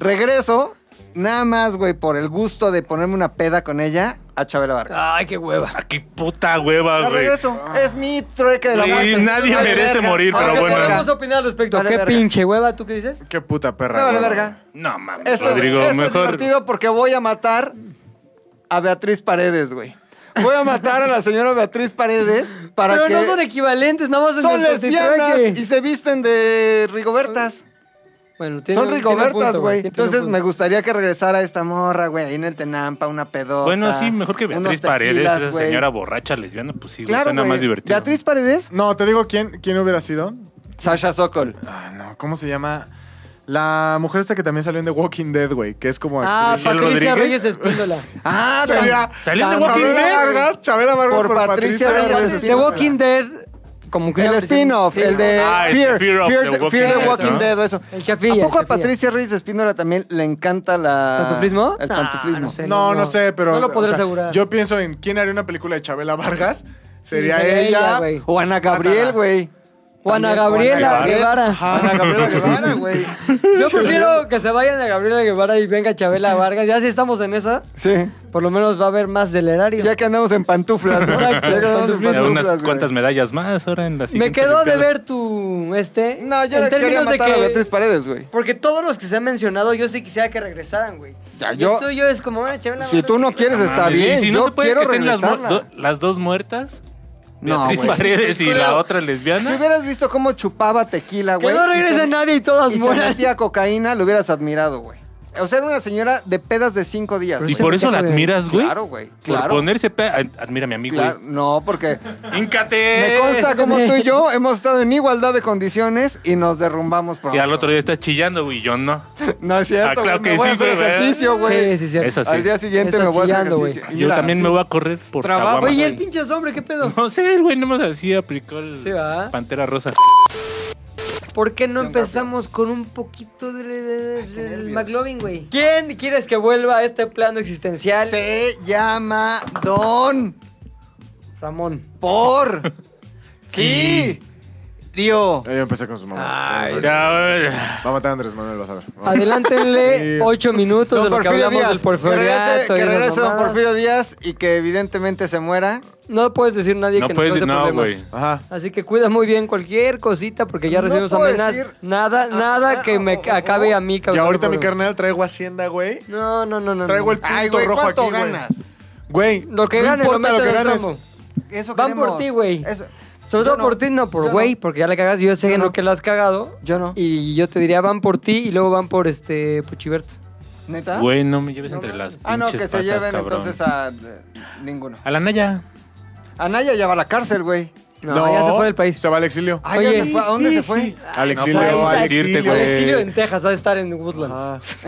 [SPEAKER 5] Regreso, nada más, güey, por el gusto de ponerme una peda con ella a Chabela Vargas.
[SPEAKER 1] Ay, qué hueva.
[SPEAKER 2] Ah, qué puta hueva,
[SPEAKER 5] Ya
[SPEAKER 2] güey.
[SPEAKER 5] regreso. Es mi trueque de la
[SPEAKER 2] Y
[SPEAKER 5] muerte.
[SPEAKER 2] nadie
[SPEAKER 5] Vale,
[SPEAKER 2] merece
[SPEAKER 5] verga.
[SPEAKER 2] morir,
[SPEAKER 5] Vale,
[SPEAKER 2] pero bueno.
[SPEAKER 5] verga.
[SPEAKER 1] Vamos a Ah, opinar al respecto.
[SPEAKER 5] Vale,
[SPEAKER 1] ¿Qué
[SPEAKER 5] verga.
[SPEAKER 1] pinche hueva tú qué dices?
[SPEAKER 6] Qué puta perra.
[SPEAKER 5] No, vale,
[SPEAKER 6] hueva.
[SPEAKER 5] verga.
[SPEAKER 2] No mames,
[SPEAKER 5] Esto,
[SPEAKER 2] Rodrigo,
[SPEAKER 5] esto es
[SPEAKER 2] mejor.
[SPEAKER 5] divertido porque voy a matar a Beatriz Paredes, güey. Voy a matar a la señora Beatriz Paredes para
[SPEAKER 1] Pero
[SPEAKER 5] que...
[SPEAKER 1] no son equivalentes, nada más es
[SPEAKER 5] son
[SPEAKER 1] el
[SPEAKER 5] lesbianas
[SPEAKER 1] tortitrueque.
[SPEAKER 5] y se visten de rigobertas.
[SPEAKER 1] Bueno, tiene-
[SPEAKER 5] Son
[SPEAKER 1] tiene un
[SPEAKER 5] rigobertas,
[SPEAKER 1] punto,
[SPEAKER 5] güey.
[SPEAKER 1] tiene un
[SPEAKER 5] Entonces
[SPEAKER 1] punto.
[SPEAKER 5] me gustaría que regresara esta morra, güey, ahí en el Tenampa, una pedota.
[SPEAKER 2] Bueno, sí, mejor que
[SPEAKER 5] unos
[SPEAKER 2] Beatriz Paredes,
[SPEAKER 5] tequilas,
[SPEAKER 2] esa
[SPEAKER 5] güey.
[SPEAKER 2] señora borracha lesbiana, pues sí, güey,
[SPEAKER 5] Claro,
[SPEAKER 2] suena
[SPEAKER 5] güey.
[SPEAKER 2] más divertido.
[SPEAKER 5] Beatriz Paredes,
[SPEAKER 6] No, te digo quién, quién hubiera sido.
[SPEAKER 5] Sasha Sokol.
[SPEAKER 6] Ah, no, ¿cómo se llama? La mujer esta que también salió en The Walking Dead, güey, que es como...
[SPEAKER 1] Ah,
[SPEAKER 6] actriz.
[SPEAKER 2] Michelle
[SPEAKER 1] Patricia
[SPEAKER 2] Rodríguez.
[SPEAKER 1] Reyes Espíndola.
[SPEAKER 5] Ah,
[SPEAKER 6] Salía-
[SPEAKER 2] ¿Salió en The Walking
[SPEAKER 6] Chabela
[SPEAKER 2] Dead?
[SPEAKER 6] Vargas, Chabela Vargas
[SPEAKER 5] Por
[SPEAKER 6] por,
[SPEAKER 5] Patricia
[SPEAKER 6] Patricia,
[SPEAKER 5] Reyes
[SPEAKER 6] Reyes
[SPEAKER 1] The Walking Dead, como que...
[SPEAKER 5] El spin-off, el de
[SPEAKER 2] Ah, este,
[SPEAKER 5] Fear,
[SPEAKER 2] Fear of
[SPEAKER 5] Fear,
[SPEAKER 2] the
[SPEAKER 5] the
[SPEAKER 2] Walking
[SPEAKER 5] Fear the
[SPEAKER 1] Dead,
[SPEAKER 5] Walking
[SPEAKER 1] ¿no?
[SPEAKER 5] Dead, o eso.
[SPEAKER 1] El chafilla,
[SPEAKER 5] ¿A poco
[SPEAKER 1] el
[SPEAKER 5] a
[SPEAKER 1] chafilla.
[SPEAKER 5] Patricia Reyes Espíndola también le encanta la...
[SPEAKER 1] ¿Pantuflismo?
[SPEAKER 5] Ah, El
[SPEAKER 1] Nah,
[SPEAKER 5] pantuflismo.
[SPEAKER 1] no sé.
[SPEAKER 6] No, no, sé, pero.
[SPEAKER 1] No lo podré
[SPEAKER 6] o sea,
[SPEAKER 1] asegurar.
[SPEAKER 6] Yo pienso en quién haría una película de Chabela Vargas. Sería
[SPEAKER 1] sería
[SPEAKER 6] ella.
[SPEAKER 1] ella, güey.
[SPEAKER 5] O Ana Gabriel,
[SPEAKER 6] Ana.
[SPEAKER 5] güey.
[SPEAKER 1] Juana Gabriela Guevara.
[SPEAKER 5] Ana Gabriela Guevara, güey.
[SPEAKER 1] Yo prefiero que se vayan a Gabriela Guevara y venga Chabela Vargas. Ya si estamos en esa,
[SPEAKER 5] Sí.
[SPEAKER 1] por lo menos va a haber más del erario.
[SPEAKER 5] Ya que andamos en pantuflas, ¿no?
[SPEAKER 1] Exacto,
[SPEAKER 5] Ya que andamos en
[SPEAKER 1] pantuflas.
[SPEAKER 2] Ya unas
[SPEAKER 5] güey.
[SPEAKER 2] cuantas medallas más ahora en la
[SPEAKER 1] Me
[SPEAKER 2] siguiente
[SPEAKER 1] quedó de
[SPEAKER 2] Olimpiada.
[SPEAKER 1] ver tu este.
[SPEAKER 5] No, yo
[SPEAKER 1] en
[SPEAKER 5] le quería
[SPEAKER 1] términos de
[SPEAKER 5] matar a
[SPEAKER 1] que-
[SPEAKER 5] Beatriz Paredes, güey.
[SPEAKER 1] Porque todos los que se han mencionado, yo sí quisiera que regresaran, güey.
[SPEAKER 5] Ya,
[SPEAKER 1] Y
[SPEAKER 5] yo-
[SPEAKER 1] tú y yo es como, "Ah, bueno, Chabela
[SPEAKER 5] Si
[SPEAKER 1] Vargas,
[SPEAKER 5] tú no
[SPEAKER 1] que-
[SPEAKER 5] quieres, está
[SPEAKER 2] Mames,
[SPEAKER 5] bien.
[SPEAKER 2] Y si no
[SPEAKER 5] yo
[SPEAKER 2] se puede que
[SPEAKER 5] quiero
[SPEAKER 2] estén las, mu-
[SPEAKER 5] regresarla.
[SPEAKER 2] do- las dos muertas,
[SPEAKER 5] No,
[SPEAKER 2] Beatriz
[SPEAKER 5] güey.
[SPEAKER 2] Paredes y la otra lesbiana.
[SPEAKER 5] Si hubieras visto cómo chupaba tequila,
[SPEAKER 1] Que
[SPEAKER 5] güey.
[SPEAKER 1] no
[SPEAKER 5] y
[SPEAKER 1] regrese
[SPEAKER 5] se-
[SPEAKER 1] nadie y todas
[SPEAKER 5] Y se
[SPEAKER 1] mueran.
[SPEAKER 5] metía cocaína, lo hubieras admirado, güey. O sea, era una señora de pedas de cinco días.
[SPEAKER 2] y
[SPEAKER 5] güey.
[SPEAKER 2] por eso la
[SPEAKER 1] güey.
[SPEAKER 2] admiras, güey.
[SPEAKER 5] Claro, güey.
[SPEAKER 2] Por
[SPEAKER 5] Claro.
[SPEAKER 2] ponerse pe... Ad- Admira a mi amigo,
[SPEAKER 5] Claro,
[SPEAKER 2] güey. Eh,
[SPEAKER 5] no, porque me
[SPEAKER 2] ¡Híncate!
[SPEAKER 5] consta como tú y
[SPEAKER 2] eh.
[SPEAKER 5] yo hemos estado en igualdad de condiciones y nos derrumbamos pronto.
[SPEAKER 2] Y al otro día estás chillando, güey. Yo no.
[SPEAKER 5] No es cierto,
[SPEAKER 2] Ah, claro
[SPEAKER 5] güey,
[SPEAKER 2] que
[SPEAKER 5] me voy a
[SPEAKER 2] sí,
[SPEAKER 5] hacer
[SPEAKER 2] güey, ¿verdad?
[SPEAKER 5] ejercicio, güey.
[SPEAKER 1] Sí, sí, sí.
[SPEAKER 2] Eso sí.
[SPEAKER 5] Al día siguiente
[SPEAKER 1] Estás
[SPEAKER 5] me voy a hacer
[SPEAKER 1] chillando, güey.
[SPEAKER 5] ejercicio.
[SPEAKER 2] Yo
[SPEAKER 5] Mira,
[SPEAKER 2] también me voy a correr por
[SPEAKER 5] Trabajo.
[SPEAKER 2] caguamas.
[SPEAKER 1] Oye, el pinche hombre, ¿qué pedo?
[SPEAKER 2] No sé, el güey no más así aplicó el
[SPEAKER 1] Sí, ¿verdad?
[SPEAKER 2] Pantera Rosa.
[SPEAKER 1] ¿Por qué no empezamos con un poquito de, de- de- del McLovin, güey? ¿Quién quieres que vuelva a este plano existencial?
[SPEAKER 5] Se llama Don
[SPEAKER 1] Ramón.
[SPEAKER 5] Por. Sí. Dio.
[SPEAKER 6] Ya yo empecé con sus mamás. Vamos a ver.
[SPEAKER 2] Ya,
[SPEAKER 6] Va a matar a Andrés Manuel, vas a ver. Vamos.
[SPEAKER 1] Adelántenle
[SPEAKER 6] Sí.
[SPEAKER 1] ocho minutos de
[SPEAKER 5] Don
[SPEAKER 1] lo que
[SPEAKER 5] Porfirio
[SPEAKER 1] hablamos
[SPEAKER 5] Díaz.
[SPEAKER 1] del
[SPEAKER 5] que regrese,
[SPEAKER 1] porfiriato. y
[SPEAKER 5] que
[SPEAKER 1] esas
[SPEAKER 5] regrese Don
[SPEAKER 1] mamadas.
[SPEAKER 5] Porfirio Díaz y que evidentemente se muera.
[SPEAKER 1] No puedes decir nadie
[SPEAKER 2] No
[SPEAKER 1] que
[SPEAKER 2] puedes
[SPEAKER 1] nos
[SPEAKER 2] decir-
[SPEAKER 1] cause
[SPEAKER 2] no,
[SPEAKER 1] problemas.
[SPEAKER 2] güey.
[SPEAKER 6] Ajá.
[SPEAKER 1] Así que cuida muy bien cualquier cosita porque ya
[SPEAKER 5] No
[SPEAKER 1] recibimos
[SPEAKER 5] puedo
[SPEAKER 1] amenazas.
[SPEAKER 5] decir-
[SPEAKER 1] Nada, nada que me
[SPEAKER 5] ah, ah, ah,
[SPEAKER 1] acabe
[SPEAKER 5] ah,
[SPEAKER 1] a mí
[SPEAKER 6] Y
[SPEAKER 1] causando
[SPEAKER 6] ahorita mi
[SPEAKER 1] problemas.
[SPEAKER 6] carnal traigo Hacienda, güey.
[SPEAKER 1] No, no, no, no.
[SPEAKER 6] Traigo el
[SPEAKER 1] no.
[SPEAKER 6] punto
[SPEAKER 5] Ay, güey,
[SPEAKER 6] rojo
[SPEAKER 5] ¿cuánto
[SPEAKER 6] aquí, güey.
[SPEAKER 5] ganas?
[SPEAKER 6] Güey,
[SPEAKER 1] Lo que gane, lo
[SPEAKER 6] importa
[SPEAKER 1] mete del
[SPEAKER 6] ganes.
[SPEAKER 1] trombo.
[SPEAKER 5] Eso
[SPEAKER 1] Van por
[SPEAKER 5] queremos.
[SPEAKER 1] ti, güey.
[SPEAKER 5] Eso-
[SPEAKER 1] Sobre
[SPEAKER 5] Yo
[SPEAKER 1] todo
[SPEAKER 5] no.
[SPEAKER 1] por ti, no
[SPEAKER 5] Yo
[SPEAKER 1] por
[SPEAKER 5] no.
[SPEAKER 1] güey, porque ya la cagas. Yo sé
[SPEAKER 5] Yo
[SPEAKER 1] en lo
[SPEAKER 5] no.
[SPEAKER 1] que la has cagado.
[SPEAKER 5] Yo no.
[SPEAKER 1] Y yo te diría, van por ti y luego van por este Puchiberto.
[SPEAKER 5] ¿Neta?
[SPEAKER 2] Güey, no me lleves
[SPEAKER 1] No
[SPEAKER 2] entre las pinches
[SPEAKER 5] ah, no, que se
[SPEAKER 2] patas,
[SPEAKER 5] lleven
[SPEAKER 2] cabrón.
[SPEAKER 5] entonces a eh, ninguno.
[SPEAKER 2] A la Naya.
[SPEAKER 5] A Naya ya va a la cárcel, güey.
[SPEAKER 1] No, ya se fue del país. Ah.
[SPEAKER 6] Se va al exilio.
[SPEAKER 5] Ay,
[SPEAKER 1] Oye.
[SPEAKER 5] ya se fue. ¿A dónde se fue?
[SPEAKER 6] Al
[SPEAKER 2] no
[SPEAKER 6] exilio,
[SPEAKER 2] puedo
[SPEAKER 6] al
[SPEAKER 2] decirte,
[SPEAKER 6] exilio.
[SPEAKER 1] Al
[SPEAKER 2] güey.
[SPEAKER 1] exilio en Texas, ha de estar en
[SPEAKER 5] Ah,
[SPEAKER 1] Woodlands.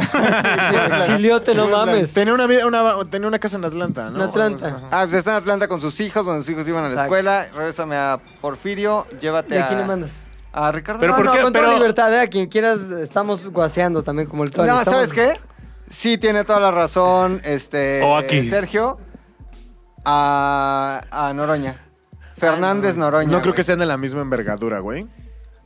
[SPEAKER 1] Exiliote, no mames.
[SPEAKER 6] Tenía una, vida- una- tenía una casa en Atlanta,
[SPEAKER 1] En
[SPEAKER 6] ¿no?
[SPEAKER 1] Atlanta.
[SPEAKER 5] Ah, pues está en Atlanta con sus hijos, donde sus hijos iban a la
[SPEAKER 1] Exacto.
[SPEAKER 5] escuela. Regrésame a Porfirio, llévate
[SPEAKER 1] ¿Y a quién le
[SPEAKER 5] a,
[SPEAKER 1] mandas?
[SPEAKER 5] a Ricardo.
[SPEAKER 2] Pero
[SPEAKER 1] No,
[SPEAKER 2] ¿por
[SPEAKER 1] no,
[SPEAKER 2] qué?
[SPEAKER 1] con toda
[SPEAKER 2] Pero-
[SPEAKER 1] libertad, ¿eh? A quien quieras, estamos guaseando también como el Tony.
[SPEAKER 5] no,
[SPEAKER 1] Estamos-
[SPEAKER 5] ¿sabes qué? Sí tiene toda la razón este
[SPEAKER 2] O aquí.
[SPEAKER 5] eh, Sergio a, a Noroña. Fernández Noroña.
[SPEAKER 6] No creo
[SPEAKER 5] güey.
[SPEAKER 6] que sean de la misma envergadura, güey.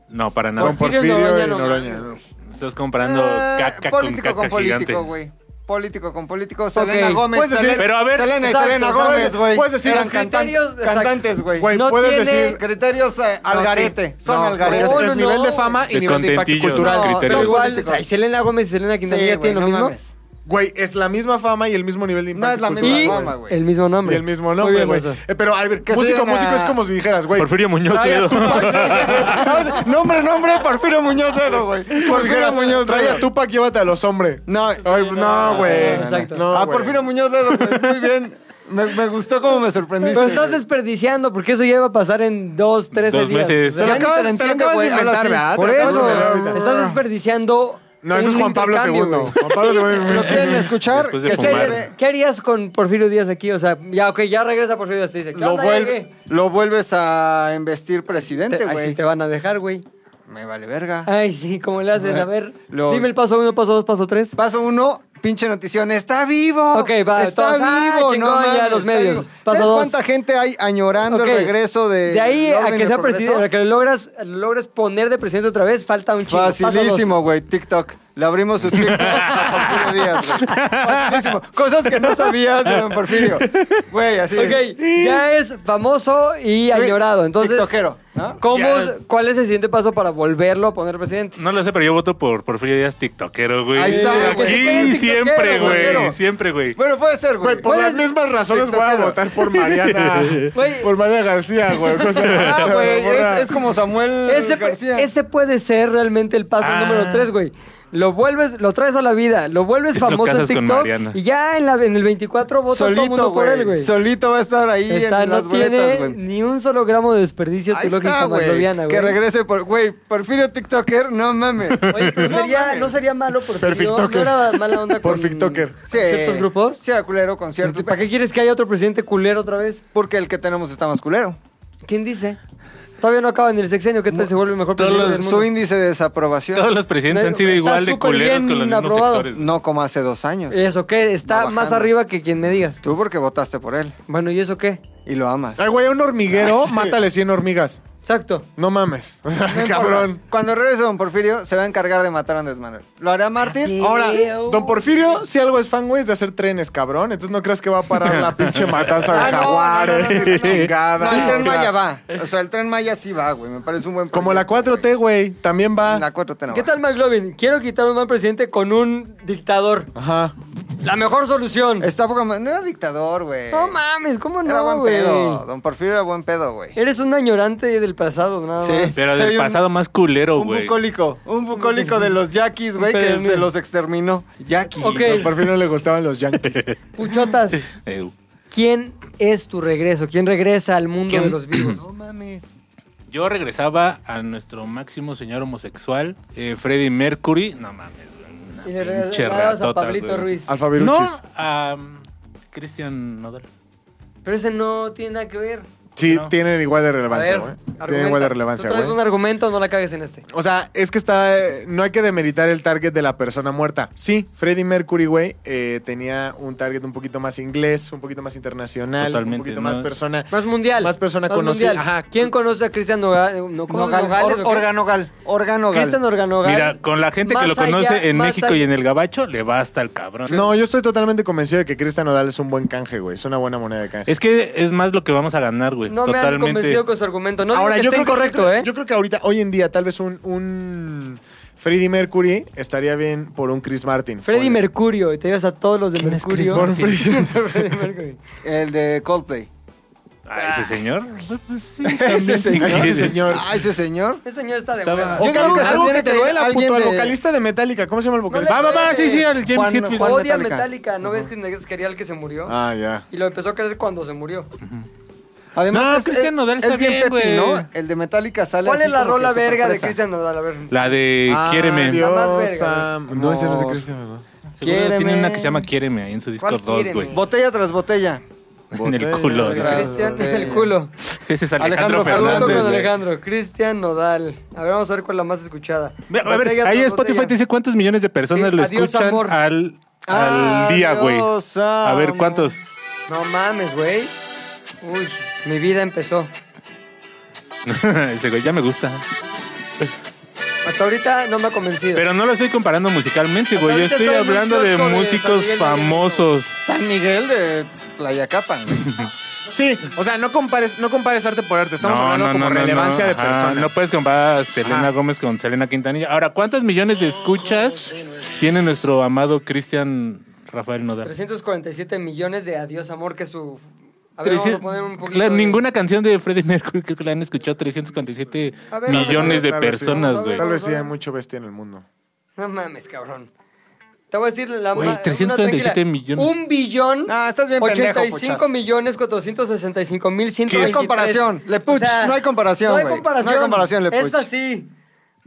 [SPEAKER 2] No, para nada.
[SPEAKER 6] Con
[SPEAKER 1] Porfirio
[SPEAKER 6] Porfirio
[SPEAKER 1] Noroña,
[SPEAKER 6] y
[SPEAKER 1] no
[SPEAKER 6] Noroña.
[SPEAKER 1] mames,
[SPEAKER 2] Estás comprando
[SPEAKER 5] Eh,
[SPEAKER 2] caca con
[SPEAKER 5] político
[SPEAKER 2] caca gigante.
[SPEAKER 5] político, güey. Político con político. Selena
[SPEAKER 1] Ok.
[SPEAKER 5] Gómez.
[SPEAKER 6] Puedes decir-
[SPEAKER 5] Selena-
[SPEAKER 2] pero a ver,
[SPEAKER 5] Selena y
[SPEAKER 1] exacto,
[SPEAKER 5] Selena
[SPEAKER 1] puedes-
[SPEAKER 5] Gómez, güey.
[SPEAKER 6] puedes decir-
[SPEAKER 5] Eran
[SPEAKER 1] Los
[SPEAKER 5] cantan-
[SPEAKER 1] criterios, exacto.
[SPEAKER 5] cantantes, güey.
[SPEAKER 6] Güey,
[SPEAKER 1] No
[SPEAKER 6] puedes
[SPEAKER 1] tiene-
[SPEAKER 6] decir...
[SPEAKER 5] Criterios eh, al
[SPEAKER 6] No, sí.
[SPEAKER 5] garete. Son
[SPEAKER 6] No,
[SPEAKER 5] al
[SPEAKER 1] porque
[SPEAKER 5] garete.
[SPEAKER 6] Es,
[SPEAKER 1] No,
[SPEAKER 6] es
[SPEAKER 1] no,
[SPEAKER 6] nivel
[SPEAKER 1] no.
[SPEAKER 6] de fama y nivel de impacto
[SPEAKER 2] Descontentillos,
[SPEAKER 6] cultural.
[SPEAKER 5] No, son
[SPEAKER 1] Son
[SPEAKER 2] criterios.
[SPEAKER 1] igual,
[SPEAKER 5] políticos.
[SPEAKER 1] o sea, y Selena Gómez y Selena Quintanilla
[SPEAKER 5] Sí, güey,
[SPEAKER 1] tienen lo
[SPEAKER 5] no
[SPEAKER 1] mismo.
[SPEAKER 5] mames.
[SPEAKER 6] Güey, es la misma fama y el mismo nivel de
[SPEAKER 5] No
[SPEAKER 6] impacto
[SPEAKER 5] es la misma
[SPEAKER 1] Y
[SPEAKER 6] cultural,
[SPEAKER 5] fama,
[SPEAKER 6] güey.
[SPEAKER 5] güey.
[SPEAKER 1] el mismo nombre.
[SPEAKER 6] Y el mismo
[SPEAKER 1] Muy
[SPEAKER 6] nombre,
[SPEAKER 1] bien,
[SPEAKER 6] güey.
[SPEAKER 1] eso.
[SPEAKER 6] Eh, pero, a ver,
[SPEAKER 5] Que ah.
[SPEAKER 6] músico,
[SPEAKER 5] sigan a-
[SPEAKER 6] músico es como si dijeras, güey.
[SPEAKER 2] Porfirio Muñoz
[SPEAKER 6] trae a
[SPEAKER 2] Ledo.
[SPEAKER 6] tu pack-
[SPEAKER 5] ¿Sabes? Nombre, nombre, Porfirio Muñoz Dedo, güey.
[SPEAKER 6] Como si
[SPEAKER 5] Porfirio
[SPEAKER 6] dijeras,
[SPEAKER 5] Muñoz
[SPEAKER 6] trae a
[SPEAKER 5] Dedo.
[SPEAKER 6] Tupac, llévate a los hombres.
[SPEAKER 5] No,
[SPEAKER 6] Ay, pues, no, güey.
[SPEAKER 1] no, no, exacto.
[SPEAKER 6] No,
[SPEAKER 5] a
[SPEAKER 6] güey.
[SPEAKER 5] Ah, Porfirio Muñoz Dedo, güey. Muy bien. Me, me gustó cómo me sorprendiste.
[SPEAKER 1] Pero estás desperdiciando porque eso ya iba a pasar en dos, tres
[SPEAKER 2] Dos
[SPEAKER 1] días.
[SPEAKER 2] meses.
[SPEAKER 1] O sea,
[SPEAKER 5] lo
[SPEAKER 1] ya ni-
[SPEAKER 5] acabas-
[SPEAKER 6] te lo
[SPEAKER 5] entiendo,
[SPEAKER 6] acabas
[SPEAKER 5] güey,
[SPEAKER 6] de
[SPEAKER 5] habla
[SPEAKER 6] inventar,
[SPEAKER 5] así.
[SPEAKER 6] ¿verdad? Te
[SPEAKER 1] Por
[SPEAKER 6] lo acabas de inventar
[SPEAKER 1] eso,
[SPEAKER 6] ahorita.
[SPEAKER 1] estás desperdiciando.
[SPEAKER 6] No, ese es
[SPEAKER 1] un
[SPEAKER 6] Juan Pablo
[SPEAKER 1] intercambio,
[SPEAKER 6] II.
[SPEAKER 1] güey.
[SPEAKER 6] Juan Pablo
[SPEAKER 5] ¿Lo quieren
[SPEAKER 6] II.
[SPEAKER 5] escuchar?
[SPEAKER 2] Después de
[SPEAKER 5] Que
[SPEAKER 1] ¿Qué,
[SPEAKER 2] fumar.
[SPEAKER 5] se-
[SPEAKER 1] qué harías con Porfirio Díaz aquí? O sea, ya, ok, ya regresa Porfirio Díaz. Te dice, ¿qué
[SPEAKER 5] Lo,
[SPEAKER 1] onda, eh?
[SPEAKER 5] vuelve-
[SPEAKER 1] llegué?
[SPEAKER 5] lo vuelves a investir presidente,
[SPEAKER 1] Te- Ay,
[SPEAKER 5] güey.
[SPEAKER 1] sí, te Ah. van a dejar, güey.
[SPEAKER 5] Me vale verga.
[SPEAKER 1] Ay, sí, ¿cómo le haces? A ver,
[SPEAKER 5] Lo-
[SPEAKER 1] dime el paso uno, paso dos, paso tres.
[SPEAKER 5] Paso uno, pinche notición, está vivo.
[SPEAKER 1] Ok, va,
[SPEAKER 5] está
[SPEAKER 1] todos, ah,
[SPEAKER 5] vivo,
[SPEAKER 1] chingón,
[SPEAKER 5] no
[SPEAKER 1] ya
[SPEAKER 5] mames,
[SPEAKER 1] los
[SPEAKER 5] está
[SPEAKER 1] medios.
[SPEAKER 5] vivo.
[SPEAKER 1] Paso
[SPEAKER 5] ¿Sabes
[SPEAKER 1] dos.
[SPEAKER 5] cuánta gente hay añorando
[SPEAKER 1] Ok.
[SPEAKER 5] el regreso de
[SPEAKER 1] De ahí a
[SPEAKER 5] Orden y
[SPEAKER 1] que
[SPEAKER 5] el
[SPEAKER 1] sea
[SPEAKER 5] Progreso?
[SPEAKER 1] presidente, a que lo logras, lo logres poner de presidente otra vez, falta un chingo. Paso dos.
[SPEAKER 5] Facilísimo, güey, TikTok. Le abrimos su TikTok a Porfirio Díaz, güey. Facilísimo. Cosas que no sabías de don Porfirio. Güey, así.
[SPEAKER 1] Ok, ya es famoso y añorado. Entonces,
[SPEAKER 5] TikTokero, ¿no?
[SPEAKER 1] ¿cómo,
[SPEAKER 2] Ya.
[SPEAKER 1] ¿cuál es el siguiente paso para volverlo a poner presidente?
[SPEAKER 2] No lo sé, pero yo voto por Porfirio Díaz TikTokero, güey.
[SPEAKER 5] Ahí está,
[SPEAKER 2] Aquí
[SPEAKER 5] güey.
[SPEAKER 1] Que se quede
[SPEAKER 2] siempre,
[SPEAKER 1] tiktokero,
[SPEAKER 2] güey.
[SPEAKER 5] güey.
[SPEAKER 2] Siempre, güey.
[SPEAKER 5] Bueno, puede ser, güey.
[SPEAKER 6] Güey, por las mismas razones voy a
[SPEAKER 5] TikTokero.
[SPEAKER 6] votar por Mariana.
[SPEAKER 1] Güey.
[SPEAKER 6] Por Mariana García, güey. No sé.
[SPEAKER 5] Ah, güey, es, es como Samuel
[SPEAKER 1] Ese, pu-
[SPEAKER 5] García.
[SPEAKER 1] ese puede ser realmente el paso
[SPEAKER 2] Ah.
[SPEAKER 1] número 3, güey. Lo vuelves, lo traes a la vida, lo vuelves
[SPEAKER 2] Lo
[SPEAKER 1] famoso en
[SPEAKER 2] casas con
[SPEAKER 1] TikTok
[SPEAKER 2] Mariana.
[SPEAKER 1] y ya en, la, en el 24 vota todo el mundo
[SPEAKER 5] solito,
[SPEAKER 1] por él,
[SPEAKER 5] güey.
[SPEAKER 1] güey.
[SPEAKER 5] Solito va a estar ahí
[SPEAKER 1] Está,
[SPEAKER 5] en
[SPEAKER 1] no
[SPEAKER 5] las boletas,
[SPEAKER 1] tiene
[SPEAKER 5] güey.
[SPEAKER 1] ni un solo gramo de desperdicio
[SPEAKER 5] Ahí
[SPEAKER 1] teológico
[SPEAKER 5] está, güey.
[SPEAKER 1] macloviana, güey.
[SPEAKER 5] Que regrese por, güey, Porfirio TikToker, no mames.
[SPEAKER 1] Oye, pero
[SPEAKER 5] No
[SPEAKER 1] sería,
[SPEAKER 5] mames.
[SPEAKER 1] no sería malo porque no,
[SPEAKER 6] Perfectoker.
[SPEAKER 1] era mala onda con
[SPEAKER 6] Perfectoker.
[SPEAKER 1] con ciertos grupos.
[SPEAKER 5] Sí, era culero con ciertos.
[SPEAKER 1] ¿Para qué quieres que haya otro presidente culero otra vez?
[SPEAKER 5] Porque el que tenemos está más culero.
[SPEAKER 1] ¿Quién dice? Todavía no acaban el sexenio, ¿qué tal se vuelve el mejor
[SPEAKER 2] Todos
[SPEAKER 1] presidente
[SPEAKER 2] los-
[SPEAKER 1] del mundo?
[SPEAKER 5] Su índice de desaprobación.
[SPEAKER 2] Todos los presidentes han sido
[SPEAKER 1] Está
[SPEAKER 2] igual de
[SPEAKER 1] súper
[SPEAKER 2] culeros
[SPEAKER 1] bien
[SPEAKER 2] con los mismos
[SPEAKER 1] aprobado.
[SPEAKER 2] sectores.
[SPEAKER 5] No como hace dos años.
[SPEAKER 1] ¿Y eso qué?
[SPEAKER 5] Va
[SPEAKER 1] Está
[SPEAKER 5] bajando.
[SPEAKER 1] más arriba que quien me digas.
[SPEAKER 5] Tú porque votaste por él
[SPEAKER 1] Bueno, ¿y eso qué?
[SPEAKER 5] y lo amas.
[SPEAKER 6] Ay, güey, a un hormiguero, mátale 100 hormigas.
[SPEAKER 1] Exacto.
[SPEAKER 6] No mames.
[SPEAKER 5] No importa.
[SPEAKER 6] Cabrón.
[SPEAKER 5] Cuando regrese Don Porfirio, se va a encargar de matar a Andrés Manuel. ¿Lo hará Martín?
[SPEAKER 6] Ahora, don Porfirio, si algo es fan, güey, es de hacer trenes, cabrón. Entonces no creas que va a parar la pinche matanza de
[SPEAKER 5] Ah, no, no, no, no, no, no,
[SPEAKER 6] jaguares.
[SPEAKER 5] no.
[SPEAKER 6] Chingada.
[SPEAKER 5] No, el tren
[SPEAKER 6] O sea,
[SPEAKER 5] Maya va. O sea, el tren Maya sí va, güey. Me parece un buen
[SPEAKER 6] Como la
[SPEAKER 5] proyecto,
[SPEAKER 6] 4T, güey, también
[SPEAKER 5] güey.
[SPEAKER 6] va.
[SPEAKER 5] La 4T no
[SPEAKER 1] ¿Qué
[SPEAKER 5] va.
[SPEAKER 1] tal, McLovin? Quiero quitar a un mal presidente con un dictador.
[SPEAKER 6] Ajá.
[SPEAKER 1] La mejor solución.
[SPEAKER 5] Está poco ma- No era dictador, güey.
[SPEAKER 1] No mames, ¿cómo
[SPEAKER 5] Era
[SPEAKER 1] no,
[SPEAKER 5] buen
[SPEAKER 1] güey?
[SPEAKER 5] pedo. Don Porfirio era buen pedo, güey.
[SPEAKER 1] Eres un añorante del pasado, nada
[SPEAKER 5] Sí.
[SPEAKER 1] más.
[SPEAKER 2] Pero
[SPEAKER 5] Soy
[SPEAKER 2] del
[SPEAKER 5] un-
[SPEAKER 2] pasado más culero,
[SPEAKER 5] Un
[SPEAKER 2] güey.
[SPEAKER 5] bucólico. Un bucólico de los yaquis, güey, que
[SPEAKER 1] Pero-
[SPEAKER 5] se los exterminó. Yaquis.
[SPEAKER 1] Ok.
[SPEAKER 6] Don Porfirio no le gustaban los yankees.
[SPEAKER 1] Puchotas,
[SPEAKER 2] Eu.
[SPEAKER 1] ¿quién es tu regreso? ¿Quién regresa al mundo
[SPEAKER 2] ¿Quién?
[SPEAKER 1] de los vivos?
[SPEAKER 5] No mames.
[SPEAKER 2] Yo regresaba a nuestro máximo señor homosexual, eh, Freddie Mercury. No mames,
[SPEAKER 1] Y
[SPEAKER 2] güey.
[SPEAKER 1] le
[SPEAKER 2] una pinche
[SPEAKER 1] regalabas a
[SPEAKER 2] ratota,
[SPEAKER 1] Pablito
[SPEAKER 2] güey.
[SPEAKER 1] Ruiz.
[SPEAKER 6] Alfa
[SPEAKER 2] No,
[SPEAKER 6] Viruchis.
[SPEAKER 2] a um, Christian Nodal.
[SPEAKER 1] Pero ese no tiene nada que ver.
[SPEAKER 6] Sí,
[SPEAKER 2] no.
[SPEAKER 6] tienen igual de
[SPEAKER 1] A
[SPEAKER 6] relevancia,
[SPEAKER 1] ver,
[SPEAKER 6] güey. Tienen
[SPEAKER 1] argumenta.
[SPEAKER 6] igual de
[SPEAKER 1] Tú
[SPEAKER 6] relevancia,
[SPEAKER 1] traes un
[SPEAKER 6] güey.
[SPEAKER 1] argumento, no la cagues en este.
[SPEAKER 6] O sea, es que está. eh, No hay que demeritar el target de la persona muerta. Sí, Freddie Mercury, güey, eh, tenía un target un poquito más inglés, un poquito más internacional,
[SPEAKER 2] Totalmente,
[SPEAKER 6] un poquito
[SPEAKER 2] ¿no?
[SPEAKER 6] más persona.
[SPEAKER 1] Más mundial.
[SPEAKER 6] Más persona conocida.
[SPEAKER 1] mundial.
[SPEAKER 6] Ajá.
[SPEAKER 1] ¿Quién conoce a Cristian Noga- no, ¿cómo se llama?
[SPEAKER 5] Nogal.
[SPEAKER 1] Nogales?
[SPEAKER 5] Or- organogal. Organogal.
[SPEAKER 1] Cristian Organogal.
[SPEAKER 2] Mira, con la gente
[SPEAKER 1] Más
[SPEAKER 2] que lo conoce
[SPEAKER 1] allá-
[SPEAKER 2] en
[SPEAKER 1] más
[SPEAKER 2] México
[SPEAKER 1] allá-
[SPEAKER 2] y en el Gabacho, le basta el cabrón.
[SPEAKER 6] No, yo estoy totalmente convencido de que Cristian Nodal es un buen canje, güey. Es una buena moneda de canje.
[SPEAKER 2] Es que es más lo que vamos a ganar, güey.
[SPEAKER 1] No me han
[SPEAKER 2] Totalmente.
[SPEAKER 1] convencido con su argumento. No Ahora,
[SPEAKER 6] yo
[SPEAKER 1] yo
[SPEAKER 6] creo que-
[SPEAKER 1] incorrecto,
[SPEAKER 6] yo creo-
[SPEAKER 1] ¿eh?
[SPEAKER 6] Yo creo que ahorita, hoy en día, tal vez un, un Freddie Mercury estaría bien por un Chris Martin.
[SPEAKER 1] Freddy
[SPEAKER 6] Oye.
[SPEAKER 1] Mercurio, y te llevas a todos los de
[SPEAKER 2] ¿Quién es Chris
[SPEAKER 1] Mercurio. Freddie Mercury.
[SPEAKER 5] El de Coldplay.
[SPEAKER 2] Ah, ese señor. Pues sí,
[SPEAKER 5] Ese
[SPEAKER 2] también sí
[SPEAKER 5] señor.
[SPEAKER 2] que-
[SPEAKER 6] Ese señor.
[SPEAKER 5] Ah, ese señor.
[SPEAKER 1] Ese señor está de
[SPEAKER 2] Estaba-
[SPEAKER 1] hueva.
[SPEAKER 2] Yo
[SPEAKER 6] Oye,
[SPEAKER 5] creo
[SPEAKER 6] algo,
[SPEAKER 5] que se
[SPEAKER 6] algo que
[SPEAKER 5] tiene
[SPEAKER 6] te
[SPEAKER 5] que-
[SPEAKER 6] duela,
[SPEAKER 5] alguien
[SPEAKER 6] puto, al
[SPEAKER 5] de-
[SPEAKER 6] vocalista de Metallica. ¿Cómo se llama el vocalista?
[SPEAKER 2] Va, va, va, sí, sí, al James
[SPEAKER 5] Juan-
[SPEAKER 2] Hetfield.
[SPEAKER 5] Juan-
[SPEAKER 1] Odia
[SPEAKER 5] Metallica.
[SPEAKER 1] Metallica. ¿No ves que es que el que se murió?
[SPEAKER 6] Ah, ya.
[SPEAKER 1] Y lo empezó a creer cuando se murió.
[SPEAKER 5] Además,
[SPEAKER 2] No,
[SPEAKER 5] es-
[SPEAKER 2] Cristian Nodal
[SPEAKER 5] es
[SPEAKER 2] está
[SPEAKER 5] bien,
[SPEAKER 2] bien,
[SPEAKER 5] pepi,
[SPEAKER 2] güey.
[SPEAKER 5] ¿no? El de Metallica sale
[SPEAKER 1] ¿Cuál
[SPEAKER 5] así
[SPEAKER 1] es la
[SPEAKER 5] como que
[SPEAKER 1] rola
[SPEAKER 5] súper
[SPEAKER 1] verga de
[SPEAKER 5] fresa.
[SPEAKER 1] Cristian Nodal? A ver.
[SPEAKER 2] La de
[SPEAKER 6] Ah,
[SPEAKER 2] Quiéreme.
[SPEAKER 1] Dios. La más
[SPEAKER 6] Adiós,
[SPEAKER 1] verga,
[SPEAKER 6] Sam.
[SPEAKER 5] güey.
[SPEAKER 6] No, ese no es de
[SPEAKER 5] Amor.
[SPEAKER 6] Cristian, ¿no?
[SPEAKER 2] Seguro
[SPEAKER 5] Quiéreme.
[SPEAKER 2] Tiene una que se llama Quiéreme ahí en su disco
[SPEAKER 1] ¿Cuál
[SPEAKER 2] 2,
[SPEAKER 1] Quiéreme?
[SPEAKER 2] güey.
[SPEAKER 5] Botella tras botella.
[SPEAKER 2] En el culo.
[SPEAKER 5] Botella.
[SPEAKER 2] dice.
[SPEAKER 1] Cristian
[SPEAKER 5] Nodal.
[SPEAKER 1] el culo.
[SPEAKER 2] Ese es
[SPEAKER 5] Alejandro
[SPEAKER 2] Alejandro,
[SPEAKER 5] Fernández,
[SPEAKER 1] Saludos con
[SPEAKER 2] Fernández.
[SPEAKER 5] güey.
[SPEAKER 1] Alejandro. Cristian Nodal. A ver, vamos a ver cuál es la más escuchada.
[SPEAKER 2] Ve- A ver,
[SPEAKER 1] Botella
[SPEAKER 2] ahí
[SPEAKER 1] tras
[SPEAKER 2] Spotify
[SPEAKER 1] botella.
[SPEAKER 2] te dice cuántos millones de personas
[SPEAKER 1] Sí,
[SPEAKER 2] lo
[SPEAKER 1] adiós,
[SPEAKER 2] escuchan
[SPEAKER 1] amor.
[SPEAKER 2] al, al día, güey.
[SPEAKER 5] Adiós,
[SPEAKER 2] A ver,
[SPEAKER 5] amor.
[SPEAKER 2] ¿cuántos?
[SPEAKER 1] No mames, güey. Uy, mi vida empezó.
[SPEAKER 2] Ese güey ya me gusta.
[SPEAKER 1] Hasta ahorita no me ha convencido.
[SPEAKER 2] Pero no lo estoy comparando musicalmente, güey. Yo
[SPEAKER 1] ahorita
[SPEAKER 2] estoy
[SPEAKER 1] soy un
[SPEAKER 2] hablando de
[SPEAKER 1] kiosco de San
[SPEAKER 2] músicos
[SPEAKER 1] Miguel de
[SPEAKER 2] famosos.
[SPEAKER 5] San Miguel de Tlayacapan. güey.
[SPEAKER 6] Sí, o sea, no compares, no compares arte por arte. Estamos hablando como relevancia de
[SPEAKER 2] ajá,
[SPEAKER 6] persona.
[SPEAKER 2] No puedes comparar a Selena
[SPEAKER 6] Ajá.
[SPEAKER 2] Gómez con Selena Quintanilla. Ahora, ¿cuántos millones de escuchas tiene nuestro amado Cristian Rafael Nodal?
[SPEAKER 1] 347 millones de Adiós Amor, que es su. A ver, vamos
[SPEAKER 2] Trescientos-
[SPEAKER 1] a poner un poquito.
[SPEAKER 2] La-
[SPEAKER 1] de-
[SPEAKER 2] Ninguna canción de Freddie Mercury creo que la han escuchado 347
[SPEAKER 1] A ver,
[SPEAKER 2] millones de
[SPEAKER 6] Tal vez sí,
[SPEAKER 2] personas,
[SPEAKER 1] vamos a
[SPEAKER 2] güey.
[SPEAKER 1] ver.
[SPEAKER 6] Tal vez sí hay mucho bestia en el mundo.
[SPEAKER 1] No mames, cabrón. Te voy a decir la
[SPEAKER 2] Güey,
[SPEAKER 1] ma-
[SPEAKER 2] 347
[SPEAKER 1] una tranquila.
[SPEAKER 2] millones.
[SPEAKER 1] Un billón.
[SPEAKER 5] No, estás bien pendejo,
[SPEAKER 1] 85
[SPEAKER 5] puchas.
[SPEAKER 1] millones 465 mil
[SPEAKER 5] No hay comparación. Le Puch, no hay comparación,
[SPEAKER 1] No hay
[SPEAKER 5] güey.
[SPEAKER 1] comparación.
[SPEAKER 5] No hay comparación, Le
[SPEAKER 1] Es
[SPEAKER 5] Puch.
[SPEAKER 1] así.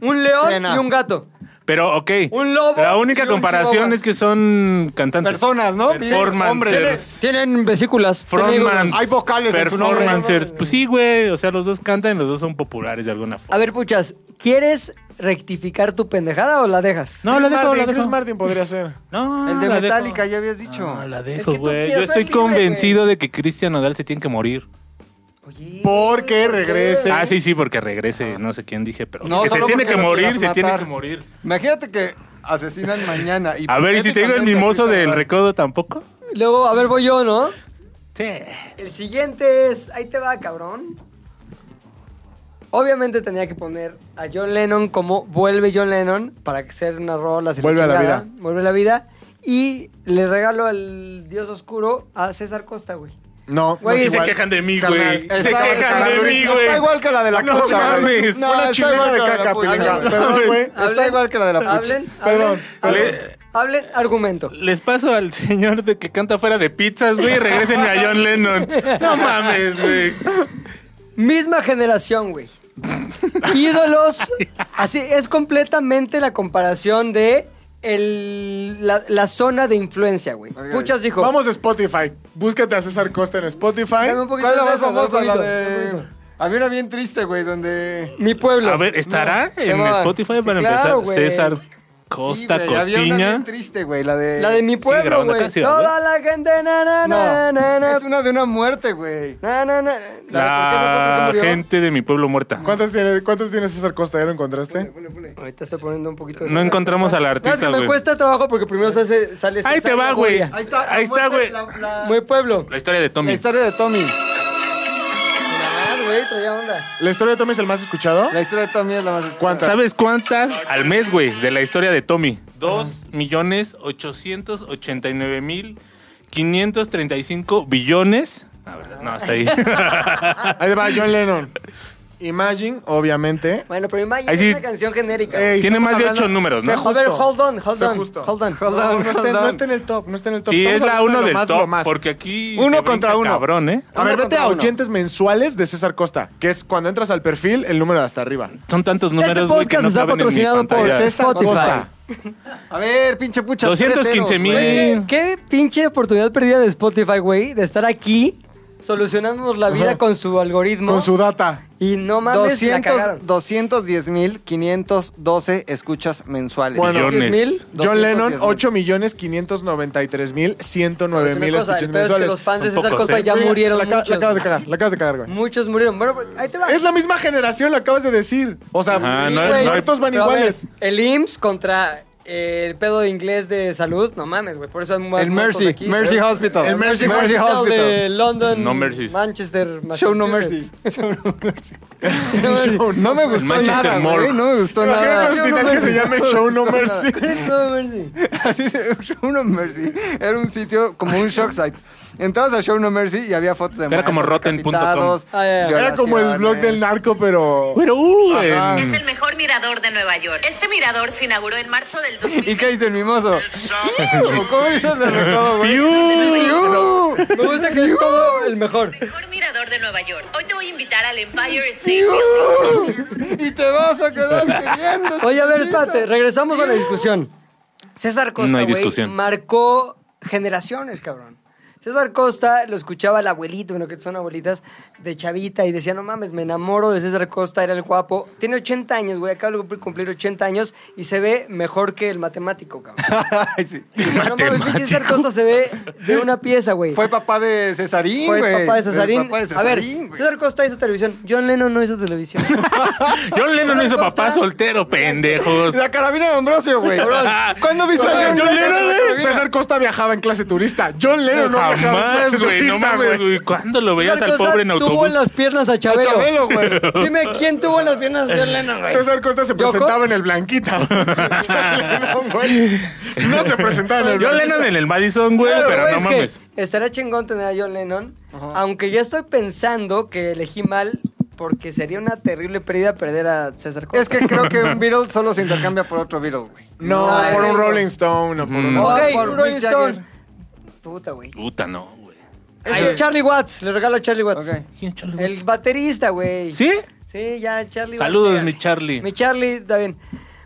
[SPEAKER 1] Un león
[SPEAKER 5] Plena.
[SPEAKER 1] y un gato.
[SPEAKER 2] Pero, ok.
[SPEAKER 1] Un lobo
[SPEAKER 2] La
[SPEAKER 1] y
[SPEAKER 2] única
[SPEAKER 1] un
[SPEAKER 2] comparación
[SPEAKER 1] chihuahua.
[SPEAKER 2] es que son cantantes.
[SPEAKER 5] Personas, ¿no?
[SPEAKER 2] Performancers.
[SPEAKER 1] Tienen vesículas.
[SPEAKER 2] Frontmans.
[SPEAKER 5] Hay vocales en su nombre.
[SPEAKER 2] Performancers. Pues sí, güey. O sea, los dos cantan y los dos son populares de alguna forma.
[SPEAKER 1] A ver, puchas, ¿quieres rectificar tu pendejada o la dejas?
[SPEAKER 2] No, la
[SPEAKER 6] Chris
[SPEAKER 2] dejo, la
[SPEAKER 6] Martin, Chris
[SPEAKER 2] dejo.
[SPEAKER 6] Martin podría ser.
[SPEAKER 2] No,
[SPEAKER 5] El de
[SPEAKER 2] la dejo.
[SPEAKER 5] Metallica, ya habías dicho.
[SPEAKER 2] No, la
[SPEAKER 1] Es que
[SPEAKER 2] dejo,
[SPEAKER 1] tú
[SPEAKER 2] güey.
[SPEAKER 1] quieres,
[SPEAKER 2] Yo
[SPEAKER 1] tú
[SPEAKER 2] estoy
[SPEAKER 1] eres libre,
[SPEAKER 2] convencido de que Cristian Nodal se tiene que morir.
[SPEAKER 1] Oye,
[SPEAKER 6] Porque
[SPEAKER 1] ¿por qué?
[SPEAKER 6] regrese.
[SPEAKER 2] Ah, sí, sí, porque regrese. No sé quién dije, pero.
[SPEAKER 5] No,
[SPEAKER 2] que se
[SPEAKER 5] solo
[SPEAKER 2] tiene
[SPEAKER 5] porque
[SPEAKER 2] que
[SPEAKER 5] lo
[SPEAKER 2] morir,
[SPEAKER 5] quieras
[SPEAKER 2] se tiene
[SPEAKER 5] matar.
[SPEAKER 2] que morir.
[SPEAKER 5] Imagínate que asesinan mañana.
[SPEAKER 2] A ver, ¿y si tengo el
[SPEAKER 5] hipotéticamente
[SPEAKER 2] mimoso
[SPEAKER 5] a Cristian
[SPEAKER 2] del
[SPEAKER 5] Nodal.
[SPEAKER 2] recodo tampoco?
[SPEAKER 5] Pues
[SPEAKER 1] Luego, a ver, voy yo, ¿no?
[SPEAKER 2] Sí.
[SPEAKER 1] El siguiente es. Ahí te va, cabrón. Obviamente tenía que poner a John Lennon como vuelve John Lennon para que sea una rola. si
[SPEAKER 6] Vuelve a la
[SPEAKER 1] chingada.
[SPEAKER 6] vida.
[SPEAKER 1] Vuelve a la vida. Y le regalo al Dios Oscuro a César Costa, güey.
[SPEAKER 6] No,
[SPEAKER 1] Güey,
[SPEAKER 6] no
[SPEAKER 1] Sí,
[SPEAKER 6] es
[SPEAKER 2] Sí se
[SPEAKER 6] igual.
[SPEAKER 2] quejan de mí,
[SPEAKER 6] Carnal,
[SPEAKER 2] güey. Se
[SPEAKER 5] está-
[SPEAKER 2] quejan
[SPEAKER 5] está
[SPEAKER 2] de mí,
[SPEAKER 5] durísimo.
[SPEAKER 2] güey.
[SPEAKER 5] Está igual que la de la
[SPEAKER 2] No
[SPEAKER 5] cucha, güey.
[SPEAKER 2] mames.
[SPEAKER 5] No,
[SPEAKER 6] Una
[SPEAKER 5] está
[SPEAKER 6] chingada
[SPEAKER 5] igual
[SPEAKER 6] de
[SPEAKER 5] que la
[SPEAKER 6] caca,
[SPEAKER 5] pucha,
[SPEAKER 6] pendeja.
[SPEAKER 5] güey.
[SPEAKER 6] Perdón, güey. Está
[SPEAKER 1] Hablen,
[SPEAKER 5] igual que la de la pucha.
[SPEAKER 1] Hablen,
[SPEAKER 6] Perdón,
[SPEAKER 1] hablen, hablen,
[SPEAKER 2] perdón.
[SPEAKER 1] hablen argumento.
[SPEAKER 2] Les paso al señor de que canta fuera de pizzas, güey, y regresen a John Lennon. No mames, güey.
[SPEAKER 1] Misma generación, güey. Ídolos. Así es completamente la comparación de el- la, la zona de influencia, güey. Muchas dijo.
[SPEAKER 6] Vamos a Spotify. Búscate a César Costa en Spotify.
[SPEAKER 1] Dame un poquito
[SPEAKER 5] ¿eh? ¿Cuál es la
[SPEAKER 1] de César,
[SPEAKER 5] más
[SPEAKER 1] dame un
[SPEAKER 5] famosa? La
[SPEAKER 1] poquito, dame un
[SPEAKER 5] de...
[SPEAKER 1] poquito.
[SPEAKER 5] Había una bien triste, güey, donde...
[SPEAKER 1] Mi pueblo.
[SPEAKER 2] A ver, ¿estará
[SPEAKER 5] No, se
[SPEAKER 2] en
[SPEAKER 5] llamaban-
[SPEAKER 2] Spotify
[SPEAKER 5] Sí,
[SPEAKER 2] para
[SPEAKER 5] claro,
[SPEAKER 2] empezar?
[SPEAKER 5] güey.
[SPEAKER 2] César
[SPEAKER 5] Sí,
[SPEAKER 2] Costa
[SPEAKER 5] güey, Había una bien
[SPEAKER 2] Costiña.
[SPEAKER 5] triste, güey, la de...
[SPEAKER 1] Eh, La de mi pueblo,
[SPEAKER 2] grabando
[SPEAKER 1] güey.
[SPEAKER 2] canción,
[SPEAKER 1] Toda la gente, na, na, na, na,
[SPEAKER 5] No,
[SPEAKER 1] na,
[SPEAKER 5] es una de una muerte, güey.
[SPEAKER 1] na, na, na.
[SPEAKER 2] La
[SPEAKER 5] ¿Por qué no? ¿Por qué murió?
[SPEAKER 2] gente de mi pueblo muerta.
[SPEAKER 6] ¿Cuántos tiene, ¿Cuántos tiene César Costa? ¿Ya lo encontraste?
[SPEAKER 1] Ahorita estoy poniendo un poquito de...
[SPEAKER 2] No encontramos al
[SPEAKER 1] No, es que
[SPEAKER 2] artista,
[SPEAKER 1] me
[SPEAKER 2] güey.
[SPEAKER 1] cuesta trabajo porque primero se hace- sale...
[SPEAKER 2] Ahí te
[SPEAKER 1] César
[SPEAKER 2] va, güey.
[SPEAKER 1] Gaviria.
[SPEAKER 5] Ahí está, la
[SPEAKER 2] Ahí está,
[SPEAKER 5] muerte,
[SPEAKER 2] güey.
[SPEAKER 5] La, la-
[SPEAKER 1] Mi pueblo.
[SPEAKER 2] La historia de
[SPEAKER 5] la
[SPEAKER 2] Tommy.
[SPEAKER 5] historia de Tommy.
[SPEAKER 1] Nada más, güey, traía onda.
[SPEAKER 6] ¿La historia de Tommy es el más escuchado?
[SPEAKER 5] La historia de Tommy es la más...
[SPEAKER 6] ¿Cuántas?
[SPEAKER 2] ¿Sabes cuántas al mes, güey, de la historia de Tommy? Dos millones ochocientos ochenta y nueve mil quinientos treinta y cinco billones. A ver, no, hasta ahí.
[SPEAKER 6] Ahí va John Lennon. Imagine, obviamente.
[SPEAKER 1] Bueno, pero imagínate
[SPEAKER 2] Ahí sí.
[SPEAKER 1] una canción genérica.
[SPEAKER 5] Eh,
[SPEAKER 6] Ey,
[SPEAKER 2] Tiene
[SPEAKER 6] estamos
[SPEAKER 2] más de
[SPEAKER 6] hablando-
[SPEAKER 2] ocho números,
[SPEAKER 6] Sé
[SPEAKER 2] ¿no?
[SPEAKER 1] a ver,
[SPEAKER 6] justo.
[SPEAKER 1] hold on, hold
[SPEAKER 6] Sé
[SPEAKER 1] on,
[SPEAKER 6] justo.
[SPEAKER 1] hold on.
[SPEAKER 5] Hold
[SPEAKER 6] No,
[SPEAKER 5] on,
[SPEAKER 6] no,
[SPEAKER 5] hold
[SPEAKER 6] está,
[SPEAKER 5] on.
[SPEAKER 6] no está en el top, no está en el top.
[SPEAKER 2] Sí,
[SPEAKER 6] Estamos
[SPEAKER 2] es la
[SPEAKER 6] hablando
[SPEAKER 2] uno
[SPEAKER 6] de
[SPEAKER 2] del
[SPEAKER 6] lo más,
[SPEAKER 2] top,
[SPEAKER 6] lo más.
[SPEAKER 2] porque aquí
[SPEAKER 6] Uno
[SPEAKER 2] se brinca
[SPEAKER 6] contra uno.
[SPEAKER 2] cabrón, ¿eh?
[SPEAKER 6] A ver,
[SPEAKER 5] Uno
[SPEAKER 6] vete
[SPEAKER 5] contra
[SPEAKER 6] a
[SPEAKER 5] uno.
[SPEAKER 6] oyentes mensuales de César Costa, que es cuando entras al perfil, el número de hasta arriba.
[SPEAKER 2] Son tantos
[SPEAKER 1] Este
[SPEAKER 2] números, güey, que
[SPEAKER 1] podcast
[SPEAKER 2] no
[SPEAKER 1] está
[SPEAKER 2] caben en mi
[SPEAKER 1] patrocinado por
[SPEAKER 2] pantalla.
[SPEAKER 1] Spotify.
[SPEAKER 5] A ver, pinche pucha.
[SPEAKER 2] 215
[SPEAKER 5] tres ceros, güey.
[SPEAKER 2] mil.
[SPEAKER 1] Oye, Qué pinche oportunidad perdida de Spotify, güey, de estar aquí solucionándonos la vida
[SPEAKER 6] Ajá.
[SPEAKER 1] con su algoritmo.
[SPEAKER 6] Con su data.
[SPEAKER 1] Y no mames, la
[SPEAKER 5] 200,
[SPEAKER 1] cagaron.
[SPEAKER 5] 210 mil 512 escuchas mensuales.
[SPEAKER 6] Bueno,
[SPEAKER 2] Millones.
[SPEAKER 1] 10,000.
[SPEAKER 6] John Lennon,
[SPEAKER 5] 210,000.
[SPEAKER 6] 8 millones 593 mil 109
[SPEAKER 1] Es una
[SPEAKER 6] mil
[SPEAKER 1] cosa, el pedo es que los fans de César Costa
[SPEAKER 2] eh.
[SPEAKER 1] ya murieron
[SPEAKER 6] La, ca-
[SPEAKER 1] muchos.
[SPEAKER 6] la acabas de cagar, la acabas de cagar, güey.
[SPEAKER 1] Muchos murieron. Bueno, pues, ahí te va.
[SPEAKER 6] Es la misma generación, lo acabas de decir. O sea,
[SPEAKER 2] Ajá, Ah, no-
[SPEAKER 1] Güey,
[SPEAKER 6] los muertos van
[SPEAKER 1] pero a ver,
[SPEAKER 6] iguales.
[SPEAKER 1] el IMSS contra eh, el pedo de inglés de salud, no mames, güey, por eso hay más
[SPEAKER 5] El
[SPEAKER 1] muertos
[SPEAKER 5] Mercy,
[SPEAKER 1] aquí.
[SPEAKER 5] Mercy Hospital.
[SPEAKER 1] El Mercy, Hospital, de London,
[SPEAKER 2] No mercies.
[SPEAKER 1] Manchester,
[SPEAKER 5] Show no mercy.
[SPEAKER 1] Massachusetts.
[SPEAKER 5] Show no mercy. Show- no me gustó
[SPEAKER 2] Manchester
[SPEAKER 5] nada,
[SPEAKER 2] Morgue.
[SPEAKER 5] güey, No me gustó
[SPEAKER 6] Imagínate
[SPEAKER 5] nada.
[SPEAKER 6] un hospital que se llame Show No Mercy.
[SPEAKER 1] No mercy.
[SPEAKER 5] Así se- Show no mercy. Era un sitio como un shock site. Entrabas a Show no mercy y había fotos de
[SPEAKER 2] Era como rotten punto com.
[SPEAKER 5] decapitados,
[SPEAKER 1] Ah, ya, ya.
[SPEAKER 6] Era como el blog
[SPEAKER 5] violaciones.
[SPEAKER 6] del narco, pero...
[SPEAKER 2] Pero, uh,
[SPEAKER 6] Ajá.
[SPEAKER 2] es-
[SPEAKER 10] Es el mejor mirador de Nueva York. Este mirador se inauguró en marzo del
[SPEAKER 5] ¿Y
[SPEAKER 10] 2000.
[SPEAKER 5] qué dice el mimoso? ¿O ¿Cómo dice el del recodo, güey?
[SPEAKER 1] Me gusta que es todo el mejor.
[SPEAKER 10] mejor mirador de Nueva York. Hoy te voy a invitar al Empire State.
[SPEAKER 5] Y te vas a quedar queriendo.
[SPEAKER 1] Oye, a ver, espérate, regresamos a la discusión. César
[SPEAKER 2] No
[SPEAKER 1] Costa,
[SPEAKER 2] hay
[SPEAKER 1] güey,
[SPEAKER 2] discusión.
[SPEAKER 1] marcó generaciones, cabrón. César Costa lo escuchaba el abuelito, bueno, que son abuelitas, de chavita, y decía, no mames, me enamoro de César Costa, era el guapo. Tiene 80 años, güey, acaba de cumplir- cumplir 80 años y se ve mejor que el matemático, cabrón.
[SPEAKER 5] Ay, sí.
[SPEAKER 1] No mames, pinche César Costa se ve de una pieza, güey.
[SPEAKER 5] Fue papá de Cesarín,
[SPEAKER 1] Fue
[SPEAKER 5] güey.
[SPEAKER 1] Pues, papá de Cesarín.
[SPEAKER 5] Papá de
[SPEAKER 1] A ver,
[SPEAKER 5] Cesarín, güey.
[SPEAKER 1] César Costa hizo televisión. John Lennon no hizo televisión.
[SPEAKER 2] John Lennon no hizo papá soltero, pendejos.
[SPEAKER 5] La carabina de Ambrosio, güey. ¿Cuándo viste a
[SPEAKER 6] John
[SPEAKER 5] John
[SPEAKER 6] Lennon, güey.
[SPEAKER 5] Lennon?
[SPEAKER 6] César Costa viajaba en clase turista. John Lennon no viajaba en
[SPEAKER 2] Jamás,
[SPEAKER 6] clase
[SPEAKER 2] güey. No
[SPEAKER 6] turista,
[SPEAKER 2] mames,
[SPEAKER 6] pues, güey.
[SPEAKER 2] güey. ¿Cuándo lo veías
[SPEAKER 1] César
[SPEAKER 2] al
[SPEAKER 1] Costa
[SPEAKER 2] Pues pobre en
[SPEAKER 1] Tuvo
[SPEAKER 2] autobús?
[SPEAKER 1] en las piernas a Chabelo.
[SPEAKER 5] A Chabelo, güey.
[SPEAKER 1] Dime quién tuvo en las piernas a John Lennon, güey.
[SPEAKER 6] César Costa se
[SPEAKER 1] ¿Yoko?
[SPEAKER 6] presentaba en el Blanquita. no, güey. No se presentaba en el
[SPEAKER 2] John
[SPEAKER 6] Blanquita.
[SPEAKER 2] Lennon en el Madison, güey,
[SPEAKER 1] Claro,
[SPEAKER 2] pero
[SPEAKER 1] güey,
[SPEAKER 2] no
[SPEAKER 1] es que
[SPEAKER 2] mames.
[SPEAKER 1] Estará chingón tener a John Lennon. Aunque ya estoy pensando que elegí mal porque sería una terrible pérdida perder a César Costa.
[SPEAKER 5] Es que creo que un Beatle solo se intercambia por otro Beatle, güey.
[SPEAKER 6] No,
[SPEAKER 1] No, Mm.
[SPEAKER 6] por un
[SPEAKER 1] güey.
[SPEAKER 6] Rolling Stone o por un...
[SPEAKER 1] Ok,
[SPEAKER 5] por Mick
[SPEAKER 1] Rolling Stone.
[SPEAKER 5] Jagger.
[SPEAKER 1] Puta, güey.
[SPEAKER 2] Puta, no, güey.
[SPEAKER 1] Ay, Charlie Watts. Le regalo a Charlie Watts.
[SPEAKER 5] Ok.
[SPEAKER 2] ¿Quién es Charlie?
[SPEAKER 1] El baterista, güey.
[SPEAKER 2] ¿Sí?
[SPEAKER 1] Sí, ya, Charlie.
[SPEAKER 2] Saludos,
[SPEAKER 1] García.
[SPEAKER 2] mi Charlie.
[SPEAKER 1] Mi Charlie, está bien.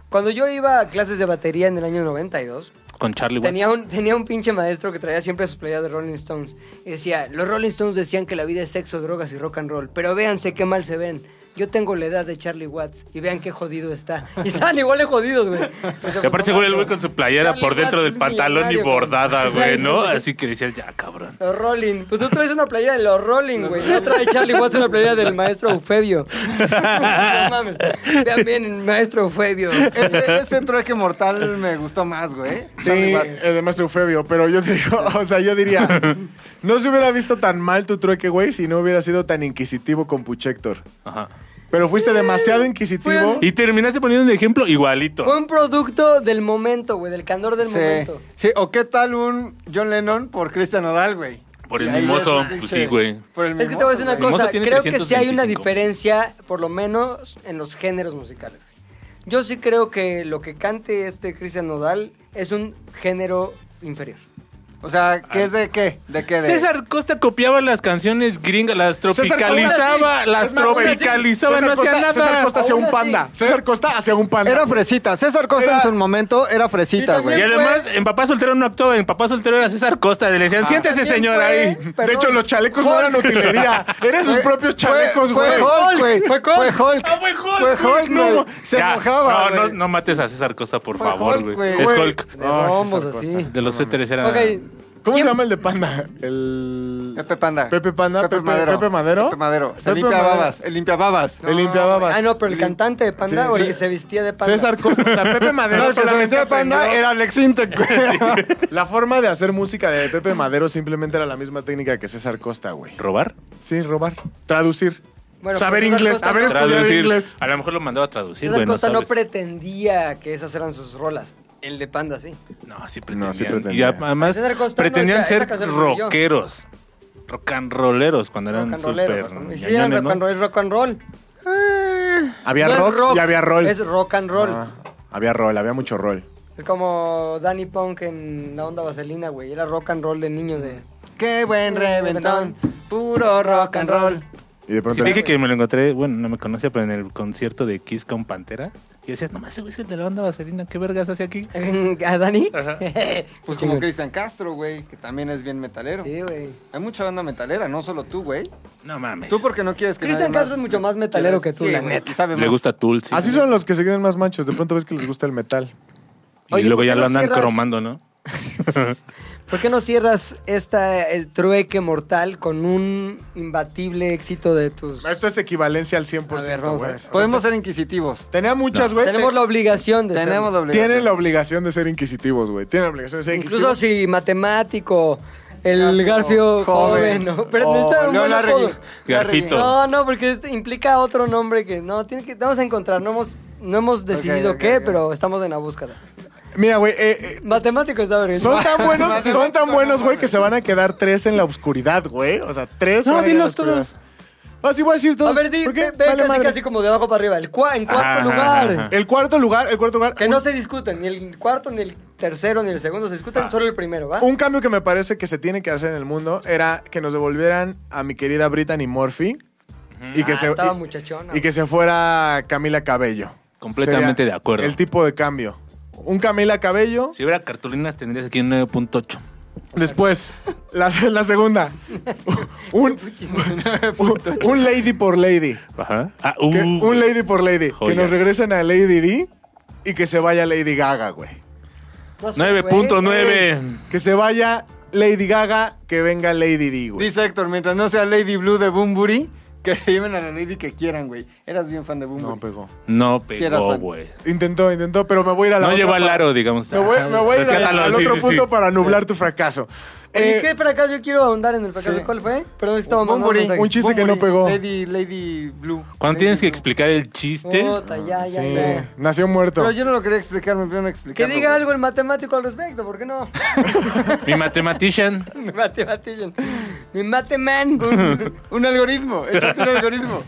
[SPEAKER 1] Cuando yo iba a clases de batería en el año 92,
[SPEAKER 2] Con Charlie Watts.
[SPEAKER 1] tenía un, tenía un pinche maestro que traía siempre sus playas de Rolling Stones. Y decía, los Rolling Stones decían que la vida es sexo, drogas y rock and roll. Pero véanse qué mal se ven. Yo tengo la edad de Charlie Watts y vean qué jodido está. Y están igual de jodidos, güey.
[SPEAKER 2] Y aparte seguro el güey con su playera
[SPEAKER 1] Charlie
[SPEAKER 2] por dentro
[SPEAKER 1] Watts
[SPEAKER 2] del
[SPEAKER 1] es
[SPEAKER 2] pantalón y
[SPEAKER 1] millonario,
[SPEAKER 2] bordada, güey, ¿no?
[SPEAKER 1] Exacto.
[SPEAKER 2] Así que decías, ya, cabrón.
[SPEAKER 1] Los Rolling. Pues tú traes una playera de los Rolling, güey. No trae Charlie Watts una playera del maestro Eufebio. no mames. Vean bien, el maestro Eufebio.
[SPEAKER 5] Ese, ese trueque mortal me gustó más, güey.
[SPEAKER 6] Sí, el de Maestro Eufebio, pero yo digo, o sea, yo diría, no se hubiera visto tan mal tu trueque, güey, si no hubiera sido tan inquisitivo con Puchector.
[SPEAKER 2] Ajá.
[SPEAKER 6] Pero fuiste demasiado inquisitivo.
[SPEAKER 2] Y terminaste poniendo un ejemplo igualito.
[SPEAKER 1] Fue un producto del momento, güey, del candor del
[SPEAKER 5] Sí.
[SPEAKER 1] momento.
[SPEAKER 5] sí, o qué tal un John Lennon por Cristian Nodal, güey.
[SPEAKER 2] Por el
[SPEAKER 5] Ahí
[SPEAKER 2] mimoso,
[SPEAKER 5] ves,
[SPEAKER 2] pues sí, güey.
[SPEAKER 5] Por el
[SPEAKER 1] Es que te voy a decir una
[SPEAKER 5] mimoso,
[SPEAKER 2] Hermoso
[SPEAKER 1] cosa,
[SPEAKER 2] tiene
[SPEAKER 1] creo que sí hay una
[SPEAKER 2] 325.
[SPEAKER 1] diferencia, por lo menos en los géneros musicales. güey. Yo sí creo que lo que cante este Cristian Nodal es un género inferior.
[SPEAKER 5] O sea, ¿qué es
[SPEAKER 2] Ah.
[SPEAKER 5] de qué? ¿De qué? De...
[SPEAKER 2] César Costa copiaba las canciones gringas, las tropicalizaba, las tropicalizaba, no hacía nada.
[SPEAKER 6] César Costa hacia
[SPEAKER 2] Aún
[SPEAKER 6] un panda. César Costa hacia un panda.
[SPEAKER 5] Era fresita. César Costa en su momento era fresita,
[SPEAKER 2] Y
[SPEAKER 5] güey.
[SPEAKER 2] además, en Papá Soltero no actuaba, en Papá Soltero era César Costa. Le decían, siéntese, señor, ahí.
[SPEAKER 6] De hecho, los chalecos no eran utilería. Eran sus
[SPEAKER 5] Fue-
[SPEAKER 6] propios chalecos,
[SPEAKER 5] Fue
[SPEAKER 6] güey.
[SPEAKER 5] Hulk, güey. Fue Hulk.
[SPEAKER 2] Ah, fue Hulk,
[SPEAKER 5] Fue Hulk,
[SPEAKER 2] no.
[SPEAKER 5] güey. Se
[SPEAKER 2] Ya,
[SPEAKER 5] enojaba,
[SPEAKER 2] No, no,
[SPEAKER 5] güey.
[SPEAKER 2] no mates a César Costa, por
[SPEAKER 5] Fue
[SPEAKER 2] favor,
[SPEAKER 5] Hulk,
[SPEAKER 2] güey.
[SPEAKER 5] güey.
[SPEAKER 2] Es Hulk. pues,
[SPEAKER 1] De
[SPEAKER 6] Ay,
[SPEAKER 1] bombos
[SPEAKER 6] César
[SPEAKER 1] así.
[SPEAKER 2] De los suéteres era.
[SPEAKER 1] Ok,
[SPEAKER 6] ¿Cómo
[SPEAKER 1] ¿Quién-
[SPEAKER 6] se llama el de panda? El.
[SPEAKER 5] Pepe Panda.
[SPEAKER 6] Pepe Panda, Pepe- Pepe Madero.
[SPEAKER 5] Pepe Madero. Se
[SPEAKER 6] Pepe
[SPEAKER 5] limpia
[SPEAKER 6] Madero.
[SPEAKER 5] babas. El limpiababas.
[SPEAKER 6] el limpiababas.
[SPEAKER 1] Ah, no, pero el cantante de Panda
[SPEAKER 6] Sí,
[SPEAKER 1] o el
[SPEAKER 6] sí.
[SPEAKER 1] que se vestía de Panda.
[SPEAKER 6] César Costa. O sea, Pepe Madero.
[SPEAKER 5] No, el que se
[SPEAKER 6] solamente
[SPEAKER 5] vestía de panda
[SPEAKER 6] aprendió-
[SPEAKER 5] era Alex Intec, güey.
[SPEAKER 6] La forma de hacer música de Pepe Madero simplemente era la misma técnica que César Costa, güey.
[SPEAKER 2] ¿Robar?
[SPEAKER 6] Sí, robar. Traducir.
[SPEAKER 1] Bueno,
[SPEAKER 6] saber
[SPEAKER 1] pero
[SPEAKER 5] pues,
[SPEAKER 1] César
[SPEAKER 6] inglés.
[SPEAKER 1] Costa
[SPEAKER 6] haber
[SPEAKER 1] no-
[SPEAKER 6] estudiado inglés.
[SPEAKER 2] A lo mejor lo mandaba a traducir,
[SPEAKER 1] César
[SPEAKER 2] güey. No,
[SPEAKER 1] Costa no
[SPEAKER 2] sabes.
[SPEAKER 1] pretendía que esas eran sus rolas. El de Panda sí.
[SPEAKER 2] No, sí pretendían.
[SPEAKER 6] No, sí pretendía.
[SPEAKER 2] Y ya, además,
[SPEAKER 1] César Costa no
[SPEAKER 2] pretendían
[SPEAKER 1] decía,
[SPEAKER 2] ser
[SPEAKER 1] "Esta canción la escribí yo".
[SPEAKER 2] rockeros. Rock and rolleros cuando
[SPEAKER 1] Rock
[SPEAKER 2] eran
[SPEAKER 1] and rollero.
[SPEAKER 2] súper.
[SPEAKER 1] rock and-
[SPEAKER 2] ñañones,
[SPEAKER 1] Sí, eran rock
[SPEAKER 2] ¿no?
[SPEAKER 1] and roll, es rock and roll.
[SPEAKER 6] Había
[SPEAKER 1] No es
[SPEAKER 6] rock, y había roll.
[SPEAKER 1] Es rock and roll.
[SPEAKER 6] Ah, había roll, había mucho roll.
[SPEAKER 1] Es como Danny Punk en la onda vaselina, güey. Era rock and roll de niños de...
[SPEAKER 5] Qué buen reventón. Puro rock and roll.
[SPEAKER 6] Y de
[SPEAKER 2] Sí,
[SPEAKER 6] pronto.
[SPEAKER 2] te dije que me lo encontré, bueno, no me conocía, pero en el concierto de Kiss con Pantera. Y decía, no más, güey es el de la banda vaselina, ¿qué vergas hace aquí?
[SPEAKER 1] ¿A Danny?
[SPEAKER 2] Ajá.
[SPEAKER 5] Pues
[SPEAKER 1] Sí,
[SPEAKER 5] como
[SPEAKER 1] güey.
[SPEAKER 5] Cristian Castro, güey, que también es bien metalero.
[SPEAKER 1] Sí, güey.
[SPEAKER 5] Hay mucha banda metalera, no solo tú, güey.
[SPEAKER 2] No mames.
[SPEAKER 5] Tú porque no quieres que
[SPEAKER 1] Cristian
[SPEAKER 5] nadie
[SPEAKER 1] Castro es mucho más metalero que tú,
[SPEAKER 5] Sí,
[SPEAKER 1] la
[SPEAKER 5] güey,
[SPEAKER 1] neta.
[SPEAKER 5] y sabe
[SPEAKER 2] Le
[SPEAKER 5] más.
[SPEAKER 2] gusta Tulsi.
[SPEAKER 6] Así
[SPEAKER 2] güey.
[SPEAKER 6] son los que se creen más machos. De pronto ves que les gusta el metal.
[SPEAKER 2] Y
[SPEAKER 1] Oye,
[SPEAKER 2] luego
[SPEAKER 1] ¿por qué
[SPEAKER 2] ya
[SPEAKER 1] no
[SPEAKER 2] lo andan
[SPEAKER 1] cierras?
[SPEAKER 2] cromando, ¿no?
[SPEAKER 1] ¿Por qué no cierras esta eh, trueque mortal con un imbatible éxito de tus...
[SPEAKER 6] Esto es equivalencia al 100%.
[SPEAKER 1] A ver, vamos a
[SPEAKER 6] güey.
[SPEAKER 1] ver.
[SPEAKER 5] Podemos ser inquisitivos.
[SPEAKER 6] Tenía muchas, güey.
[SPEAKER 1] Tenemos
[SPEAKER 6] te-
[SPEAKER 1] la obligación de ser-
[SPEAKER 5] Tenemos la obligación.
[SPEAKER 6] Tienen la obligación de ser inquisitivos, güey. Tienen la obligación de ser
[SPEAKER 1] Incluso
[SPEAKER 6] inquisitivos.
[SPEAKER 1] si matemático, el Garfio joven, ¿no? Pero
[SPEAKER 5] O
[SPEAKER 1] necesita un buen
[SPEAKER 5] León
[SPEAKER 1] apodo.
[SPEAKER 5] Larregui.
[SPEAKER 2] Garfito.
[SPEAKER 1] No, no, porque este implica otro nombre que no, tiene que, vamos a encontrar, no hemos, no hemos decidido
[SPEAKER 5] ok,
[SPEAKER 1] qué,
[SPEAKER 5] ok.
[SPEAKER 1] pero estamos en la búsqueda.
[SPEAKER 6] Mira, güey, eh, eh,
[SPEAKER 1] Matemático está vergüenza.
[SPEAKER 6] son tan buenos, son tan buenos, güey, que se van a quedar tres en la oscuridad, güey. O sea, tres.
[SPEAKER 2] No,
[SPEAKER 6] van a quedar en la
[SPEAKER 2] dilos todos.
[SPEAKER 6] oscuridad. Ah, sí, voy a decir todos.
[SPEAKER 1] A ver, di,
[SPEAKER 6] ¿Por
[SPEAKER 1] ve,
[SPEAKER 6] qué?
[SPEAKER 1] ve
[SPEAKER 6] Vale
[SPEAKER 1] casi,
[SPEAKER 6] madre.
[SPEAKER 1] casi como de abajo para arriba, el cua- en cuarto
[SPEAKER 2] Ajá,
[SPEAKER 1] lugar.
[SPEAKER 2] ajá, ajá.
[SPEAKER 6] El cuarto lugar, el cuarto lugar.
[SPEAKER 1] Que no se discuten, ni el cuarto, ni el tercero, ni el segundo, se
[SPEAKER 2] Ah.
[SPEAKER 1] discuten solo el primero, ¿va?
[SPEAKER 6] Un cambio que me parece que se tiene que hacer en el mundo era que nos devolvieran a mi querida Brittany Murphy y que
[SPEAKER 1] Ah,
[SPEAKER 6] se
[SPEAKER 1] estaba
[SPEAKER 6] y-
[SPEAKER 1] muchachona.
[SPEAKER 6] y que se fuera Camila Cabello.
[SPEAKER 2] Completamente de acuerdo.
[SPEAKER 6] El tipo de cambio. Un Camila Cabello.
[SPEAKER 2] Si hubiera cartulinas tendrías aquí un 9.8.
[SPEAKER 6] Después, la, la segunda. Un, un, un lady por lady.
[SPEAKER 2] Ajá. Ah, uh,
[SPEAKER 6] Que- un
[SPEAKER 2] güey.
[SPEAKER 6] lady por lady.
[SPEAKER 2] Joya.
[SPEAKER 6] Que nos regresen a Lady D y que se vaya Lady Gaga, güey.
[SPEAKER 1] No sé, güey.
[SPEAKER 2] 9.9.
[SPEAKER 6] Que se vaya Lady Gaga, que venga Lady D, güey.
[SPEAKER 5] Dice Héctor, mientras no sea Lady Blue de Bumburi, que se lleven a la lady que quieran, güey. Eras bien fan de Bumburi.
[SPEAKER 6] No, pegó.
[SPEAKER 2] No
[SPEAKER 5] Sí eras
[SPEAKER 2] pegó,
[SPEAKER 5] fan.
[SPEAKER 2] güey.
[SPEAKER 6] Intentó, intentó, pero me voy a ir a la
[SPEAKER 2] No
[SPEAKER 6] otra
[SPEAKER 2] llegó al
[SPEAKER 6] para-
[SPEAKER 2] aro, digamos.
[SPEAKER 6] Me voy, me voy a ir al-
[SPEAKER 2] Rescátalo,
[SPEAKER 6] al
[SPEAKER 2] sí,
[SPEAKER 6] otro
[SPEAKER 2] sí, sí.
[SPEAKER 6] punto para nublar tu fracaso.
[SPEAKER 1] Oye,
[SPEAKER 6] Eh,
[SPEAKER 1] ¿qué fracaso? Yo quiero ahondar en el fracaso.
[SPEAKER 5] Sí.
[SPEAKER 1] ¿Cuál fue? Perdón, estaba mamando
[SPEAKER 5] Bunbury,
[SPEAKER 1] el mensaje.
[SPEAKER 6] un chiste que no
[SPEAKER 5] Bunbury,
[SPEAKER 6] pegó.
[SPEAKER 5] Lady, Lady Blue.
[SPEAKER 2] Cuando
[SPEAKER 5] Lady
[SPEAKER 2] tienes que
[SPEAKER 5] Blue.
[SPEAKER 2] explicar el chiste,
[SPEAKER 1] Puta, ya, ya,
[SPEAKER 6] sí,
[SPEAKER 1] ya.
[SPEAKER 6] nació muerto.
[SPEAKER 5] Pero yo no lo quería explicar, me pidieron
[SPEAKER 1] Que
[SPEAKER 5] explicar.
[SPEAKER 1] diga algo el matemático al respecto, ¿por qué no?
[SPEAKER 2] mi matematician.
[SPEAKER 1] Mi matematician. Mi mateman.
[SPEAKER 5] Un, un algoritmo, échate un algoritmo.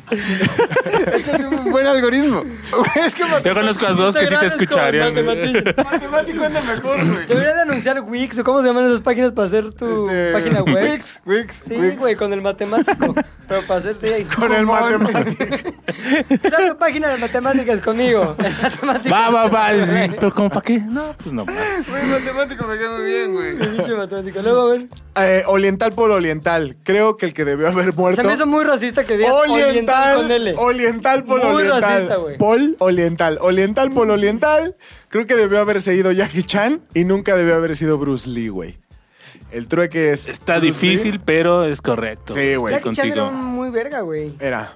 [SPEAKER 5] échate un buen algoritmo. Güey, es que
[SPEAKER 2] Yo conozco a dos que sí te
[SPEAKER 1] Gracias,
[SPEAKER 2] escucharían.
[SPEAKER 1] joven matematician.
[SPEAKER 5] matemático es lo mejor, güey.
[SPEAKER 1] Debería de anunciar Wix o cómo se llaman esas páginas para hacer tu
[SPEAKER 5] Este,
[SPEAKER 1] página web.
[SPEAKER 5] Wix, Wix,
[SPEAKER 1] Sí,
[SPEAKER 5] Wix.
[SPEAKER 1] güey, con el matemático. Pero para hacerte ahí.
[SPEAKER 6] Con el matemático.
[SPEAKER 1] Crea tu página de matemáticas conmigo. El matemático.
[SPEAKER 2] Va, va, va. Sí, Pero como para qué? No, pues no más.
[SPEAKER 5] Güey, matemático me queda muy bien, güey.
[SPEAKER 1] El pinche matemático. Luego, a ver.
[SPEAKER 6] Eh, oriental por oriental. Creo que el que debió haber muerto.
[SPEAKER 1] Se me hizo muy racista que digas
[SPEAKER 6] oriental,
[SPEAKER 1] oriental con L.
[SPEAKER 6] oriental por
[SPEAKER 1] Muy
[SPEAKER 6] oriental.
[SPEAKER 1] racista, güey.
[SPEAKER 6] Pol oriental. Oriental por oriental. Creo que debió haber seguido Jackie Chan y nunca debió haber sido Bruce Lee, güey. El trueque es.
[SPEAKER 2] Está
[SPEAKER 6] Bruce
[SPEAKER 2] difícil,
[SPEAKER 6] Lee.
[SPEAKER 2] pero es correcto.
[SPEAKER 6] Pues Sí, güey.
[SPEAKER 2] Estoy
[SPEAKER 1] Jackie Chan era
[SPEAKER 2] contigo.
[SPEAKER 1] un muy verga, güey.
[SPEAKER 6] Era.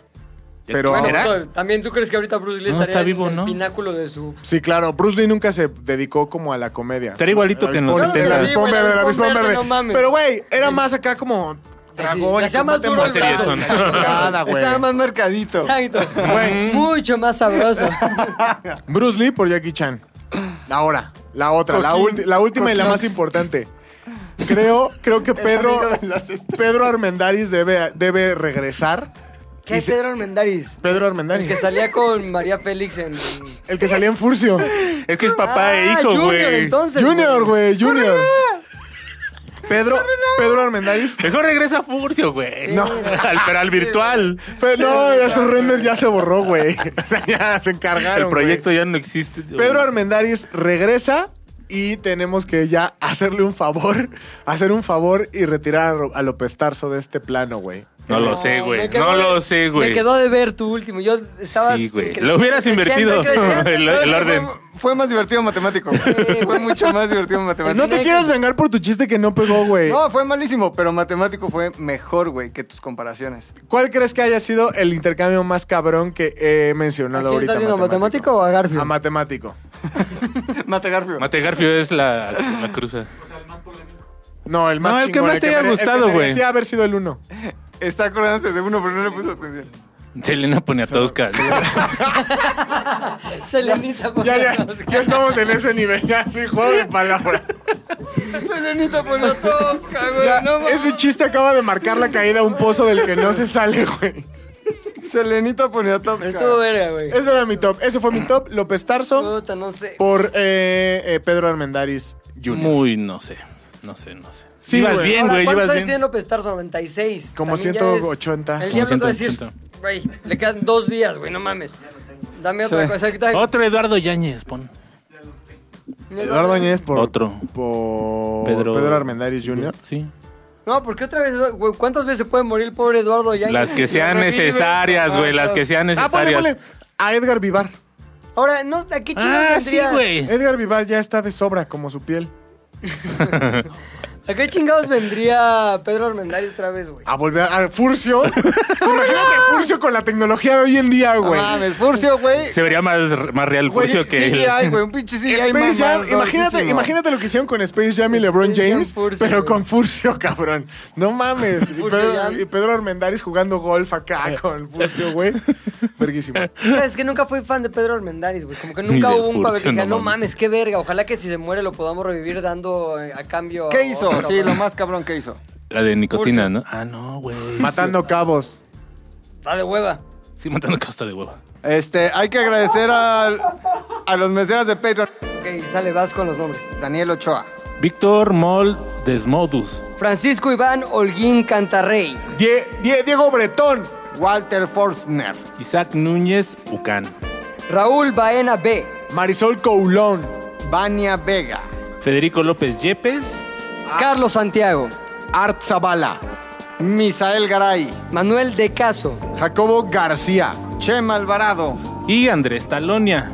[SPEAKER 6] Eh, Pero.
[SPEAKER 1] Bueno,
[SPEAKER 2] ¿Era?
[SPEAKER 1] pero también tú crees que ahorita Bruce Lee
[SPEAKER 2] No,
[SPEAKER 1] estaría
[SPEAKER 2] está vivo,
[SPEAKER 1] en el
[SPEAKER 2] ¿no?
[SPEAKER 1] pináculo de su
[SPEAKER 6] Sí, claro. Bruce Lee nunca se dedicó como a la comedia.
[SPEAKER 2] Estaría igualito que en los
[SPEAKER 1] Claro que
[SPEAKER 6] El
[SPEAKER 2] 70.
[SPEAKER 1] sí.
[SPEAKER 6] avispón
[SPEAKER 1] güey, el
[SPEAKER 6] verde, el
[SPEAKER 1] avispón
[SPEAKER 6] avispón
[SPEAKER 1] verde,
[SPEAKER 6] verde.
[SPEAKER 1] no mames.
[SPEAKER 6] Pero, güey, era más acá como dragón.
[SPEAKER 1] le hacía más duro el
[SPEAKER 6] series
[SPEAKER 2] brazo.
[SPEAKER 6] Ah,
[SPEAKER 5] Estaba más mercadito.
[SPEAKER 1] Exacto. Mucho más sabroso.
[SPEAKER 6] Bruce Lee por Jackie Chan. Ahora, la otra, la,
[SPEAKER 5] Coquín.
[SPEAKER 6] ulti- la última y la
[SPEAKER 5] Coquín.
[SPEAKER 6] más importante. Creo, creo que Pedro, Pedro Armendáriz debe, debe regresar.
[SPEAKER 1] ¿Qué es Pedro Armendáriz?
[SPEAKER 6] Pedro
[SPEAKER 1] El que
[SPEAKER 6] Armendáriz.
[SPEAKER 1] salía con María Félix en.
[SPEAKER 6] El que salía en Furcio.
[SPEAKER 2] Es que es papá
[SPEAKER 1] Ah,
[SPEAKER 2] e hijo,
[SPEAKER 1] Junior,
[SPEAKER 2] güey.
[SPEAKER 1] entonces.
[SPEAKER 6] Junior, güey, Junior. Pedro, Pedro Armendáriz.
[SPEAKER 2] Mejor regresa a Furcio, güey. No. Al, pero al virtual.
[SPEAKER 6] Pero no, ya su render ya se borró, güey. O sea, ya se encargaron.
[SPEAKER 2] El proyecto
[SPEAKER 6] güey.
[SPEAKER 2] ya no existe.
[SPEAKER 6] Pedro Armendáriz regresa y tenemos que ya hacerle un favor, hacer un favor y retirar a Ro- a López Tarso de este plano, güey.
[SPEAKER 2] No lo sé,
[SPEAKER 1] me
[SPEAKER 2] güey.
[SPEAKER 1] quedó
[SPEAKER 2] No
[SPEAKER 1] de-
[SPEAKER 2] lo sé,
[SPEAKER 1] Me
[SPEAKER 2] güey.
[SPEAKER 1] quedó de ver tu último. Yo estaba.
[SPEAKER 2] Sí, güey. Lo hubieras invertido. El, el orden.
[SPEAKER 5] Fue más divertido matemático. güey. fue mucho más divertido matemático.
[SPEAKER 6] No te quieras vengar por tu chiste que no pegó, güey.
[SPEAKER 5] No, fue malísimo, pero matemático fue mejor, güey, que tus comparaciones.
[SPEAKER 6] ¿Cuál crees que haya sido el intercambio más cabrón que he mencionado
[SPEAKER 1] ¿Estás
[SPEAKER 6] ahorita?
[SPEAKER 1] viendo matemático o a
[SPEAKER 6] A
[SPEAKER 1] Garfield?
[SPEAKER 6] matemático.
[SPEAKER 5] Mate Garfio.
[SPEAKER 2] Mate Garfio es la, la cruza.
[SPEAKER 6] No, el más
[SPEAKER 2] No, el que
[SPEAKER 6] chingón,
[SPEAKER 2] más te haya
[SPEAKER 6] mere- el que
[SPEAKER 2] gustado, güey.
[SPEAKER 6] merecía haber sido el uno.
[SPEAKER 5] Está acordándose de uno, pero no le puso atención.
[SPEAKER 2] Selena Poniatowska.
[SPEAKER 1] Selenita, por
[SPEAKER 6] Ya, ya,
[SPEAKER 1] favor.
[SPEAKER 6] ya estamos en ese nivel. Ya, sí, juego de palabras.
[SPEAKER 5] Selenita por la tosca, güey.
[SPEAKER 6] Ya,
[SPEAKER 5] no mames.
[SPEAKER 6] ese chiste acaba de marcar la caída a un pozo del que no se sale, güey.
[SPEAKER 5] Selenita ponía top.
[SPEAKER 1] Estuvo verga, güey.
[SPEAKER 6] Ese era mi top. Ese fue mi top. López Tarso
[SPEAKER 1] Puta, no sé.
[SPEAKER 6] por eh, eh, Pedro Armendáriz Jr.
[SPEAKER 2] Muy, no sé. No sé, no sé.
[SPEAKER 6] Sí,
[SPEAKER 2] ibas
[SPEAKER 6] güey.
[SPEAKER 2] bien,
[SPEAKER 1] Ahora,
[SPEAKER 2] güey.
[SPEAKER 1] ¿Cuántos
[SPEAKER 2] Ibas
[SPEAKER 1] años
[SPEAKER 2] bien.
[SPEAKER 1] tiene López Tarso? 96.
[SPEAKER 6] Como
[SPEAKER 1] También ya es-
[SPEAKER 6] 180.
[SPEAKER 1] El
[SPEAKER 2] Como
[SPEAKER 1] diablo te va a decir,
[SPEAKER 2] 180.
[SPEAKER 1] güey, le quedan dos días, güey, no mames. Dame otra cosa. ¿qué tal?
[SPEAKER 2] Otro Eduardo Yáñez, pon.
[SPEAKER 6] Eduardo Añez por,
[SPEAKER 2] Otro.
[SPEAKER 6] por Pedro, Armendáriz Jr.
[SPEAKER 2] Sí.
[SPEAKER 1] No, porque otra vez, güey, ¿cuántas veces puede morir el pobre Eduardo ya?
[SPEAKER 2] Las que sean necesarias, güey. Las que sean
[SPEAKER 6] Ah, ponle,
[SPEAKER 2] necesarias.
[SPEAKER 6] ponle. A Edgar Vivar.
[SPEAKER 1] Ahora, no, ¿a qué chingados
[SPEAKER 2] Ah, sí,
[SPEAKER 1] vendría?
[SPEAKER 2] güey.
[SPEAKER 6] Edgar Vivar ya está de sobra como su piel.
[SPEAKER 1] ¿A qué chingados vendría Pedro Armendáriz otra vez, güey?
[SPEAKER 6] A volver a Furcio. Imagínate Furcio con la tecnología de hoy en día,
[SPEAKER 5] No
[SPEAKER 6] güey.
[SPEAKER 5] mames, Furcio, güey.
[SPEAKER 2] Se vería más, más real
[SPEAKER 6] Güey,
[SPEAKER 2] Furcio que
[SPEAKER 5] Sí,
[SPEAKER 2] él.
[SPEAKER 5] hay, güey, un pinche sí, hay
[SPEAKER 6] Space Jam, imagínate, imagínate lo que hicieron con Space Jam y LeBron
[SPEAKER 1] Space Jam
[SPEAKER 6] James,
[SPEAKER 1] Furcio,
[SPEAKER 6] pero
[SPEAKER 1] güey.
[SPEAKER 6] con Furcio, cabrón. No mames. y, Pedro,
[SPEAKER 1] Jam. Eh.
[SPEAKER 6] y Pedro Armendáriz jugando golf acá con Furcio, güey. Verguísimo.
[SPEAKER 1] Es que nunca fui fan de Pedro Armendáriz, güey. Como que nunca
[SPEAKER 2] Ni de
[SPEAKER 1] hubo un
[SPEAKER 2] Furcio,
[SPEAKER 1] papel que dijera,
[SPEAKER 2] no
[SPEAKER 1] no
[SPEAKER 2] mames.
[SPEAKER 1] mames, qué verga. Ojalá que si se muere lo podamos revivir dando eh, a cambio.
[SPEAKER 5] ¿Qué hizo?
[SPEAKER 1] otro,
[SPEAKER 6] pues,
[SPEAKER 5] Sí, lo
[SPEAKER 1] güey.
[SPEAKER 5] más cabrón que hizo.
[SPEAKER 2] La de nicotina, ¿no? Ah, no, güey.
[SPEAKER 6] Matando cabos.
[SPEAKER 1] Está de hueva.
[SPEAKER 2] Sí, matando casta de hueva.
[SPEAKER 5] Este, hay que agradecer al- a los meseros de Patreon.
[SPEAKER 1] Ok, sale, vas con los nombres.
[SPEAKER 5] Daniel Ochoa,
[SPEAKER 2] Víctor Mol Desmodus.
[SPEAKER 1] Francisco Iván Holguín Cantarrey.
[SPEAKER 6] Die- Die- Diego Bretón.
[SPEAKER 5] Walter Forstner,
[SPEAKER 2] Isaac Núñez Ucán.
[SPEAKER 1] Raúl Baena B.
[SPEAKER 6] Marisol Coulon.
[SPEAKER 5] Vania Vega,
[SPEAKER 2] Federico López Yepes.
[SPEAKER 5] Ah.
[SPEAKER 1] Carlos Santiago.
[SPEAKER 6] Art Zavala.
[SPEAKER 5] Misael Garay,
[SPEAKER 1] Manuel De Caso.
[SPEAKER 6] Jacobo García.
[SPEAKER 5] Chema Alvarado.
[SPEAKER 2] Y Andrés Talonia.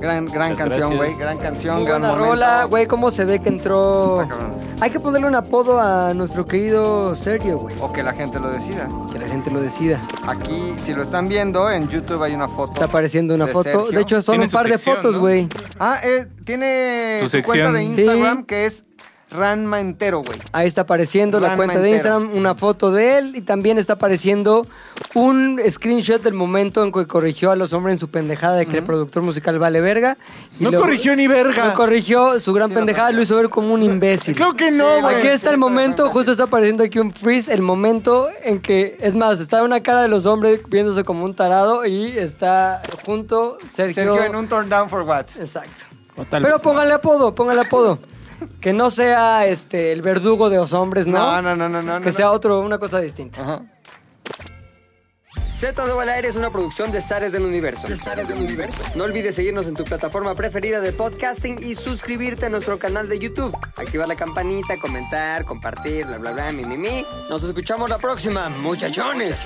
[SPEAKER 5] Gran, gran
[SPEAKER 2] Muchas
[SPEAKER 5] canción,
[SPEAKER 2] gracias.
[SPEAKER 5] güey. Gran canción,
[SPEAKER 1] Muy
[SPEAKER 5] gran
[SPEAKER 1] buena
[SPEAKER 5] momento.
[SPEAKER 1] rola, güey, cómo se ve que entró.
[SPEAKER 5] Está cabrón.
[SPEAKER 1] Hay que ponerle un apodo a nuestro querido Sergio, güey.
[SPEAKER 5] O que la gente lo decida.
[SPEAKER 1] Que la gente lo decida.
[SPEAKER 5] Aquí, si lo están viendo, en YouTube hay una foto.
[SPEAKER 1] Está apareciendo una
[SPEAKER 5] de
[SPEAKER 1] foto.
[SPEAKER 5] Sergio.
[SPEAKER 1] De hecho, son
[SPEAKER 2] Tiene
[SPEAKER 1] un
[SPEAKER 2] su
[SPEAKER 1] par de
[SPEAKER 2] sección,
[SPEAKER 1] fotos,
[SPEAKER 2] ¿no?
[SPEAKER 1] güey.
[SPEAKER 5] Ah, eh, tiene
[SPEAKER 2] Su
[SPEAKER 5] su, cuenta
[SPEAKER 2] sección.
[SPEAKER 5] de Instagram que es Ranma entero, güey.
[SPEAKER 1] Ahí está apareciendo la
[SPEAKER 5] Ranma
[SPEAKER 1] cuenta de
[SPEAKER 5] entera.
[SPEAKER 1] Instagram, una foto de él y también está apareciendo un screenshot del momento en que corrigió a los hombres en su pendejada de que el productor musical vale verga. Y
[SPEAKER 6] No
[SPEAKER 1] lo-
[SPEAKER 6] corrigió ni verga.
[SPEAKER 1] No corrigió su gran pendejada, lo hizo ver como un imbécil.
[SPEAKER 6] Creo que no,
[SPEAKER 5] Sí,
[SPEAKER 6] güey.
[SPEAKER 1] Aquí está el
[SPEAKER 5] Sí,
[SPEAKER 1] momento,
[SPEAKER 5] está
[SPEAKER 1] justo está apareciendo aquí un freeze, el momento en que, es más, está una cara de los hombres viéndose como un tarado y está junto Sergio.
[SPEAKER 5] Sergio en un turn down for what.
[SPEAKER 1] Exacto.
[SPEAKER 2] O tal
[SPEAKER 1] Pero
[SPEAKER 2] vez no.
[SPEAKER 1] póngale apodo, póngale apodo. que no sea este el verdugo de los hombres, ¿no?
[SPEAKER 5] No, no, no, no, no.
[SPEAKER 1] que
[SPEAKER 5] no.
[SPEAKER 1] sea otro, una cosa distinta.
[SPEAKER 5] Ajá.
[SPEAKER 8] Z de al aire es una producción de Zares del Universo. del Universo. No olvides seguirnos en tu plataforma preferida de podcasting y suscribirte a nuestro canal de YouTube. Activar la campanita, comentar, compartir, bla, bla, bla, mi, mi, mi. Nos escuchamos la próxima, muchachones.